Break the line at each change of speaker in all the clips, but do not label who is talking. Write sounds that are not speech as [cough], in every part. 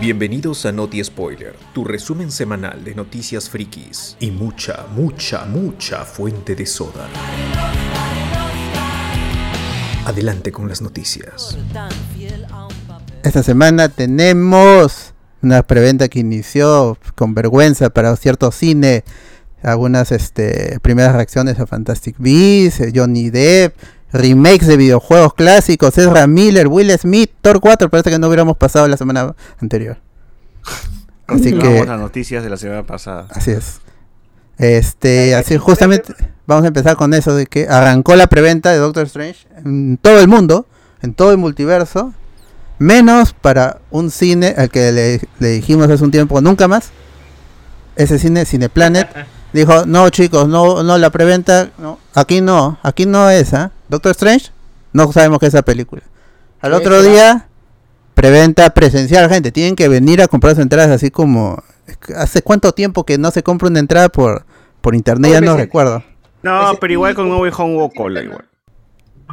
Bienvenidos a Noti Spoiler, tu resumen semanal de noticias frikis y mucha, mucha, mucha fuente de soda. Adelante con las noticias.
Esta semana tenemos una preventa que inició con vergüenza para cierto cine. Algunas este, primeras reacciones a Fantastic Beasts, eh, Johnny Depp, remakes de videojuegos clásicos, Ezra Miller, Will Smith, Thor 4. Parece que no hubiéramos pasado la semana anterior. Así que,
las noticias de la semana pasada.
así es. Este, así justamente vamos a empezar con eso de que arrancó la preventa de Doctor Strange en todo el mundo, en todo el multiverso, menos para un cine al que le, le dijimos hace un tiempo nunca más. Ese cine, Cineplanet, dijo, no chicos, no, no, la preventa, no, aquí no, aquí no es, ¿ah? Doctor Strange, no sabemos qué es esa película. Al otro día, preventa presencial, gente, tienen que venir a comprar sus entradas así como... ¿Hace cuánto tiempo que no se compra una entrada por, por internet? Ya no recuerdo.
No, pero igual con No Way Home hubo cola igual.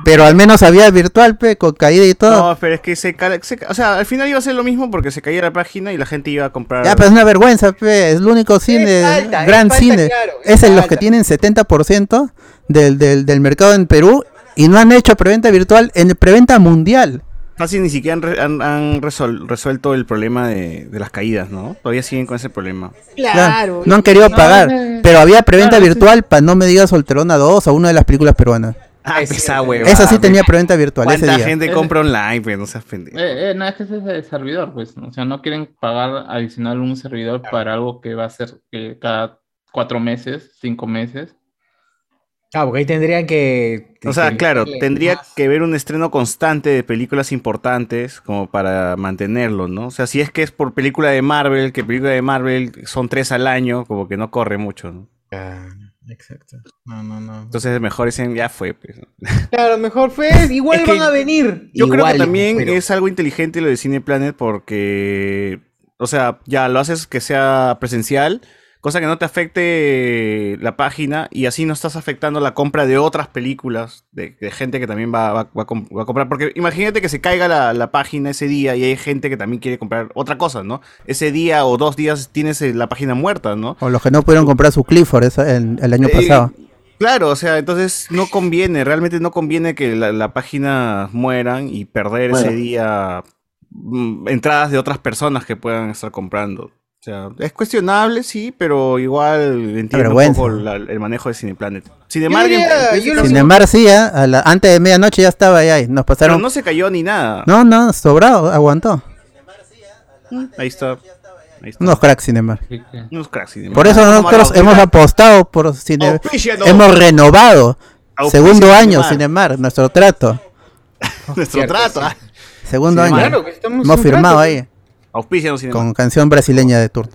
Pero al menos había virtual, pe, con caída y todo.
No, pero es que se, ca- se ca- O sea, al final iba a ser lo mismo porque se caía la página y la gente iba a comprar.
ya, pero pues, es una vergüenza, pe. Es el único cine,
falta,
gran
es falta,
cine.
claro, es
es en los
falta.
que tienen 70% del, del, del mercado en Perú y no han hecho preventa virtual en preventa mundial.
Casi ni siquiera han, re- han- han resol- resuelto el problema de, de las caídas, ¿no? Todavía siguen con ese problema.
Claro,
Claro.
no han querido pagar. Pero había preventa virtual para no me digas Solterona 2 o una de las películas peruanas.
Ah, esa huevada.
Esa sí
pe.
tenía preventa virtual ese
¿Cuánta
día.
gente compra online, pero no seas pendejo.
Eh, eh, no, es que ese es el servidor, pues. ¿no? O sea, no quieren pagar adicional un servidor para algo que va a ser eh, cada cuatro meses, cinco meses.
Ah, porque ahí tendrían que.
O sea, claro,
que-
tendría que ver un estreno constante de películas importantes como para mantenerlo, ¿no? O sea, si es que es por película de Marvel, que película de Marvel son tres al año, como que no corre mucho, ¿no?
Ah, Exacto. No, no, no.
Entonces mejor dicen, ya fue. pues, ¿no?
Claro, mejor fue. Igual
Es que
van a venir.
Yo creo
Igual,
que también
pero-
es algo inteligente lo de Cineplanet porque, o sea, ya lo haces que sea presencial, cosa que no te afecte la página y así no estás afectando la compra de otras películas de, de gente que también va, va- va a com- va a comprar. Porque imagínate que se caiga la, la página ese día y hay gente que también quiere comprar otra cosa, ¿no? Ese día o dos días tienes eh, la página muerta, ¿no?
O los que no pudieron comprar su Clifford esa- el, el año
Eh,
pasado.
Claro, o sea, entonces no conviene, realmente no conviene que la, la página mueran y perder ese día mm, entradas de otras personas que puedan estar comprando. O sea, es cuestionable, sí, pero igual entiendo un
vergüenza.
poco la- el manejo de Cineplanet. Sin
Yo
embargo,
diría,
en-
yo lo
Sin embargo, sí, ¿eh? a la- antes de medianoche ya estaba ahí. ahí. Nos
pero
pasaron.
no se cayó ni nada.
No, no, sobrado, aguantó.
Ahí está. Ahí está.
Unos cracks, sin embargo.
Así que-
Unos cracks, Cinemark.
Por eso
Ah,
nosotros
Maravilloso.
hemos apostado por Cine...
Auspícianos.
Hemos renovado.
Auspicia
Segundo año,
Cinemark.
Cinemar, nuestro trato.
[laughs] Nuestro
Cierto,
trato. ah.
Segundo
Cinemark.
año.
Claro, que estamos
Hemos
un
firmado
rato.
ahí
Auspícianos, Cinemark.
con canción brasileña de turno.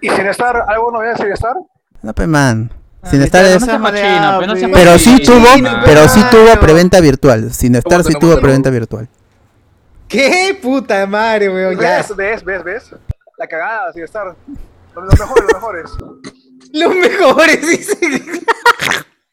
¿Y sin estar? ¿Alguna novedad sin estar?
No, pe man. Sin estar
No
es-
seas
machino,
maleable.
pero no seas
Pero sí
Sí,
tuvo,
man.
pero sí tuvo
Claro.
preventa virtual. Sin estar sí
no,
tuvo
cómo no.
preventa virtual.
¿Qué puta madre, weón? Ya.
¿Ves? ¿Ves? ¿Ves? ¿Ves? La cagada sin estar. Los, los mejores, los mejores.
Los mejores, dice.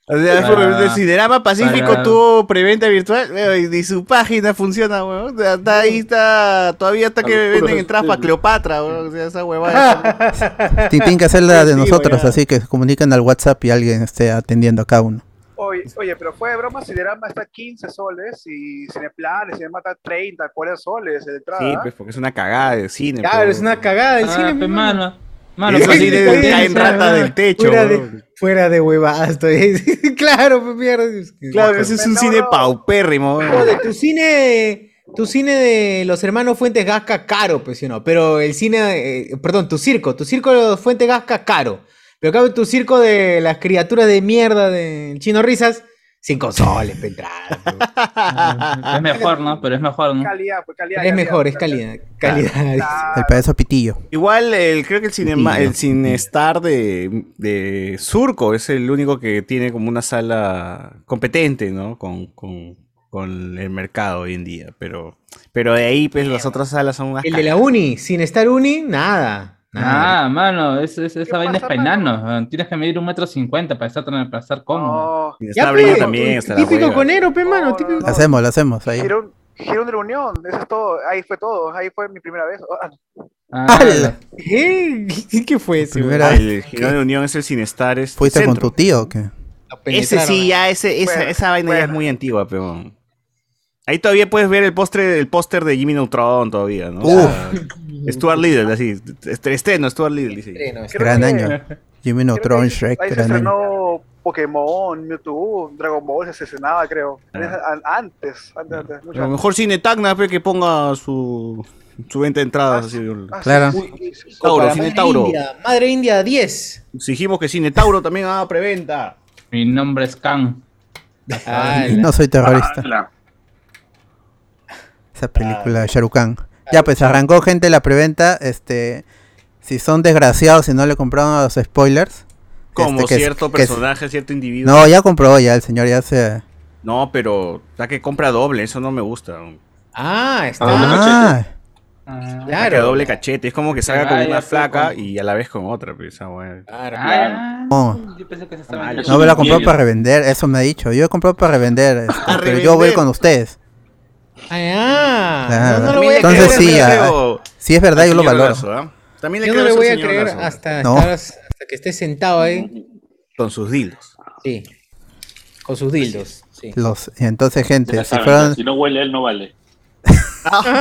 O sea,
Para-
por ejemplo, Cinerama Pacífico
para-
tuvo preventa virtual weón, y y su página funciona, weón. O sea, está ahí está, todavía está que venden entradas para Cleopatra, weón. O sea, esa huevada. [laughs]
Tienen que hacer la de
Sí,
nosotros,
weón.
así que comunican al WhatsApp y alguien esté atendiendo a cada uno.
Oye, oye, pero fue de broma, Cinerama está 15 soles y Cineplan, Cinerama está 30, 40 soles de entrada.
sí, pues porque es una cagada de cine.
Ah. Claro, es una cagada. El
Ah,
cine,
pe,
mi mano.
mano. Mano,
Eso
pues,
[laughs]
sí,
sí,
de-
sí,
caen
sí,
ratas
sí.
del techo,
Fuera
weón.
de, fuera de huevadas estoy. [laughs] claro, pues mierda. es que-
Claro, ese es un
No,
cine
no.
paupérrimo, weón.
Joder, tu cine. Tu cine de los hermanos Fuentes Gasca caro, pues sí o no. Pero el cine. eh, perdón, tu circo. Tu circo de los Fuentes Gasca caro. Pero acá tu circo de las criaturas de mierda de Chino Risas.
[laughs]
Cinco soles, pe, entrada, pe.
Es mejor, ¿no? Pero es mejor, ¿no?
Calidad, pues calidad.
Es
calidad,
mejor, es
calidad.
calidad. Calidad.
Ah, El payaso Pitillo.
Igual el, creo que el cinema, el Cinestar de, de Surco es el único que tiene como una sala competente, ¿no? Con, con, con el mercado hoy en día. Pero, pero de ahí, pues, las otras salas son unas
El de la uni, sin estar uni, nada. Nada.
Ah, mano, es- es- esa vaina es
pasa,
penano. Tienes que medir un metro cincuenta para estar, para estar cómodo.
No,
Cinestar Brillo también, está la
típico
hueva.
conero, pe, mano.
No,
Típico.
no, no.
Lo hacemos, lo hacemos. Ahí.
Quiero un- Girón de la Unión, eso es todo, ahí fue todo, ahí fue mi primera vez. Ah,
Ah,
¡Hala!
¿Qué? [laughs] ¿Qué fue eso?
Primera-
Ah, el Girón de Unión es el Sinestar. es
¿Fuiste con
centro.
tu tío o qué?
Ese sí,
¿eh?
ya, ese, esa,
Bueno,
esa vaina ya es
bueno.
muy antigua, pero. Ahí todavía puedes ver el postre, el póster de Jimmy Neutron todavía, ¿no? O sea, Stuart Little, así. est- Estreno, Stuart Little, dice.
creo
Gran
que-
año. Jimmy
creo
Neutron,
que
Shrek,
Ahí se
gran año.
estrenó Pokémon, Mewtwo, Dragon Ball, se estrenaba, creo.
Ah.
An- Antes, antes, antes,
A
mucho
lo
antes.
mejor Cine Tacna, pero que ponga su, su venta de entradas. Así.
Ah, sí,
Claro.
sí, sí, sí, sí.
Tauro,
Madre
Cine Tauro.
India, Madre India 10.
Exigimos que Cine Tauro también haga preventa. Ah.
Mi nombre es Khan.
Y Ah. no soy
Ah,
terrorista.
Ala.
Esa película de Shahrukh Khan. Ya, pues arrancó gente la preventa. Este, si son desgraciados y no le compraron a los spoilers.
Como
este, que-
cierto
que-
personaje, cierto individuo.
No, ya compró, ya el señor ya se.
No, pero la que compra doble, eso no me gusta.
Ah, está.
Ah,
Ah,
Ah,
La que
Claro.
doble cachete. Es como que salga con
Ah,
una
ya sé,
flaca
con-
y a la vez con otra. Pues, esa weá.
Claro, claro.
ah,
Oh.
Yo pensé que se estaba.
Ah,
vendiendo.
no me la compró
Bien.
para revender, eso me ha dicho. Yo he comprado para
[laughs]
revender, este,
Para
pero yo voy
revender.
con ustedes.
Ah,
Claro.
no, no lo voy a
Entonces
creer.
sí, ya. Si es verdad,
Al
yo lo
señor
valoro.
¿eh?
Lazo, ¿ah? También le
Yo no
creo
le
eso
voy
al
a
señor
creer
Lazo,
hasta,
No.
estar- hasta que esté sentado ahí.
Con sus dildos.
Sí. Con sus dildos. Sí.
Los, entonces,
Ya
gente, si
saben,
fueron.
Si no huele, él no vale.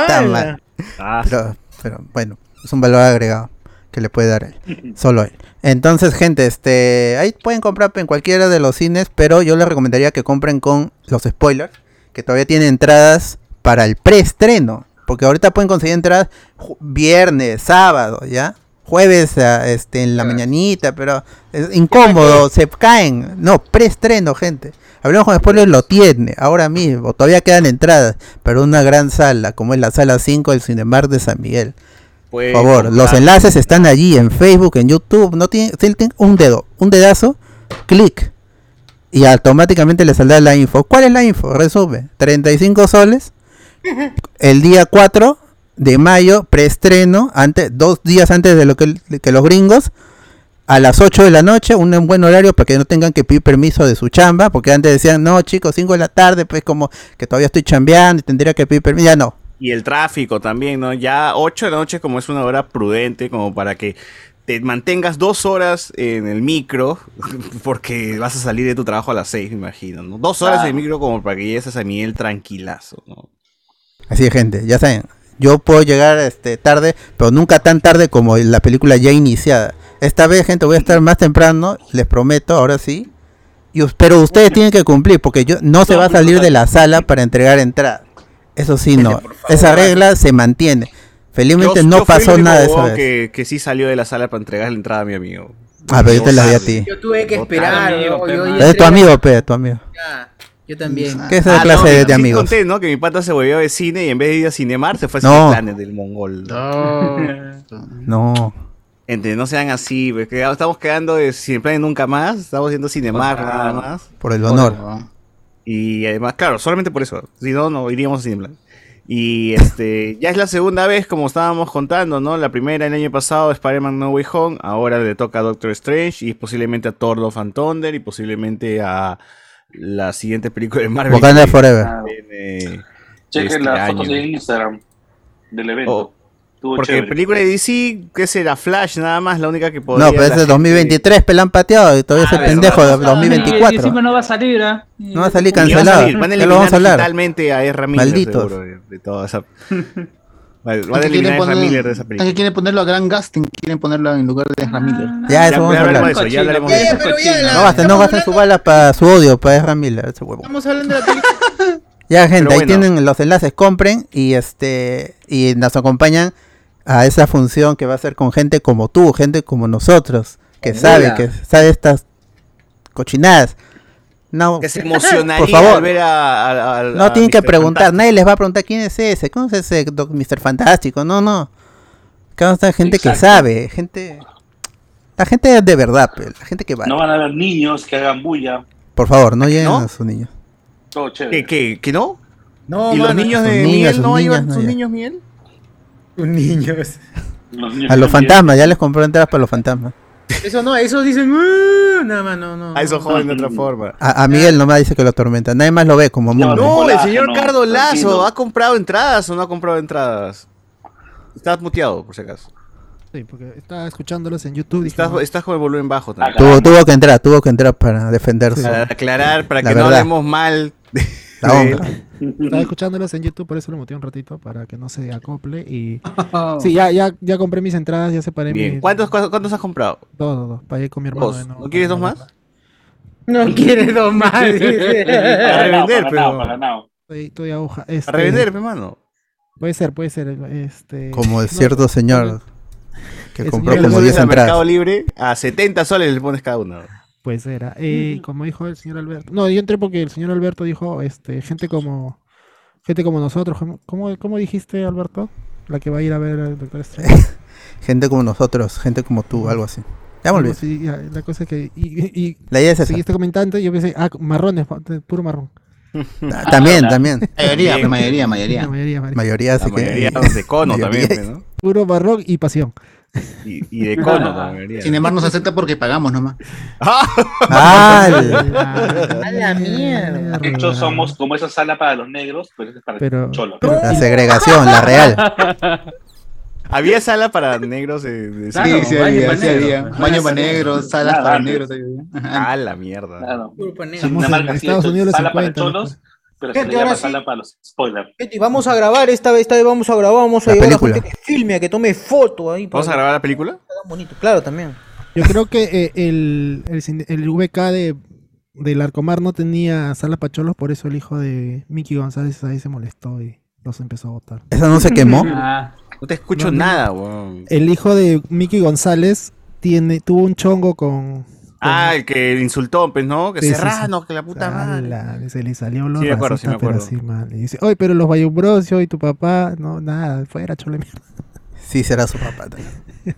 tan mal.
Ah,
Pero, pero, bueno, es un valor agregado que le puede dar él. Solo él. Entonces, gente, este, ahí pueden comprar en cualquiera de los cines, pero yo les recomendaría que compren con los spoilers, que todavía tienen entradas para el preestreno. Porque ahorita pueden conseguir entradas ju- viernes, sábado, ¿ya? Jueves a- este, en la mañanita, pero es incómodo, se caen. No, preestreno, gente. Hablamos con spoilers, lo tiene ahora mismo. Todavía quedan entradas, pero una gran sala, como es la sala 5 del Cinemar de San Miguel.
pues,
Por favor, los
ah,
enlaces están allí en Facebook, en YouTube. No tiene, sí, tiene un dedo, un dedazo, clic. Y automáticamente le saldrá la info. ¿Cuál es la info? Resume: 35 soles. El día 4 de mayo, preestreno, antes, dos días antes de lo que, que los gringos. A las 8 de la noche, un buen horario para que no tengan que pedir permiso de su chamba. Porque antes decían, no, chicos, 5 de la tarde, pues como que todavía estoy chambeando y tendría que pedir permiso. Ya no.
Y el tráfico también, ¿no? Ya 8 de la noche como es una hora prudente, como para que te mantengas dos horas en el micro, [laughs] porque vas a salir de tu trabajo a las 6, me imagino, ¿no? Dos horas en el micro como para que llegues a San Miguel tranquilazo, ¿no?
Así es, gente, ya saben. Yo puedo llegar este, tarde, pero nunca tan tarde como en la película ya iniciada. Esta vez, gente, voy a estar más temprano, les prometo, ahora sí. Y, us- pero ustedes tienen que cumplir, porque yo no se va a salir de la sala para entregar entrada. Eso sí, no. Esa regla se mantiene. Felizmente
Yo-
no
yo fui el
pasó
único
nada de esa
huevón
vez.
que, que sí salió de la sala para entregar la entrada a mi amigo.
Ah, pero yo te la di a ti.
Yo tuve que
esperar,
esperar.
amigo, ¿no? pe, Yo- yo man.
Es tu amigo, pe, tu amigo.
Yo también.
¿Qué es esa
Ah,
clase
no,
de- de
sí
amigos?
conté, ¿no? Que mi pata se volvió de cine y en vez de ir a Cinemar se fue a
No.
Cineplanet del Mongol.
[laughs] No.
Ente, no sean así, pues, que estamos quedando de Cineplanet nunca más, estamos yendo a Cinemar nada más.
Por el honor.
Y además, claro, solamente por eso, si no, no iríamos a Cineplanet. Y este, ya es la segunda vez, como estábamos contando, ¿no? La primera el año pasado, Spider-Man No Way Home, ahora le toca a Doctor Strange y posiblemente a Thor Love and Thunder y posiblemente a la siguiente película de Marvel.
Wakanda
que
Forever.
viene, eh,
Chequen
este
las
año.
fotos de Instagram del evento.
Oh,
Estuvo
Porque
chévere.
película de DC, que será Flash nada más, la única que podría...
No, pero ese
la
es 2023, pelán pateado, y todavía
Ah,
ese
pero
pendejo de
no, no, no,
Y
2024.
encima no va a salir, ¿ah?
No va a salir
gente- Y van a
cancelado.
salir, Van
Ya lo
a eliminar
vamos a hablar.
totalmente a Ezra Miller,
Malditos.
seguro, de, de toda esa... Van van a
Es que
eliminar
quieren
a Ezra
poner-
Miller de esa
es que
película.
quieren ponerlo a Gran Gasting, quieren ponerlo en lugar de Ezra Miller.
Ya, eso
Ya
vamos a
hablaremos
hablar.
de eso, ya hablaremos
Ya,
de
ya,
eso.
Eh, pero ya, la-
No gasten, no
estamos
gasten su
hablando-
bala para su odio, para Ezra Miller, ese huevo.
Estamos hablando de la película.
[laughs]
Ya, gente,
Pero
ahí
bueno.
tienen los enlaces, compren y este y nos acompañan a esa función que va a ser con gente como tú, gente como nosotros, que
Con
sabe,
bola.
que sabe estas cochinadas. No,
Que se emocionaría
Por favor.
al ver a... a- a-
no
a
tienen que
Mr.
preguntar,
Fantastic.
nadie les va a preguntar quién es ese, ¿cómo es ese doc- Mr. Fantástico? No, no. Acá está gente que
Exacto.
sabe, gente la gente de verdad, pe, la gente que vale.
No van a haber niños que hagan bulla.
Por favor, no lleguen
¿No?
a sus niños.
Todo
¿Que,
chévere.
que, que no?
No,
¿Y los niños
sus
de
niñas,
Miguel
sus
no
niñas,
iban
no,
sus
ya.
niños, Miguel?
Niños.
niños
A
también.
los fantasmas, ya les compró entradas para los fantasmas.
Eso no, eso dicen. "Uh", Nada más, no, no.
A eso
no.
joven de otra forma.
A, a Miguel nomás dice que lo atormenta. Nadie más lo ve como mundo.
No, el
Colágeno,
señor Cardo Lazo,
tranquilo.
¿ha comprado entradas o no ha comprado entradas? Estás muteado, por si acaso.
Sí, porque estaba escuchándolos en YouTube. dije,
Estás,
no,
estás con el volumen bajo también.
Tuvo, tuvo que entrar, tuvo que entrar para defenderse.
Para aclarar, para
La
que no
verdad.
hablemos mal. de-
La honra.
Estaba escuchándolos en YouTube, por eso lo muteé un ratito para que no se acople.
[laughs]
Y sí, ya, ya, ya compré mis entradas, ya separé
Bien.
mis.
¿Cuántos, cuántos, cuántos has comprado?
Dos, dos, dos. Pagué con mi hermano.
Dos.
de nuevo.
¿No quieres dos más?
No quiere dos
[laughs]
Ah,
[laughs]
más. dice.
Para nada,
revender,
para nada,
pero-
para nada.
Estoy, estoy a hoja. Este,
A revender, mi hermano.
Puede ser, puede ser. Este,
Como el
no,
cierto señor que
El
compró
señor
Lo
como
subes
10
a Mercado
entradas.
Libre a 70 soles le pones cada uno.
Pues era. Eh,
Mm.
Como dijo el señor Alberto. No, yo entré porque el señor Alberto dijo, este, gente como gente como nosotros. como- ¿Cómo, cómo dijiste, Alberto? La que va a ir a ver al
[laughs]
Doctor Strange.
Gente como nosotros, gente como tú, algo así. Ya me olvidé.
Sí, ya, la cosa es que. Y, y- y
La idea es esa.
seguiste comentando y yo pensé, ah, marrones, pu-
[laughs]
puro marrón.
Ta- Ah, También, también.
Mayoría,
Bien.
mayoría,
La
mayoría.
mayoría, mayoría.
Mayoría,
La
así [laughs]
mayoría
que.
de cono
mayoría.
también,
[laughs]
pues, ¿no?
Puro marrón y pasión.
Y, y de cono
[laughs]
la mayoría. Ah.
Sin embargo, nos acepta porque
[laughs]
pagamos nomás. Ah,
¡Al!
A
la mierda.
De hecho, somos como esa sala para los negros, pero esa es para
Pero-
cholos.
La segregación, la real.
[laughs] Había sala para negros de, de-
Claro,
sí, sí
baño
había,
para
sí
negros.
había. Baño para negros, salas
Nada,
para
antes.
negros. había.
Ah, la mierda.
Claro.
Grupo negro.
Estamos
Una
en
marca así, pues,
Estados Unidos los
sala para
50. ¿no?
cholos, pero se
Gente,
le llama
ahora sí.
sala para los spoiler.
Gente, y vamos a grabar esta vez, esta vez vamos a grabar, vamos a
La
llevar
película.
a gente que filme, a que tome foto ahí. para
¿Vamos a grabar la película?
que hagan bonito. Claro, también.
Yo creo que eh, el, el, cine- el VK de, del Arcomar no tenía sala pacholos, por eso el hijo de Mickey González ahí se molestó y los empezó a votar.
¿Esa no se
[laughs]
quemó?
Ah,
No te escucho
No, no.
nada, weón.
El hijo de Mickey González tiene, tuvo un chongo con. con-
Ah, el que insultó, pues, ¿no? Que
Sí, sí,
serrano, que la puta madre.
ala, se le salió lo
Sí, me acuerdo, sí, me
racista, pero
acuerdo.
así mal. Y dice, oye, pero los Bayumbrosio y tu papá, no, nada, fuera, chole mierda.
Sí, será su papá también.
[laughs]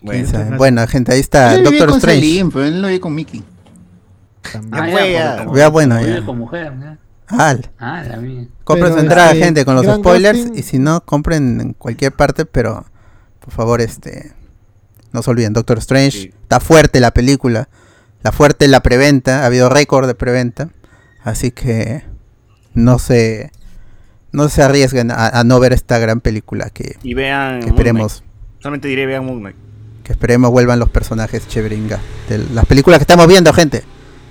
Bueno.
Quién sabe. Bueno, gente, ahí está.
Yo lo vi
Doctor
con
Strange.
Salim, pero él lo vi con Mickey.
También.
ah,
Ya
ya, porque
fue, ya.
pues,
como-
Ya, bueno,
como
ya.
vive con mujer, ¿no?
Al.
Ah, la mía.
Compren su
Pero,
entrada,
este,
gente, con los
Grand
spoilers.
Gosling-
Y si no, compren en cualquier parte, pero por favor, este. No se olviden, Doctor Strange.
Sí.
Está fuerte la película. La fuerte la preventa. Ha habido récord de preventa. Así que. No se. No se arriesguen a, a no ver esta gran película que,
Y vean.
que
Moon
esperemos.
Knight. Solamente diré vean Moon Knight.
Que esperemos vuelvan los personajes cheveringa de las películas que estamos viendo, gente.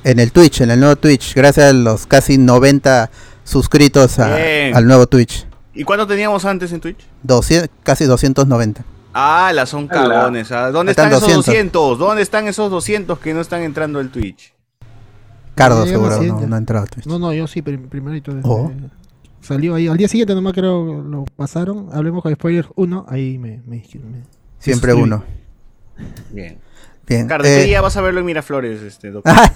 En el Twitch, en el nuevo Twitch. Gracias a los casi 90 suscritos a-
Bien.
al nuevo Twitch.
¿Y cuánto teníamos antes en Twitch?
200, casi 290.
Ah, las son
Ala.
cagones. ah. ¿Dónde
Están
están, esos
200?
200? ¿Dónde están esos 200 que no están entrando al Twitch?
Cardo
Ya
seguro
llegamos a
no,
100
no ha entrado a Twitch.
No, no, yo sí, prim- primero y todo.
Oh.
eh, Salió ahí. Al día siguiente nomás creo lo pasaron. Hablemos con Spoiler 1. Ahí me, me, me-
Siempre
suscribí.
uno.
Bien.
Bien.
Carlos, ¿qué
eh,
día vas a verlo en Miraflores, este doctor?
ah,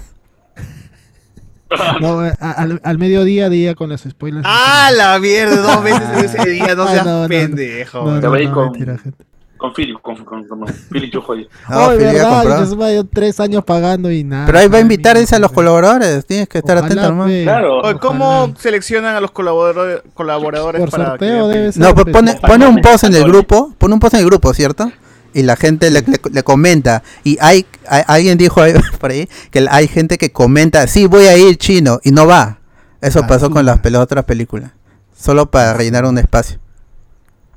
No, eh, a- al, al mediodía día con los spoilers.
¡Ah, la mierda!
[laughs]
Dos veces en ese día, no
Ah,
seas
no, no, no.
pendejo.
No,
Te
no,
voy
no,
con-
mentira, gente.
Con Philip, con, con, con, con Philip Yujoy.
no,
Ay,
Felipe ha
verdad,
comprado.
yo se me dio tres años pagando y nada.
Pero ahí va a invitar
Ay,
dice, a los colaboradores. Tienes que estar
ojalá,
atento, hermano.
pe.
Claro.
Oye, ¿Cómo
Ojalá.
seleccionan a los colaboradores, colaboradores
Por
para
sorteo
que-
debe ser.
No, pues
pe.
pone,
Ojalá.
pone un post en el
Ojalá.
grupo. Pone un post en el grupo, ¿cierto? Y la gente le, le- le comenta. Y hay, hay- alguien dijo ahí- [laughs] por ahí que hay gente que comenta, sí, voy a ir chino. Y no va. Eso
Ah,
pasó con
chuta.
las pel- otras películas. Solo para rellenar un espacio.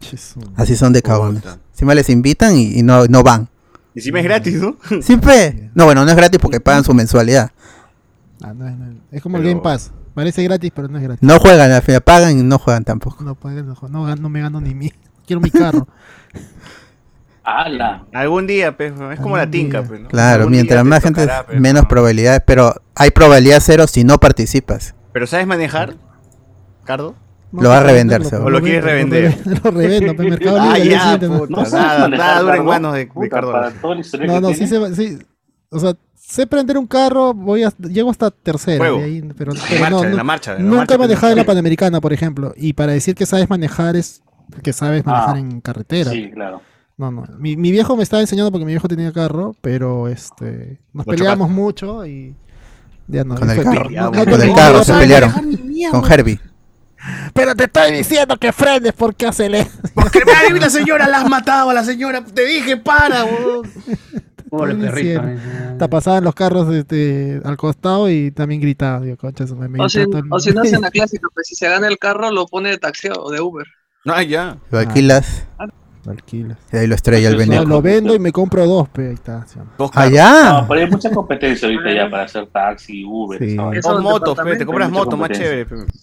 Jesús.
Así son de cagones.
Puta.
Encima les invitan y, y no, no van.
Y si me es gratis,
[laughs]
¿no?
Siempre. No, bueno, no es gratis porque pagan su mensualidad.
Ah, no, es- no, es- es como el
Pero-
Game Pass. Parece gratis, pero no es gratis.
No juegan, al final pagan y no juegan tampoco.
No, pagan, no, no gan- no me gano ni mi. [laughs] Quiero
[laughs]
mi carro.
¡Hala!
Algún día, pues, es como la
Algún
tinca,
día.
pues, ¿no?
Claro,
Algún
mientras
día te
más gente,
tocará, pues,
menos
¿no?
probabilidades. Pero hay probabilidad cero si no participas.
¿Pero sabes manejar, Cardo?
No,
Lo va a
no,
revender,
venderlo,
seguro.
pe,
¿O lo quieres
vendo,
revender?
Lo revendo, pe, Mercado
Ah,
Libre.
ya,
decídete, ¿no?
puta.
No sabes
nada,
manejar,
nada dura en
Cardo.
manos de- de
Puta,
Cardo. eh.
Para todo el historial
No,
que
no, sí
tiene.
se va, sí. O sea, sé prender un carro, voy a, llego hasta tercero.
Juego.
de ahí, pero,
En
pero
marcha,
no,
en
no-
la marcha. en la
nunca
marcha
he manejado en la
tenés que-
Panamericana, por ejemplo. Y para decir que sabes manejar es que sabes manejar
Ah,
en carretera.
Sí, claro.
No, no. Mi, mi viejo me estaba enseñando porque mi viejo tenía carro, pero este nos
Lo
peleamos mucho y ya no.
Con el
fue-
carro.
no, no
Con el
terminé.
carro
No
se
sabe
pelearon.
manejar ni mierda.
Con Herbie.
Pero te estoy diciendo que frenes porque hace le.
Porque me la señora, la has matado a la señora. Te dije, para, huevón.
Pobre
Pobre
perrito,
perrito.
Te pasaban los carros este, al costado y también gritaba. Digo, concha, su madre, me
O si,
gritaba todo el
o si no
[laughs]
mundo.
hacen la clásica, pues si se gana el carro lo pone de taxi o de Uber.
Ah, ya.
Lo alquilas
Lo alquilas.
y [laughs] ahí lo estrella el
No, lo
veneco. Ah,
vendo y me compro dos, pe, ahí está. sí.
Allá.
No, pero hay mucha competencia ahorita ya para hacer taxi, Uber.
Sí.
esa vaina.
Eso
Dos
es
motos,
departamento,
pe, te compras
hay mucha
motos, más
competencia.
chévere. pe.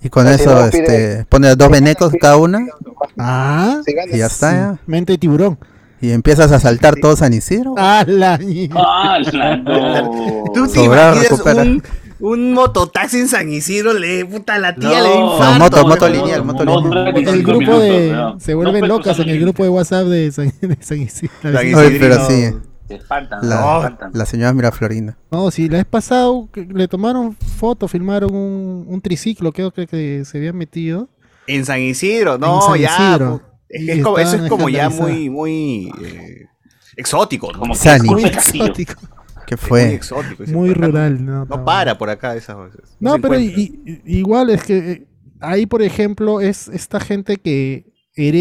Y con
Así
eso
no, pide-
este, pones dos venecos cada una
Ah,
Se gana.
y ya está. ya.
mente de tiburón.
Y empiezas a saltar todo San Isidro.
Ah, la mierda.
Ah, la- no.
[laughs] Tú te
Sobrado,
imaginas
recupera.
un, un mototaxi en San Isidro, le puta la tía,
No.
le infarto.
No, moto, moto
huevón.
lineal, moto
No,
lineal.
trae ni
El
cinco
grupo
minutos,
de.
¿no?
Se
No
vuelven
puedes
locas
cruzar
en el
límite.
grupo de WhatsApp de San, de San Isidro.
San Isidro.
Oye, pero sí,
Te espantan,
La-
te espantan.
la señora Miraflorina.
No, si la vez pasado que le tomaron foto, filmaron un, un triciclo, creo que, que se habían metido.
En San Isidro, no,
En San
ya.
Isidro.
pu- es
Y
que es como- eso
estaban
es como ya
escandalizadas.
muy, muy eh, exótico. ¿no?
Como que
Sani.
es
Muy
Cruz de Castillo.
exótico,
¿Qué
Es muy
fue?
exótico. ese
muy
por acá no-
rural. No,
No para por acá esas cosas.
No,
se
pero
encuentra.
i- i- igual es que eh, ahí, por ejemplo, es esta gente que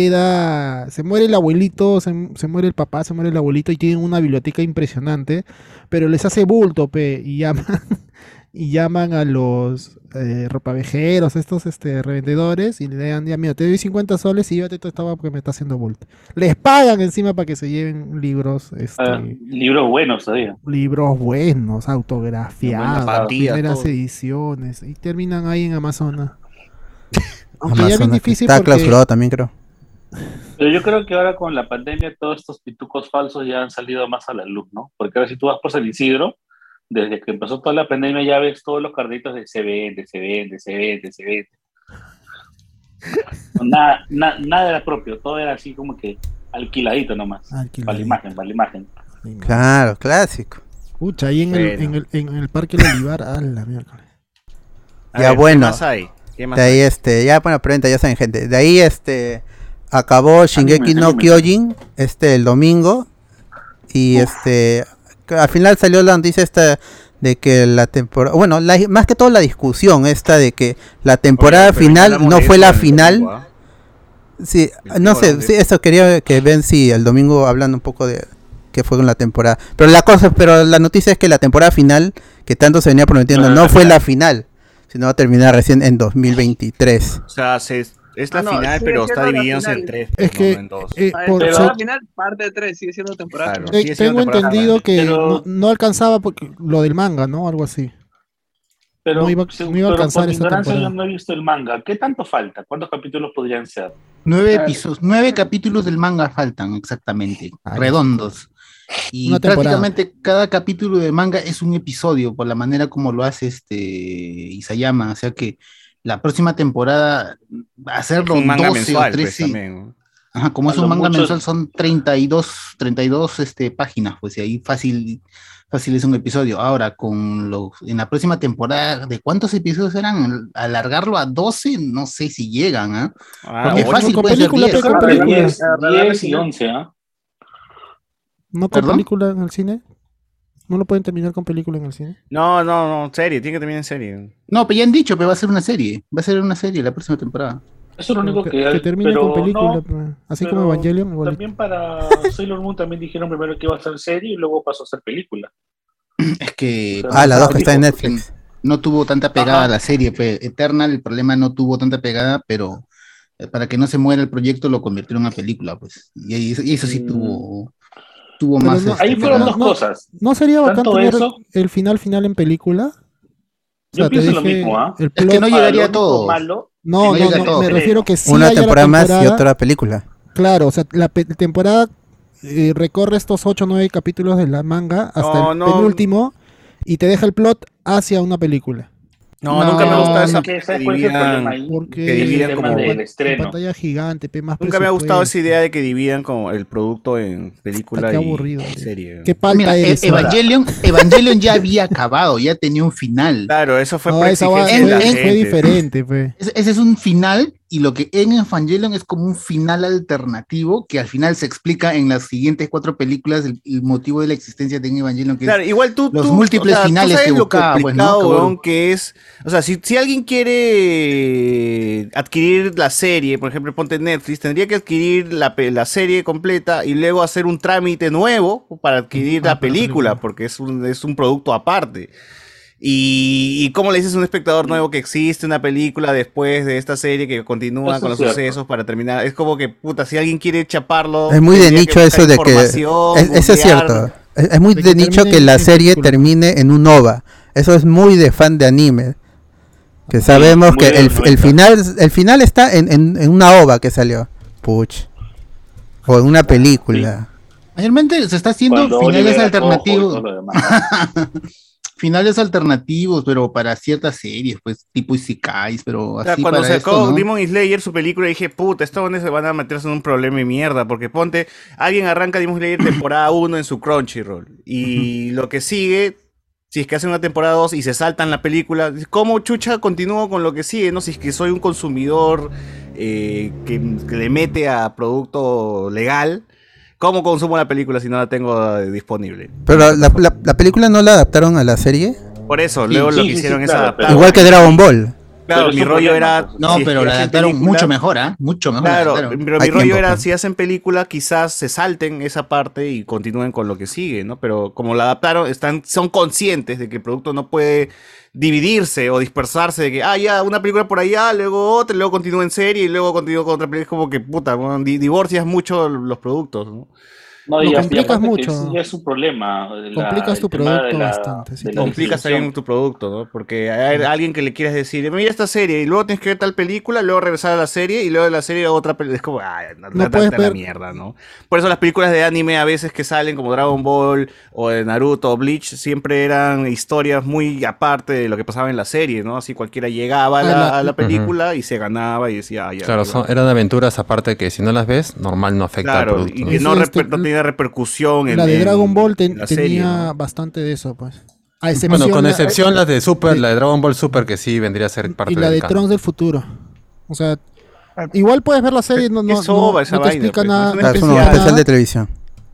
hereda, se muere el abuelito, se, mu- se muere el papá, se muere el abuelito y tienen una biblioteca impresionante, pero les hace bulto, pe, y llaman, [laughs] y llaman a los eh, ropavejeros, estos este, revendedores, y le dan, ya mira, te doy 50 soles y llévate toda esta estaba porque me está haciendo bulto. Les pagan encima para que se lleven libros, este,
Ah, libros buenos todavía.
libros buenos, autografiados,
partida,
primeras
todo.
ediciones, y terminan ahí en Amazonas. Aunque ya es bien
Amazonas, que
difícil
Está
porque-
clausurado también, creo.
Pero yo creo que ahora con la pandemia todos estos pitucos falsos ya han salido más a la luz, ¿no? Porque ahora si tú vas por San Isidro, desde que empezó toda la pandemia ya ves todos los carritos de se vende, se vende, se vende, se vende. No, Nada, na- nada era propio, todo era así como que alquiladito nomás.
Alquiladito.
Para la imagen, para la imagen.
Claro, clásico.
Pucha, ahí en, el,
Bueno.
en, el, en el Parque del Olivar, a la miércoles.
A
Ya
ver,
bueno.
¿Qué más hay? ¿Qué más
De ahí este, ya bueno, preventa, ya saben gente. De ahí este acabó Shingeki no
anime.
Kyojin este el domingo y este que al final salió la noticia esta de que la temporada, bueno, la- más que todo la discusión esta de que la temporada final no fue la final. Sí, ah,
El
no
domingo
sé,
hablamos
sí,
de-
eso quería que ven si el domingo hablando un poco de qué fue con la temporada. Pero la cosa, pero la noticia es que la temporada final que tanto se venía prometiendo
No, no,
no
la
fue la
final.
final, sino va a terminar recién en 2023.
O sea, se- es la
Ah, no,
final,
sigue
pero está
siendo la
dividiéndose en
final.
tres. pues,
Es
no,
que,
no en dos.
eh,
Ah,
por-
pero
so-
al final, parte 3, sigue siendo temporada.
Claro.
eh,
sigue siendo
tengo
temporada
entendido que
Pero-
no, no alcanzaba porque- lo del manga, ¿no? Algo así.
Pero,
No iba-
según-
no iba a
pero
alcanzar
por
esta
ignorancia
temporada.
yo no he visto el manga. ¿Qué tanto falta? ¿Cuántos capítulos podrían ser?
Nueve
Claro.
episodios, nueve capítulos del manga faltan exactamente,
Ay.
redondos. Y
Una temporada.
prácticamente cada capítulo del manga es un episodio por la manera como lo hace este Isayama, o sea que la próxima temporada va a hacerlo
un manga
12 o
mensual, pues,
13.
también. ¿no?
Ajá, como
A
es un
lo
manga
mucho-
mensual son 32, 32 este, páginas, pues y ahí fácil fácil es un episodio. Ahora con los en la próxima temporada, ¿de cuántos episodios eran? Alargarlo a 12, no sé si llegan, ¿ah?
Ah,
Porque
ocho.
fácil
con
puede ser
película,
10.
pe, con
Creo que
película.
10,
Ah,
10 y
ah,
11, ¿ah?
¿No con
¿Perdón?
película en el cine? ¿No lo pueden terminar con película en el cine?
No, no, no, serie, tiene que terminar en serie.
No, pero ya han dicho, pero va a ser una serie. Va a ser una serie la próxima temporada.
Eso es lo único que,
que,
hay,
termine
pero
con película,
no,
pe, así
pero
como Evangelion. igual.
También para Sailor Moon también dijeron primero que iba a ser serie y luego pasó a ser película.
Es que.
Pero
Ah, la dos que está en
dijo
Netflix.
No tuvo tanta pegada
Ajá.
la serie. pe. Eternal, el problema no tuvo tanta pegada, pero eh, para que no se muera el proyecto lo convirtieron a película, pues. Y, ahí- y eso sí
Mm.
tuvo. Tuvo
Pero
más.
no-
este,
Ahí fueron
no-
dos
pegada.
no-
cosas.
¿No sería
Tanto
bacán tener
eso-
el final final en película? O
Yo
sea, te
pienso lo
dije
mismo, ¿ah?
el
Es que
plot-
no llegaría a
todo
todos.
Malo,
No,
Que
no,
no llega
no,
todo,
me
creo.
refiero que sí
Una
haya la
temporada más y
temporada-
otra película.
Claro, o sea, la pe- temporada eh, recorre estos 8 o 9 capítulos de la manga hasta
No,
el
no.
penúltimo y te deja el plot hacia una película.
No,
No,
nunca me gusta esa.
que
que
¿sabes cuál es el
dividan-
problema ahí?
Porque
Que dividan
en
como
pan-
el
en
estreno.
pantalla gigante, pe, más
Nunca me ha gustado esa
presupuesto.
idea de que dividan como el producto en película
Está
y
que aburrido,
y
tío.
serie.
Qué palta
Mira,
eres.
e- Evangelion, Evangelion ya había acabado, ya tenía un final.
Claro, eso fue
No,
por
esa va-
exigencia
fue,
de la
fue
gente.
diferente, pe.
Ese, ese es un final y lo que en Evangelion es como un final alternativo que al final se explica en las siguientes cuatro películas el, el motivo de la existencia de Evangelion. Que
Claro,
es
igual tú.
Los
tú-
múltiples
o sea, tú
finales
sabes
que
lo
buscaba, pues, ¿no?
complicado,
Cabrón.
weón, que es. O sea, si, si alguien quiere adquirir la serie, por ejemplo, ponte Netflix, tendría que adquirir la, pe- la serie completa y luego hacer un trámite nuevo para adquirir la película, porque es un, es un producto aparte. Y, y cómo le dices a un espectador nuevo que existe una película después de esta serie que continúa
Eso es
con los
cierto.
sucesos para terminar. Es como que, puta, si alguien quiere chaparlo.
Es muy de
tendría
nicho
buscar
eso de que. es-
información,
Eso es
googlear.
cierto. Es, es muy
De
de,
que
nicho
termine
que la
en
serie
película.
termine en un OVA. Eso es muy de fan de anime. Que
Sí,
sabemos
muy
que
de
el,
los
el
90.
final el final está en, en- en una OVA que salió. Puch. O en una película.
Mayormente se está haciendo
Cuando
finales
Oliver era cojo y
alternativos.
todo lo demás.
[laughs] finales alternativos, pero para ciertas series, pues tipo Isekais, pero
O
así
sea, cuando
para
sacó
esto, ¿no?
Demon Slayer su película, dije, puta, estos dones se van a meterse en un problema y mierda, porque ponte, alguien arranca Demon Slayer temporada 1 en su Crunchyroll, y lo que sigue, si es que hacen una temporada 2 y se saltan la película, ¿cómo chucha continúo con lo que sigue? No, si es que soy un consumidor eh, que, que le mete a producto legal, ¿cómo consumo la película si no la tengo eh, disponible?
Pero la, la- la película no la adaptaron a la serie.
Por eso,
Sí,
luego
sí,
lo
sí,
que
sí,
hicieron es
claro,
adaptar.
Ah,
Igual que Dragon Ball.
Claro,
Pero es
mi
un
rollo
problema, pues.
era.
entonces.
No,
si es
pero
que
la
hacen
adaptaron
película-
mucho mejor, ¿ah? Mucho mejor. la
Claro,
adaptaron.
pero mi
Hay
rollo
tiempo,
era
pues.
si hacen película, quizás se salten esa parte y continúen con lo que sigue, ¿no? Pero como la adaptaron, están, son conscientes de que el producto no puede dividirse o dispersarse, de que, ah, ya, una película por allá, luego otra, y luego continúa en serie y luego continúa con otra película. Es como que, puta, weón, di- divorcias mucho los productos, ¿no?
No,
Lo
y,
complicas
complicas
mucho.
mucho. es un problema. eh, la-
Complicas
el
tu
tema
producto
de la-
bastante, sí,
de la
claro.
Complicas también
distribución.
tu producto, ¿no? Porque hay alguien que le quieres decir, mira esta serie, y luego tienes que ver tal película, luego regresar a la serie, y luego de la serie a otra película. Es como, ay, no,
No puedes
la
ver-
mierda, ¿no? Por eso las películas de anime a veces que salen, como Dragon Ball, o de Naruto, o Bleach, siempre eran historias muy aparte de lo que pasaba en la serie, ¿no? Así cualquiera llegaba a la,
Ah, la-
a la película y se ganaba y decía, ay, ya.
Claro,
ya".
son- eran aventuras aparte que si no las ves, normal no afecta al
Claro,
producto.
y
¿no?
que no,
Eso,
reper-
este,
no tenía repercusión en
La de
en
Dragon Ball te-
la
tenía
serie, ¿no?
bastante de eso, pues. A
Bueno, con
la-
excepción las de Super,
de-
la de Dragon Ball Super, que sí vendría a ser parte
y la
del
de
canon.
Trunks del futuro. O sea, igual puedes ver la serie, no, no,
Es
no-
ova esa
no te
vaina,
explica
pues,
nada.
es
no
una
te
Claro, Ah, es un
especial.
explica
especial
nada,
de televisión.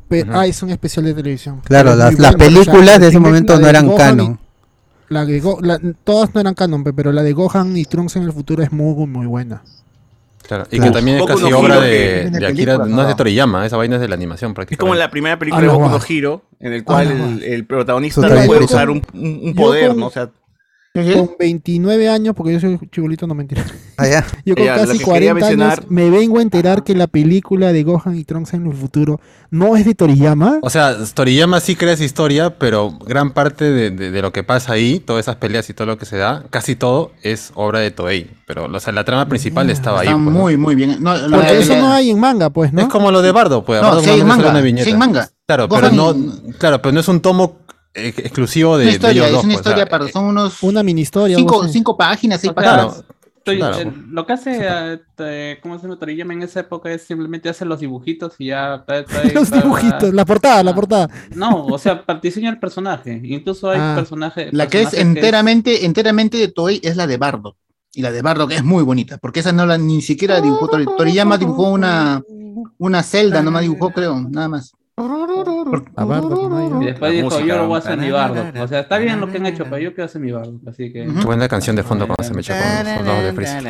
pe-
Ujú.
Ah, es un especial de televisión.
Claro,
Pero es
las-
muy
las
bueno, o sea,
películas de ese
la
momento no
de
eran
Gohan
canon.
y- la de Go- la- todas no eran canon, pe, pero la de Gohan y Trunks en el futuro es muy, muy buena.
Claro, Y
Claro.
que también es
Boku no
casi
Hero,
obra
que
de,
tiene
de Akira,
películas,
no es de
¿no?
Toriyama, esa vaina es de la
Es
animación
como
prácticamente.
en la primera película
Ah,
de
la
Boku no
guau.
Hero, en el cual
Ah, la
el,
guau.
el protagonista
Total,
no puede
yo
usar
con-
un, un- un
yo
poder,
con-
¿no? O sea,
Con 29 años, porque yo soy chibolito, no mentira.
Allá.
[laughs] Yo con
Ya, lo que
casi
quería
40
mencionar-
años me vengo a enterar que la película de Gohan y Trunks en el futuro no es de Toriyama.
O sea, Toriyama sí crea esa historia, pero gran parte de, de- de lo que pasa ahí, todas esas peleas y todo lo que se da, casi todo es obra de Toei. Pero o sea, la trama principal
Mierda.
estaba ahí.
Está
pues, ¿no?
muy, muy bien. No, la-
Porque eso
la-
no hay en manga, pues, ¿no?
Es como lo de Bardo, pues. a
No,
Bardo
sí hay
nomás le sale
manga,
una viñeta.
sí hay manga.
Claro,
Gohan
pero no,
y-
claro, pero no es un tomo eh, exclusivo de,
una
de
historia,
ellos
es
dos,
una
pues, o sea,
historia
eh,
para. Son unos
Una mini historia. algo
cinco,
así.
cinco páginas, seis
O sea,
páginas.
Claro.
Estoy-
Claro,
eh,
pues.
lo que hace, eh, te- ¿cómo se llama Toriyama en esa época? Es simplemente hacer los dibujitos y ya.
[laughs]
ta- ta-
Los
ta-
dibujitos, la portada, la portada.
No, o sea, para diseñar el personaje. Incluso hay
Ah,
personajes.
La que es
personajes
enteramente, enteramente de Toei es la de Bardo. Y la de Bardo que es muy bonita, porque esa no la ni siquiera dibujó Tori- Toriyama dibujó una una celda, nomás dibujó, creo, nada más.
A Bardo, no hay- ¿eh?
Y después
La
dijo,
música,
yo lo voy a
¿no?
hacer mi bardo. O sea, está bien lo que han hecho, pero yo quiero hacer mi bardo. Así que.
Ujú.
Qué buena canción de fondo cuando se me echó con los soldados de Freeza.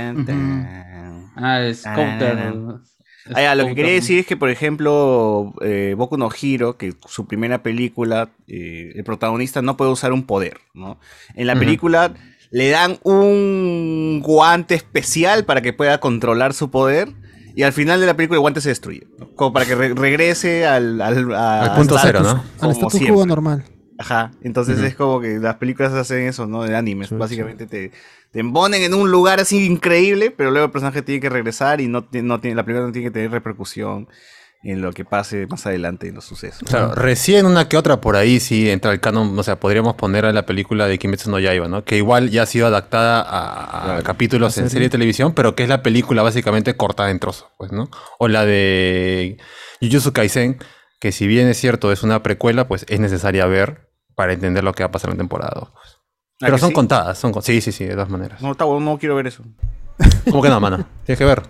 Ah, es counter. es
Ah, ya, lo que quería
counter.
decir es que, por ejemplo, eh, Boku no Hero, que su primera película, eh, el protagonista no puede usar un poder, ¿no? En la
Ujú.
película le dan un guante especial para que pueda controlar su poder. Y al final de la película el guante se destruye. ¿no? Como para que re- regrese al, al, a-
Al punto cero,
status
¿no?
Al
como
status
siempre.
quo normal.
Ajá, entonces
Ujú.
es como que las películas hacen eso, ¿no? De animes,
Sí,
básicamente te, te embonen en un lugar así increíble, pero luego el personaje tiene que regresar y no, ti- no tiene, la película no tiene que tener repercusión en lo que pase más adelante en los sucesos.
Claro, recién una que otra por ahí sí entra el canon, o sea, podríamos poner a la película de Kimetsu no Yaiba, ¿no? Que igual ya ha sido adaptada a, a capítulos en serie de televisión, pero que es la película básicamente cortada en trozos, pues, ¿no? O la de Jujutsu Kaisen, que si bien es cierto es una precuela, pues es necesaria ver para entender lo que va a pasar en la temporada. dos, pues.
¿Ah,
Pero
que
son
sí?
contadas, son con- sí, sí, sí, de todas maneras.
No, está bueno, no quiero ver eso.
¿Cómo que no, mano? Tienes que ver.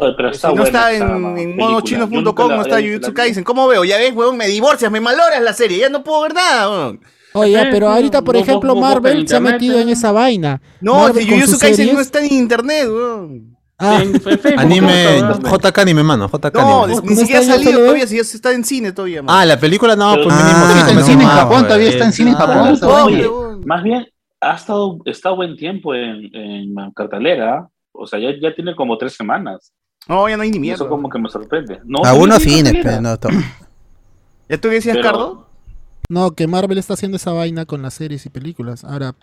Oye, pero
Eh, Si no está en, en modochinos.com, no está Jujutsu Kaisen. ¿Cómo veo? Ya ves, huevón, me divorcias, me valoras la serie. Ya no puedo ver nada, huevón.
Oye,
Sí,
pero
sí,
ahorita, por
vos- vos-
ejemplo,
vos busca en
Marvel se ha
internet,
metido en esa vaina.
No,
Marvel
si
con
Jujutsu
sus
Kaisen
series-
no está en internet, huevón.
Ah.
Anime, JK Anime, mano. JK
No,
Anime.
ni siquiera ha salido todavía, si ya se está en cine todavía, mano.
Ah, la película no, pues
Ah,
mínimo.
está en
no,
cine en Japón,
güey.
todavía está en cine en
Ah,
Japón. esa vaina.
Oye, más bien, ha estado, está buen tiempo en, en cartelera. O sea, ya, ya tiene como tres semanas.
No, ya no hay ni mierda.
Eso como que me sorprende. No,
Algunos
sí,
cines,
cartelera.
pero no todo.
¿Ya tú decías,
Pero-
Cardo?
No, que Marvel está haciendo esa vaina con las series y películas. Ahora,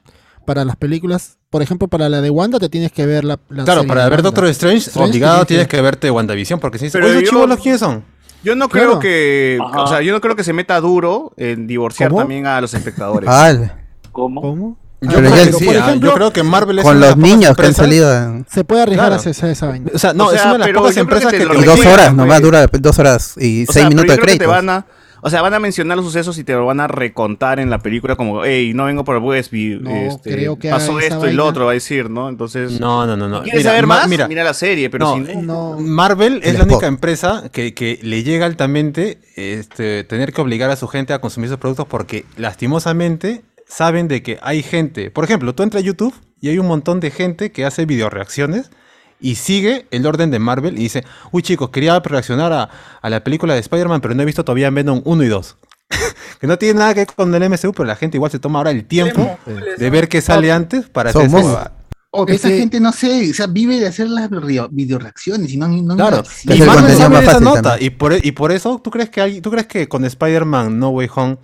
para las películas, por ejemplo, para la de Wanda te tienes que ver la, la
Claro,
serie
para
de
ver
Wanda.
Doctor Strange,
Strange
obligado
tienes
tienes que verte WandaVision porque si dices,
Pero
oye,
yo-
chicos, ¿quiénes son?
Yo no creo
Claro.
que. O sea, yo no creo que se meta duro en divorciar también a los espectadores.
Vale.
¿Cómo?
¿Cómo?
Yo,
Pero
creo
ya
que
sí,
sí,
por
ah, yo
ejemplo,
creo que Marvel es
con
una
los
de las
niños
pocas
que han
empresas-
salido en-
Se puede arriesgar
Claro.
a hacer esa vaina.
O sea, no,
O sea,
es una de las
pero
pocas
yo creo que
empresas
te
que,
lo
Y dos horas, nomás dura dos horas y
O
seis
sea, pero yo
minutos de
creo que te
crédito.
van a, o sea, van a mencionar los sucesos y te lo van a recontar en la película como, hey, no vengo por Westview, este,
creo que
pasó
haga esa
esto y lo
vaina.
otro, va a decir, ¿no? Entonces,
No, no, no, no.
¿quieres
Mira,
saber
ma-
más? Mira.
mira.
la serie, pero
No,
si no...
Marvel es
El
la única
spot.
empresa que, que le llega altamente este, tener que obligar a su gente a consumir sus productos porque lastimosamente saben de que hay gente. Por ejemplo, tú entras a YouTube y hay un montón de gente que hace videoreacciones y sigue el orden de Marvel y dice, uy chicos, quería reaccionar a, a la película de Spider-Man, pero no he visto todavía Venom 1 y 2. [laughs] que no tiene nada que ver con el MCU, pero la gente igual se toma ahora el tiempo
Pues,
de ver qué sale antes para hacer esa
Somos-
huevada.
O que esa
Ese-
gente, no sé, o sea, vive de hacer las rio- videoreacciones y no, no
Claro,
sí.
y Marvel sabe esa nota. Y por, e- y por eso, ¿tú crees que hay- tú crees que con Spider-Man No Way Home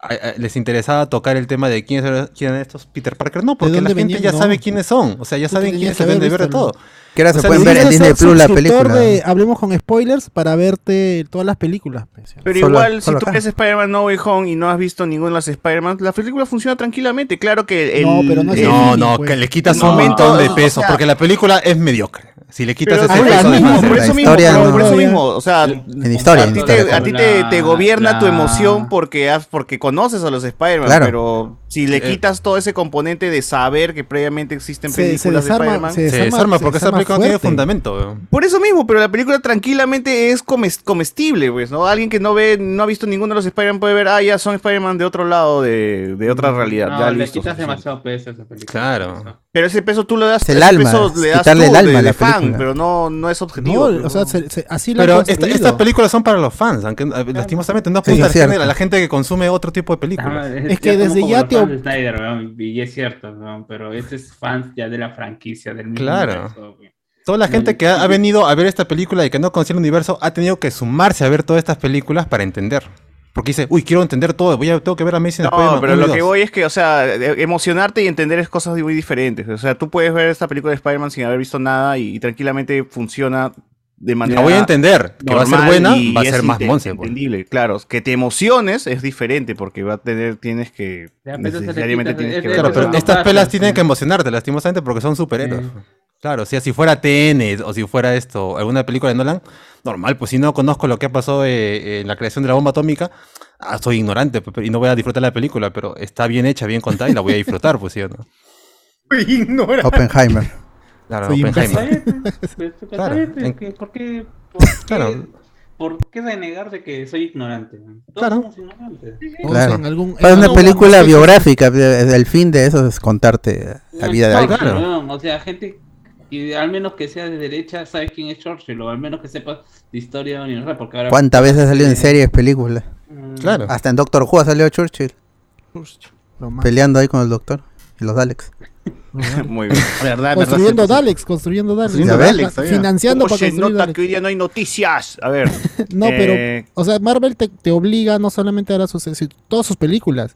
a- a- les interesaba tocar el tema de quiénes eran, quién eran estos Peter Parker? No, porque
dónde
la gente
venían?
ya
No.
sabe quiénes son. O sea, ya
Tú
saben
tenías
quiénes
que
se deben de
haber
ver de
visto
todo.
Que ahora
O
se
sea,
pueden
ni
ver en
siquiera
Disney
ser
Plus la
suscriptor
película.
de Hablemos con spoilers para verte todas las películas. pues, ya.
Pero
Solo-
igual,
solo
si tú
acá.
ves Spider-Man No Way Home y no has visto ninguna de las Spider-Man, la película funciona tranquilamente. Claro que el...
No, pero no es
el-
No, no,
pues.
que le quitas
No,
un montón de
o
peso,
sea-
porque la película es mediocre. Si le quitas
Pero
ese
por
peso
eso
de
mismo,
más,
por
la
eso mismo,
historia
por-
no-
por eso mismo, o sea,
historia,
a ti
en
te,
historia.
a ti te- te gobierna tu
La-
emoción porque, has- porque conoces a los Spider-Man,
Claro.
pero si le quitas todo ese componente de saber que previamente existen
Se- se
películas
desarma-
de Spider-Man,
se
Se desarma porque
se
esa
desarma
película no tiene
fuerte.
fundamento. weón.
por eso mismo, pero la película tranquilamente es comes- comestible, pues, ¿no? Alguien que no ve, no ha visto ninguno de los Spider-Man puede ver, ah, ya son Spider-Man de otro lado, de, de otra realidad.
No,
ya
le
listo,
quitas
suficiente.
demasiado peso a esa película.
Claro.
Pero ese peso tú lo das,
Es el
ese
alma,
peso
es
le das
quitarle
tú
el
de-
alma a
de,
la
fan,
película.
pero no, no es
No,
objetivo.
o sea, se- se- así lo han
Pero esta-
construido.
estas películas son para los fans, aunque eh, lastimosamente no apunta
es
al
cierto.
género, a la gente que consume otro tipo de películas.
Ah, Es que desde
como
ya
los
te
fans
ob-
de Snyder, weón, y es cierto, weón, pero este es fans ya de la franquicia, del mismo
Claro.
universo, weón.
Toda la gente que ha, ha venido a ver esta película y que no conoce el universo ha tenido que sumarse a ver todas estas películas para entender. Porque dice, uy, quiero entender todo, voy a, tengo que ver a Amazing
No,
Spider-Man
pero
1 y
lo que
2".
voy es que, o sea, e- emocionarte y entender es cosas muy diferentes. O sea, tú puedes ver esta película de Spider-Man sin haber visto nada y, y tranquilamente funciona de manera.
La voy a entender, que va a ser
normal
buena,
y
va a
es
ser más
inte-
monce. pues.
Entendible, claro. Que te emociones es diferente porque va a tener, tienes que.
Ya, pero eso se le
Necesariamente
quita,
tienes
es
que
de
Claro,
verlo.
pero
Pero no
estas
pasa,
pelas
sí.
tienen que emocionarte, lastimosamente, porque son superhéroes.
Sí.
Claro, o sea, si fuera TN o si fuera esto, alguna película de Nolan, normal, pues si no conozco lo que ha pasado eh, en la creación de la bomba atómica, ah, soy ignorante pues, y no voy a disfrutar la película, pero está bien hecha, bien contada y la voy a disfrutar, pues
[laughs]
sí o no.
Ignorante.
Oppenheimer.
Claro,
Soy
[laughs] Oppenheimer. Claro,
claro,
en-
pues, ¿por qué, por qué-
Claro.
por qué renegar de que soy ignorante? weón? Todos
Claro.
somos ignorantes.
Claro.
en algún-
Para
en
una
algún
película
momento-
biográfica, de- el fin de eso es contarte la
No,
vida de alguien.
Churchill, weón, O sea, gente que al menos que sea de derecha sabe quién es Churchill, o al menos que sepa de historia universal, porque ahora... Eh,
¿Cuántas veces salió en series, películas?
Mm.
Claro.
Hasta en Doctor Who salió Churchill
Lo más-
peleando ahí con el doctor y los Daleks.
[laughs] Muy bien. Verdad, verdad,
Construyendo
cierto, cierto.
Daleks, construyendo Daleks.
Construyendo
Fa-
Daleks,
todavía. Ah,
Financiando
Oye,
para construir
nota
Daleks.
que hoy día no hay noticias. A ver.
[laughs] No,
eh,
pero, o sea, Marvel te, te obliga no solamente a dar sus, si- todas sus películas.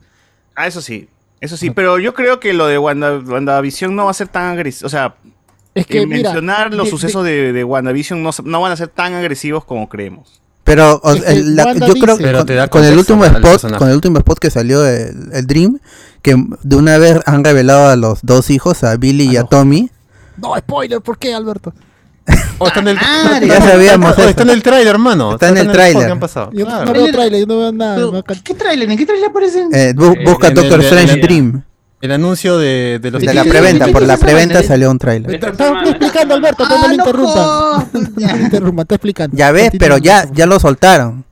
Ah, eso sí. Eso sí, pero yo creo que lo de Wanda, WandaVision no va a ser tan agresivo. O sea,
Es que,
eh,
mira,
mencionar los
de-
sucesos de, de WandaVision no, se- no van a ser tan agresivos como creemos.
Pero o-
Es que
el- la-
Wanda
yo
dice-
creo que
Pero
con,
te da
con el
contexto
último
al
spot,
personaje.
con el último spot que salió el, el Dream, que de una vez han revelado a los dos hijos, a Billy y a Tommy.
No, spoiler, ¿por qué, Alberto?
O está en el,
Ah,
[laughs]
ya sabíamos
está,
eso.
está en el trailer, hermano.
Está en el
¿Qué
tráiler.
han pasado?
Yo
Claro.
no veo trailer, yo no veo nada. no
Pero,
acá-
¿Qué trailer? ¿En qué trailer aparecen?
Eh, bu-
Eh,
busca
en el
Doctor
de-
Strange
en el-
Dream.
El anuncio de, de los
De la preventa, por la preventa salió un tráiler.
Estaba explicando, Alberto,
Ah,
pero no lo interrumpan. No lo interrumpan, está explicando.
Ya ves, pero ya, ya lo soltaron.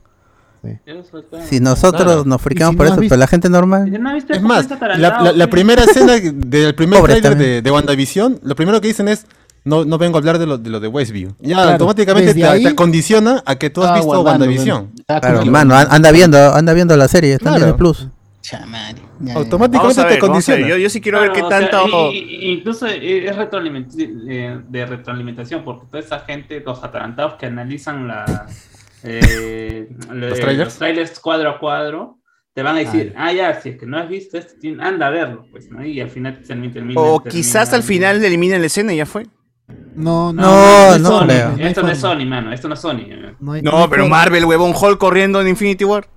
Si nosotros
Claro.
nos friqueamos
Y si
por
no has
eso,
visto-
pero la gente normal.
Es más, la, la- la primera escena del primer
Pobre
trailer
también.
de, de WandaVision, lo primero que dicen es. No, no vengo a hablar de lo de, lo de Westview. Ya
Claro,
automáticamente
desde
te,
ahí-
te condiciona a que tú has
Ah,
visto
guardando,
WandaVision.
Claro, mano, an- anda viendo, anda viendo la serie, está en
Ah, Claro.
Disney Plus.
Vamos a
Automáticamente te
ver, vamos a ver,
condiciona.
Yo, yo sí quiero ver qué
Claro, o sea,
tanto.
y- y- incluso
e,
eh, es retroaliment-
eh,
de, de retroalimentación, porque toda esa gente, los atarantados que analizan la, eh, le-
¿Los trailers?
cuadro a cuadro, te van a decir, ah, ya, si es que no has visto esto, tien- anda a verlo, pues, ¿no? Y al final termina. termina
o
termina-
quizás al final le eliminan la escena y ya fue.
No,
no,
no,
no,
no
es
creo.
Sony, Esto no es Sony, mano, esto no es Sony. eh.
No, pero Marvel, huevón, Hulk corriendo en Infinity War.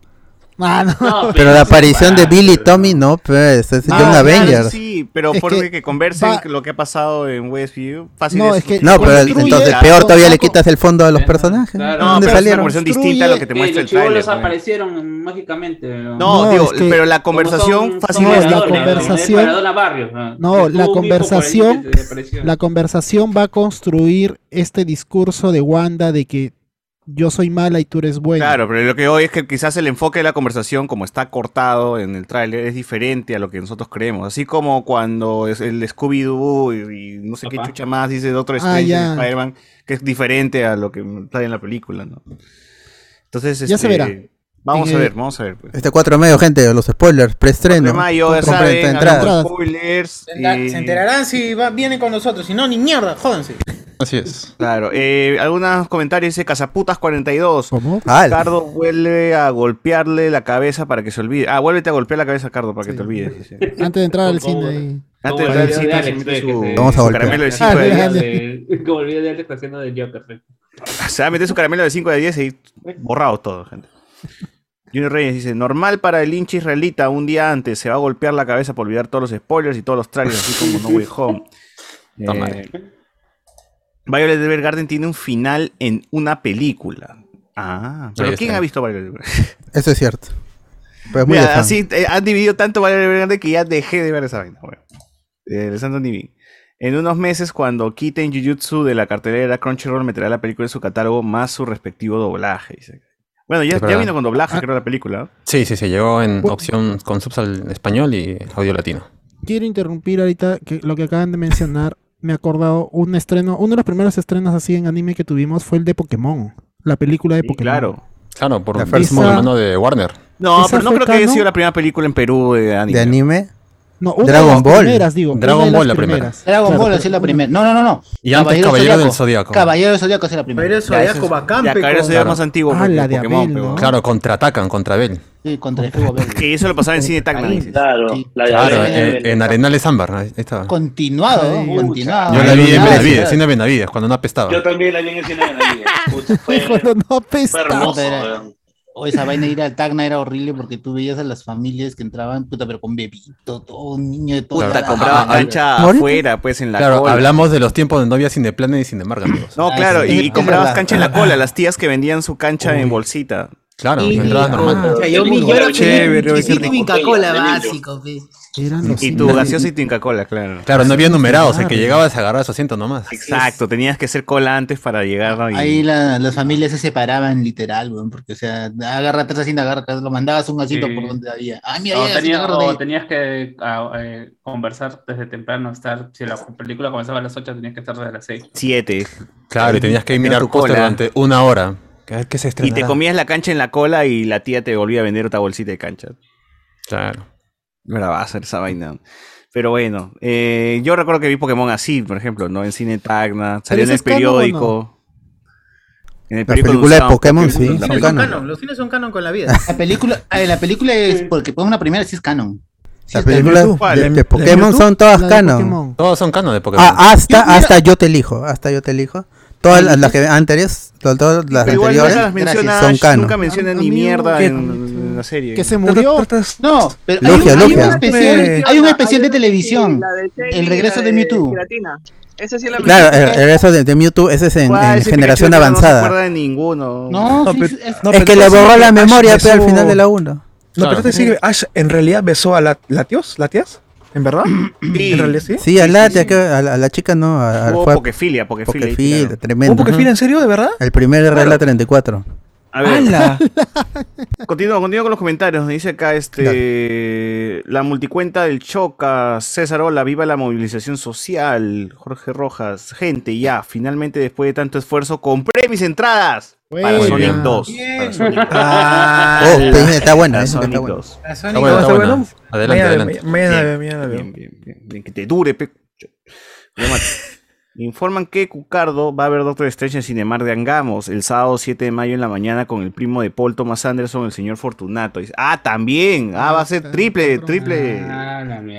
Ah, no.
Pero la aparición de Billy y Tommy, no, pues, es
Ah,
John
claro,
Avengers.
Sí, pero
Es
por
que
que, conversen
va-
lo que ha pasado en Westview. Fácil
No, es que
No, pero el- entonces peor todavía le quitas el fondo a los personajes.
No,
¿Dónde
pero es una
salieron?
conversación distinta a lo que te
Eh,
muestra el
los chibolos
trailer.
aparecieron mágicamente. No,
No,
No,
digo,
es que-
pero la
Como
conversación
son-
fácil
son
es
la
Maradona,
conversación-
¿no? Es Maradona Barrios, ¿no?
No,
ah. Que
la
tuvo un hijo por ahí que
conversación,
desapareció.
la conversación va a construir este discurso de Wanda de que yo soy mala y tú eres buena.
Claro, pero lo que hoy es que quizás el enfoque de la conversación, como está cortado en el tráiler, es diferente a lo que nosotros creemos. Así como cuando es el Scooby-Doo y, y no sé qué chucha más dice Doctor
Ah,
Strange
ya.
y Spider-Man, que es diferente a lo que sale en la película, ¿no? Entonces,
Ya se
este,
verá.
Vamos
En
a
el-
ver, vamos a ver. pues.
Este 4 de mayo, gente, los spoilers, preestreno.
De mayo, ya
compra
saben,
preventa,
a los
entradas.
spoilers.
Tendrá-
y-
se
Enterarán si va- vienen con nosotros, si no, ni mierda, jódense.
Así es.
Claro. Eh, algunos comentarios dice Casaputas42.
¿Cómo?
Cardo vuelve a golpearle la cabeza para que se olvide. Ah, vuélvete a golpear la cabeza, Cardo, para que te olvides. [laughs] dice.
Antes de entrar al cine. ahí.
Antes de
Como el
entrar
video
al
de
cine, se
Alex,
mete
de que
su,
se-
Vamos a
su
golpear.
caramelo
[laughs]
de
Ah,
5 de
el
10.
video de- Como el video de Alex haciendo del Joker. pues.
Se va a meter su caramelo de 5 de 10 y borrado todo, gente. Junior Reyes dice, normal para el hincha israelita, un día antes se va a golpear la cabeza por olvidar todos los spoilers y todos los trailers, así como No Way Home.
[laughs] Está
Eh,
mal.
Violet Evergarden tiene un final en una película. Ah, pero
Ahí
¿quién
está.
ha visto Violet Evergarden? [laughs]
Eso es cierto. Pero es muy
Mira,
de fan.
así eh, han dividido tanto Violet Evergarden que ya dejé de ver esa vaina, weón. Eh, el Santo Nibin. En unos meses, cuando quiten Jujutsu de la cartelera, Crunchyroll meterá la película en su catálogo más su respectivo doblaje. dice. Bueno, ya,
Es
ya
verdad.
vino con doblaje, creo, la película.
Sí, sí, se llegó en opción con subs al español y audio latino.
Quiero interrumpir ahorita que lo que acaban de mencionar. Me he acordado un estreno, uno de los primeros estrenos así en anime que tuvimos fue el de Pokémon, la película de Pokémon.
Claro.
Claro, Ah, por
La
First
por
Moon.
mano de Warner.
No,
¿Esa
pero no
fue
creo que haya
canon?
sido la primera película en Perú de anime.
¿De anime?
No, una
Dragon
de las
Ball.
primeras, digo. una
Dragon
de las
Ball la primera.
primeras.
Dragon
Claro,
Ball
pero
es la
una-
primera. No, no, no, no.
Y antes Caballero del Zodíaco.
Caballero del Zodíaco es la primera.
Pero eso
Ya,
de
es-
Ya,
Acobacampe.
claro, eso ya es más antiguo.
Ah,
porque
la de
Pokémon,
Abel,
pero-
¿no?
Claro, contraatacan contra Bel.
Sí, contra el fuego verde.
Que eso lo pasaba en Cine Tacna, dices.
Claro, la de
Claro, eh,
Alex
en,
Abel.
en Arenales Ámbar. Ahí estaba.
Continuado, ¿no?
Ah,
continuado.
Yo la vi en
Continuado.
Benavides, cine Benavides, cuando no apestaba.
Yo también la vi en el cine de Navidad. Pucha,
[laughs]
fue-
Cuando no
fue
apesta.
hermoso,
Era-
weón.
O Oh, esa vaina de ir al Tacna era horrible porque tú veías a las familias que entraban, puta, pero con bebito, todo un niño de todo.
Puta,
Ah,
compraba
ah,
cancha
¿Morita?
afuera, pues, en la
Claro,
cola.
hablamos de los tiempos donde no había Cineplanet ni Cinemarga, amigos.
No,
Ah,
claro,
sí,
y,
es
y comprabas
verdad.
cancha en la cola, las tías que vendían su cancha en bolsita.
Claro, entradas normales.
Ah, O sea, yo, yo era
Chévere,
feliz,
qué
sí,
rico.
Coca Cola
Niño.
básico, pe.
Eran los
Y tu
Simpsons.
gaseosa y tu Inca Cola, claro.
Claro, no había numerados, el que llegabas agarraba su asiento nomás.
Exacto, tenías que hacer cola antes para llegar ¿no? y-
Ahí la- las familias se separaban literal, weón, porque, o sea, agarra tres hacienda, agarra tres, lo mandabas un asiento
Sí.
por donde había. Ah, mira,
O
ya,
tenías,
agarra
o
de-
tenías que ah, eh, conversar desde temprano, estar, si la película comenzaba a las 8, tenías que estar desde las 6.
siete.
Claro, y tenías que
Tenía
mirar
tu
póster
cola.
durante una hora. A ver qué
Y
se estrenará.
te comías la cancha en la cola y la tía te volvía a vender otra bolsita de cancha.
Claro.
va a hacer esa vaina. Pero bueno, eh, yo recuerdo que vi Pokémon así, por ejemplo, ¿no? En Cine Tacna, salió en
ese
el
es canon o
periódico. En el
La película de
usaban
Pokémon, sí,
la
son
Los
película-
canon.
canon, los cines son canon con la vida.
La
[laughs]
película, ah, la película es, porque fue una primera, sí es canon. Sí
Las
es canon.
películas
¿Cuál?
de,
¿La-
de
la
Pokémon
YouTube?
son todas
La de
canon.
Pokémon.
Todos son canon de Pokémon.
Ah, hasta,
Yo- mira-
hasta yo te elijo, hasta yo te elijo. Todas las, las que anteriores, to- todas las
Pero igual nunca las
anteriores
menciona,
son canon.
nunca menciona ni
Amigo,
mierda
¿qué?
en la serie.
Que se murió.
No, pero hay,
Logia,
un, hay un
logia.
especial, hay un especial de televisión.
La de Shaggy,
El regreso
la
de Mewtwo.
Giratina. Esa sí la
Claro, eh, el, el eso de, de Mewtwo, ese es en,
¿Cuál?
en
Ese
generación
Pikachu que No se acuerda
avanzada.
de ninguno.
No, sí,
pero-
es-
no,
es
pero
que le
entonces
borró la
Ash
memoria pero al
besó-
final de la 1.
No,
Claro.
pero te sigue, Ash en realidad besó a la, Latios, Latias.
[clears throat]
¿En verdad?
Sí.
¿En realidad sí?
Sí, a la, a la, a la chica no. A, a-
Hubo
fue a-
pokefilia, pokefilia, ahí
pokefilia,
tiraron.
tremendo.
¿Hubo pokefilia, en serio, de verdad?
El primer regla 34.
A ver. [laughs] Continúo, continúo con los comentarios. Nos dice acá este la multicuenta del Choca, César Ola, viva la movilización social. Jorge Rojas, gente, ya, finalmente después de tanto esfuerzo, compré mis entradas para
Muy
Sonic
bien.
2. Para Sonic
[laughs]
2.
Ah,
Oh,
la-
pues, está buena,
para
esa
Sonic
está buena.
2.
Está Está buena, buena, está está buena. buena. Adelante, Mañana, adelante. ma- mañana la veo, mañana la veo.
Bien, bien, bien, bien, Que te dure, pe. Llámate. Informan que Cucardo va a ver Doctor Strange en Cinemar de Angamos el sábado 7 de mayo en la mañana con el primo de Paul Thomas Anderson, el señor Fortunato. Dice, ah, también. Ah, va a ser triple, triple.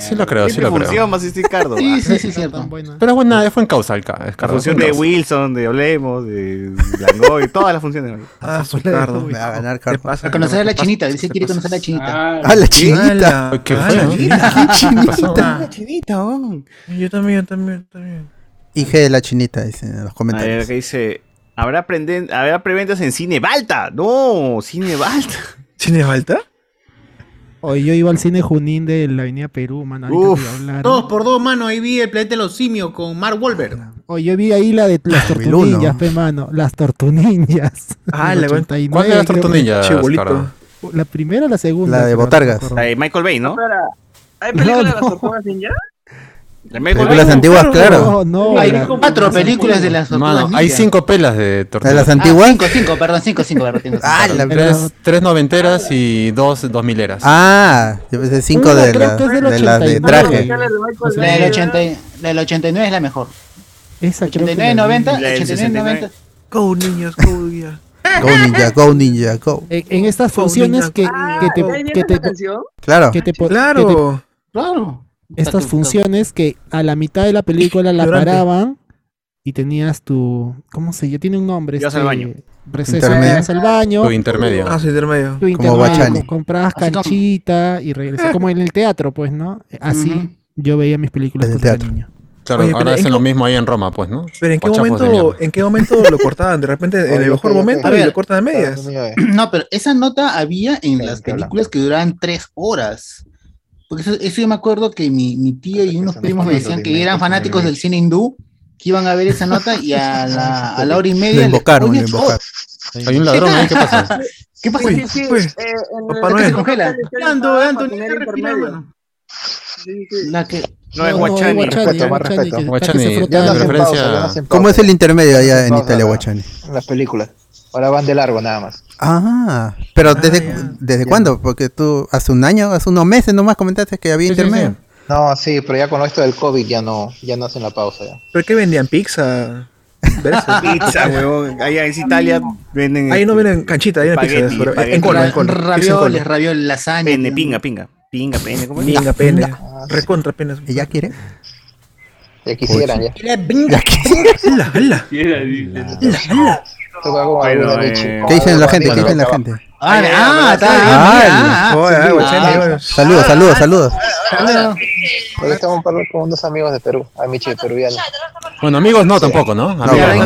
Sí lo creo, sí
triple
lo creo.
función va a asistir Cardo.
Sí, sí, sí,
cierto.
Pero bueno, nada, fue en causa el ca- el
La
Cardo,
función
fue en
de
causa.
Wilson, de Hablemos, de Langoy, todas las funciones.
Ah,
su
Cardo.
Me va a ganar Cardo.
pasa?
A conocer a la chinita, dice quiere conocer a la chinita.
Ah, la chinita.
Ay, ¿Qué
Ah,
fue?
la
no?
[laughs]
chinita.
¿Qué
¿Qué
pasó?
pasó?
Chinita, oh.
Yo también, yo también, yo también.
Hija de la chinita, dicen en los
A ver,
comentarios.
acá dice, ¿habrá, prenden- habrá preventas en Cine Balta? No, Cine Balta.
¿Cine falta?
Hoy yo iba al cine Junín de la Avenida Perú, mano. ahorita
Uf.
te voy a hablar.
Dos por dos, mano. Ahí vi el planeta de los simios con Mark Wahlberg.
Hoy yo vi ahí la de las tortunillas, pe mano. Las tortunillas.
Ah,
Del
la buena.
89,
¿Cuál de las
creo que-
tortunillas,
Chibolito.
Cardo?
La primera o la segunda.
La de
pero no
Botargas.
recuerdo.
La de Eh, Michael Bay, ¿no?
Espera, ¿Hay películas
No,
de las tortugas ninja?
La de Michael
Películas
Bay.
antiguas, claro.
No, no.
Hay
la-
cuatro películas de las
Mano,
tortugas
hay
ninja.
cinco pelas de
¿De las
tortugas.
Ah,
antiguas?
cinco, cinco, perdón, cinco, cinco, perdón, cinco, cinco,
Ah,
perdón.
la
Tres, tres noventeras y dos dos mileras.
Ah, yo pensé cinco
Una
de,
creo
la-
que es del
de las de
89.
traje.
La de Michael
La del,
Bay.
80 y- la del 89 es la mejor.
Esa creo que
89,
la vi.
90,
La del
89, 90.
Go, niños, go, ya.
[laughs]
Go ninja, go ninja, go.
En, en estas funciones que, que
Ah, ¿de ahí
te,
viene
Eh, que te,
esa canción?
Claro.
que te po- que te-
Claro.
Claro.
estas funciones que a la mitad de la película la
Llorante.
paraban y tenías tu cómo se llama tiene un nombre
Ibas al baño.
receso
Intermedio.
ibas al baño
Tu intermedio.
Ah, su intermedio.
tu
Como
intermedio,
Guachani.
comprabas
Así como-
canchita y regresas como en el teatro pues no así
Ujú.
yo veía mis películas
En el
cuando era
teatro.
niño.
Claro,
Oye, pero
ahora
¿en
hacen lo
qué-
mismo ahí en Roma, pues, ¿no?
Pero en qué
Guachafos de
momento,
mierda.
en qué momento lo cortaban, de repente en el mejor momento
A ver.
y lo cortan a medias.
No, pero esa nota había en las películas que duraban tres horas. Porque eso, eso yo me acuerdo que mi, mi tío y unos primos me decían que eran fanáticos del cine hindú, que iban a ver esa nota y a la, a la hora y
Lo
media. les [laughs]
invocaron, lo
ponían-
invocaron.
Oh. Hay un ladrón ahí, ¿qué pasa?
¿Qué pasa?
Uy,
Sí, sí,
uy,
eh, en
Pues, Papá
el-
Noel.
que
Se congela.
Ando, Anthony,
Tener
respira,
intermedio.
mano.
Sí, sí.
La que,
No, es Guachani.
Guachani, Guachani, que-
Guachani,
que se
de
frotaba.
referencia.
¿Cómo es el intermedio allá en Italia, Guachani?
Las películas. Ahora van de largo nada más.
Ah, pero ¿desde,
ya.
¿desde cuándo? Porque tú hace un año, hace unos meses nomás comentaste que había
Sí, sí,
intermedio.
No, sí, pero ya con esto del COVID ya no, ya no hacen la pausa. Ya.
¿Pero qué vendían? Pizza.
[laughs]
versus-
[laughs]
Eh,
Pizza, huevón. Ahí en Italia venden.
Ahí no
este,
venden canchita, ahí en pizza.
Espagueti,
pero- En
espagueti.
cola, en cola. pizza en cola.
ravioles, ravioles, lasaña.
Pene, pinga, pinga. Pinga, pene. ¿cómo es?
Venga, pene.
Ah,
Recontra pene.
¿Ella quiere?
Ya quisieran, ya.
[laughs]
Ala, ala.
Toca como
Bueno,
alguna
eh,
leche.
¿Qué dicen la gente? ¿Qué
Bueno,
dicen la gente?
Ah,
Ay,
ah,
ay,
está.
ay,
ah,
Oh,
ah,
ah, guachani,
ah,
oh.
Saludos, saludos, saludos.
ah,
Hoy estamos par- con unos amigos de Perú, amigos peruanos.
Bueno, amigos no tampoco, ¿no?
No,
Amigos,
no,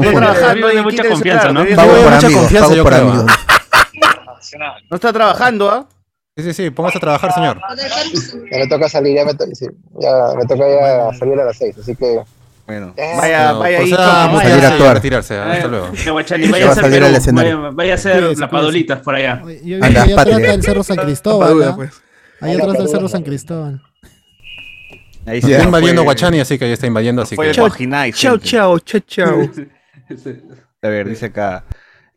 no.
Trabajando,
Está
trabajando,
confundido.
¿eh? y
Mucha
quita el
confianza,
celular,
¿no?
debería
Pago
ser-
por
mucha
amigos,
confianza,
pago
yo
por
creo,
amigos.
No está trabajando, ¿ah?
Sí, sí, sí, póngase a trabajar, señor.
Ya me toca salir, ya me, to- sí, ya me toca ya salir a las seis, así que
Bueno.
Eh,
Vaya, vaya
pues,
ahí.
ah,
proceda
con-
salir pues, ah, a
a y
actuar.
retirarse. Hasta luego.
Que Guachani,
Se va
vaya
a
a ser
salir al
Perú,
escenario.
vaya- Vaya a ser
Cuídense,
lapadolitas por allá.
pues. Oye, Yo vi
Anda,
allá atrás
patria.
del Cerro
[laughs]
San Cristóbal.
Padura,
¿ah?
pues.
Allá atrás del Cerro San Cristóbal.
Ahí
Está invadiendo
fue-
Guachani, así que ahí está invadiendo, así
Fue
que.
el Guajinay.
Chao,
gente.
chao, chao,
[laughs]
chao.
A ver, dice acá.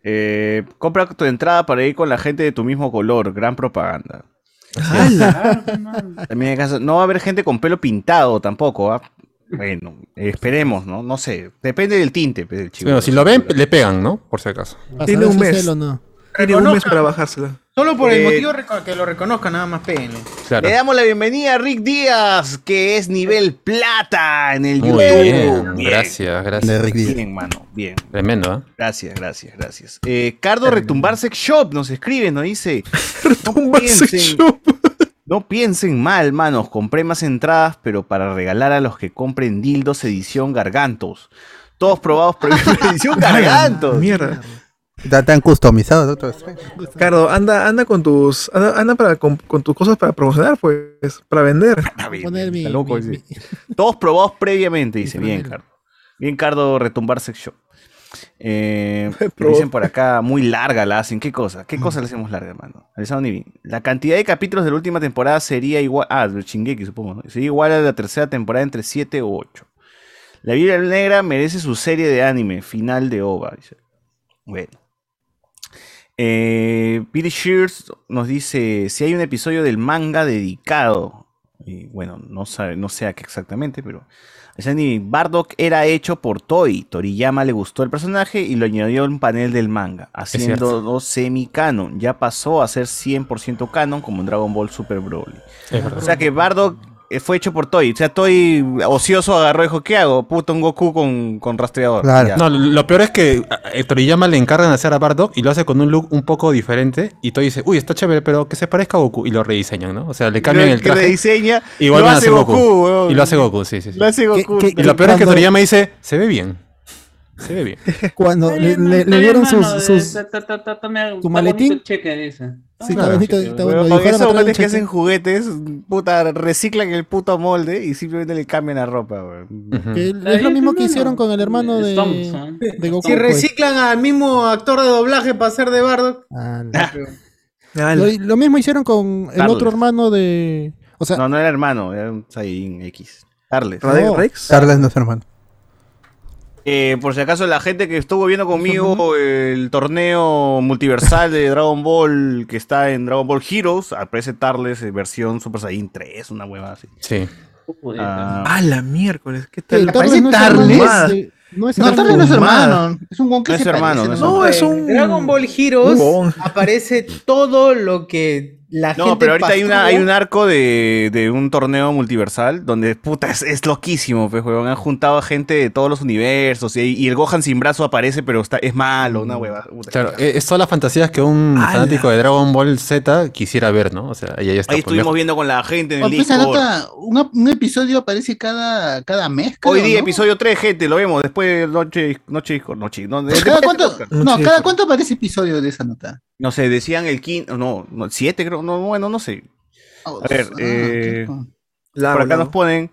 eh, compra tu entrada para ir con la gente de tu mismo color. Gran propaganda.
Ah,
También hay casos- No va a haber gente con pelo pintado tampoco, ¿ah? Bueno, esperemos, ¿no? No sé. Depende del tinte pues, del chico.
Bueno, si lo ven, le pegan, ¿no? Por si acaso.
Para
Tiene
saber
un
si es
mes.
él o no.
Tiene un mes para bajársela.
Solo por el
Eh,
motivo reco- que lo reconozca, nada más péguenle.
Claro.
Le damos la bienvenida a Rick Díaz, que es nivel plata en el
Muy
YouTube.
bien, gracias,
De
gracias.
Rick Díaz.
Bien, mano, bien.
Tremendo, ¿eh?
Gracias, gracias, gracias. Eh, Cardo Retumbar Sex Shop nos escribe, nos dice.
Retumba
piensen.
sex shop.
No piensen mal, manos, compré más entradas, pero para regalar a los que compren
[laughs]
dildos edición Gargantos. Todos probados por edición Gargantos.
Mierda.
Está tan customizado, Doctor Strange.
Cardo, anda, anda con tus, anda, anda para, con, con tus cosas para promocionar, pues, para vender.
[laughs]
Poner mi-
Está loco,
mi-
dice. [laughs] Todos probados previamente, dice. Bien, Cardo. Bien, Cardo, retumbar sex shop.
[laughs]
Eh, dicen por acá, muy larga la hacen. ¿Qué cosa? ¿Qué cosa le hacemos larga, hermano? Alessandro Nivi. La cantidad de capítulos de la última temporada sería igual. Ah, del Shingeki, supongo. ¿no? Sería igual a la tercera temporada entre 7 u 8. La Biblia Negra merece su serie de anime, final de OVA. dice. Bueno. Eh, Peter Shears nos dice si hay un episodio del manga dedicado. Y bueno, no, sabe, no sé a qué exactamente, pero. Sandy, Bardock era hecho por Toy. Toriyama le gustó el personaje y lo añadió a un panel del manga, haciéndolo semi-canon. Ya pasó a ser 100% canon como en Dragon Ball Super Broly.
Es
O sea que Bardock eh, fue hecho por Toy. O sea, Toy ocioso agarró y dijo, ¿qué hago? Puto un Goku con, con rastreador. Ya.
No, lo- lo peor es que a- a Toriyama le encargan de hacer a Bardock y lo hace con un look un poco diferente. Y Toy dice, uy, está chévere, pero que se parezca a Goku. Y lo rediseñan, ¿no? O sea, le cambian
Lo-
el
que
traje.
rediseña,
y vuelven
lo
a
hace
hacer Goku.
Goku, weón.
Y lo hace Goku, sí, sí. sí.
Lo hace Goku.
qué-
y lo peor es que
cuando-
Toriyama dice, se ve bien. Se ve bien.
Cuando le, le- le dieron sus, sus- tu maletín.
Cheque, dice.
Sí, está bonito, está
Weón,
bonito.
con
Dijeron
esos
atrás
juguetes
del
que
cheque.
hacen juguetes, puta, reciclan el puto molde y simplemente le cambian la ropa, weón.
Que es lo mismo que hicieron con el hermano de, de Goku.
Si
pues.
reciclan al mismo actor de doblaje para ser de Bardock.
Ah,
Ah, Lo, lo mismo hicieron con el
Carlos.
otro hermano de. O sea,
no, no era hermano, era un Saiyajin X. Darles.
No.
Darles no es hermano.
Eh, por si acaso la gente que estuvo viendo conmigo el torneo multiversal de Dragon Ball que está en Dragon Ball Heroes, al presentarles eh, versión Super Saiyan 3, una hueva así.
Sí.
Ah,
Ah, la miércoles. ¿Qué
El Tarles
tal?
Parece no es Tarles. hermano.
Sí,
No,
es hermano. Tarles no es hermano.
Es un
No es hermano, no es
No,
hermano.
es un Dragon Ball
un
Heroes.
bon.
Aparece todo lo que la gente.
No, pero ahorita hay, una,
pasó.
hay un arco de, de un torneo multiversal donde, puta, es, es loquísimo, pues, huevón. Han juntado a gente de todos los universos y, y el Gohan sin brazo aparece, pero está, es malo, una hueva. puta.
Claro, e- es todas las fantasías que un fanático de Dragon Ball Z quisiera ver, ¿no? O sea, ahí, ahí está.
Ahí
pues,
estuvimos viendo con la gente en
Oh,
el
pues,
Discord.
Anata, un, un episodio aparece cada, cada mes. creo,
Hoy día,
¿no?
episodio 3, gente, lo vemos después de Noche, noche Discord, Noche. No, este de-
Pues, ¿Cada
de-
cuánto, no, ¿cada cuánto aparece episodio de esa nota?
no sé, decían el 15, no, 7, creo, no, bueno, no sé. A ver, eh, por acá nos ponen.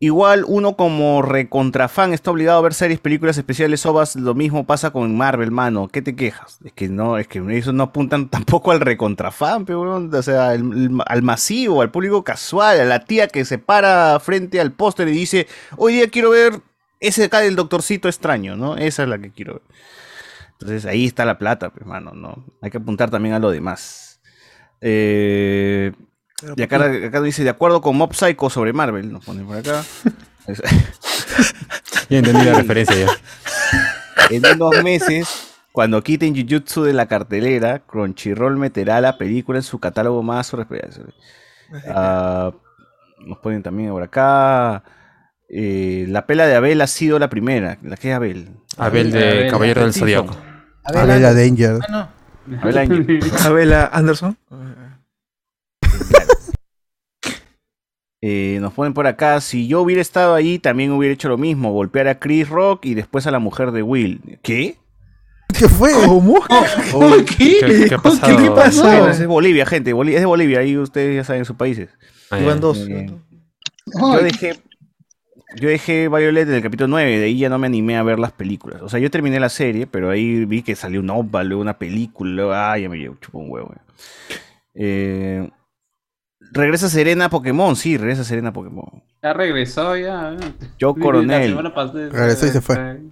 Igual uno como recontrafan está obligado a ver series, películas especiales, ovas, lo mismo pasa con Marvel, mano. ¿Qué te quejas? Es que no, es que ellos no apuntan [laughs] tampoco al recontrafan, pe, weón. o sea, al, al masivo, al público casual, a la tía que se para frente al póster y dice, hoy día quiero ver ese acá del doctorcito extraño, ¿no? Esa es la que quiero ver. Entonces ahí está la plata, pues, mano, ¿no? Hay que apuntar también a lo demás. Eh, y acá, acá dice, de acuerdo con Mob Psycho sobre Marvel, nos pone por acá. Es-
[laughs] Ya entendí la referencia ya.
[laughs] en unos meses, cuando quiten Jujutsu de la cartelera, Crunchyroll meterá la película en su catálogo más respetable. Ah, nos ponen también por acá. eh, la pela de Abel ha sido la primera. ¿La que es Abel?
Abel de Abel, Caballero del
Simpson.
Zodiaco.
Abel Abela Danger.
Abel Ángel.
Abela Anderson.
Eh, nos ponen por acá, si yo hubiera estado ahí, también hubiera hecho lo mismo, golpear a Chris Rock y después a la mujer de Will. Oh, ¿Qué?
¿Qué fue?
¿Cómo?
Uy,
[laughs] ¿Qué, qué ha pasado?
¿Qué pasó? Ah,
Bueno, es de Bolivia, gente, Bolivia, es de Bolivia, ahí ustedes ya saben sus países.
Ah,
Iban
ya.
dos.
Yo dejé, yo dejé Violet en el capítulo 9, de ahí ya no me animé a ver las películas. O sea, yo terminé la serie, pero ahí vi que salió un OVA, luego una película, luego, ah, ya me llevo, chupo un huevo. ya. Eh, regresa Serena a Pokémon, sí, regresa Serena a Pokémon.
Ya regresó, ya.
Yo, coronel.
Regresó y se fue.
eh,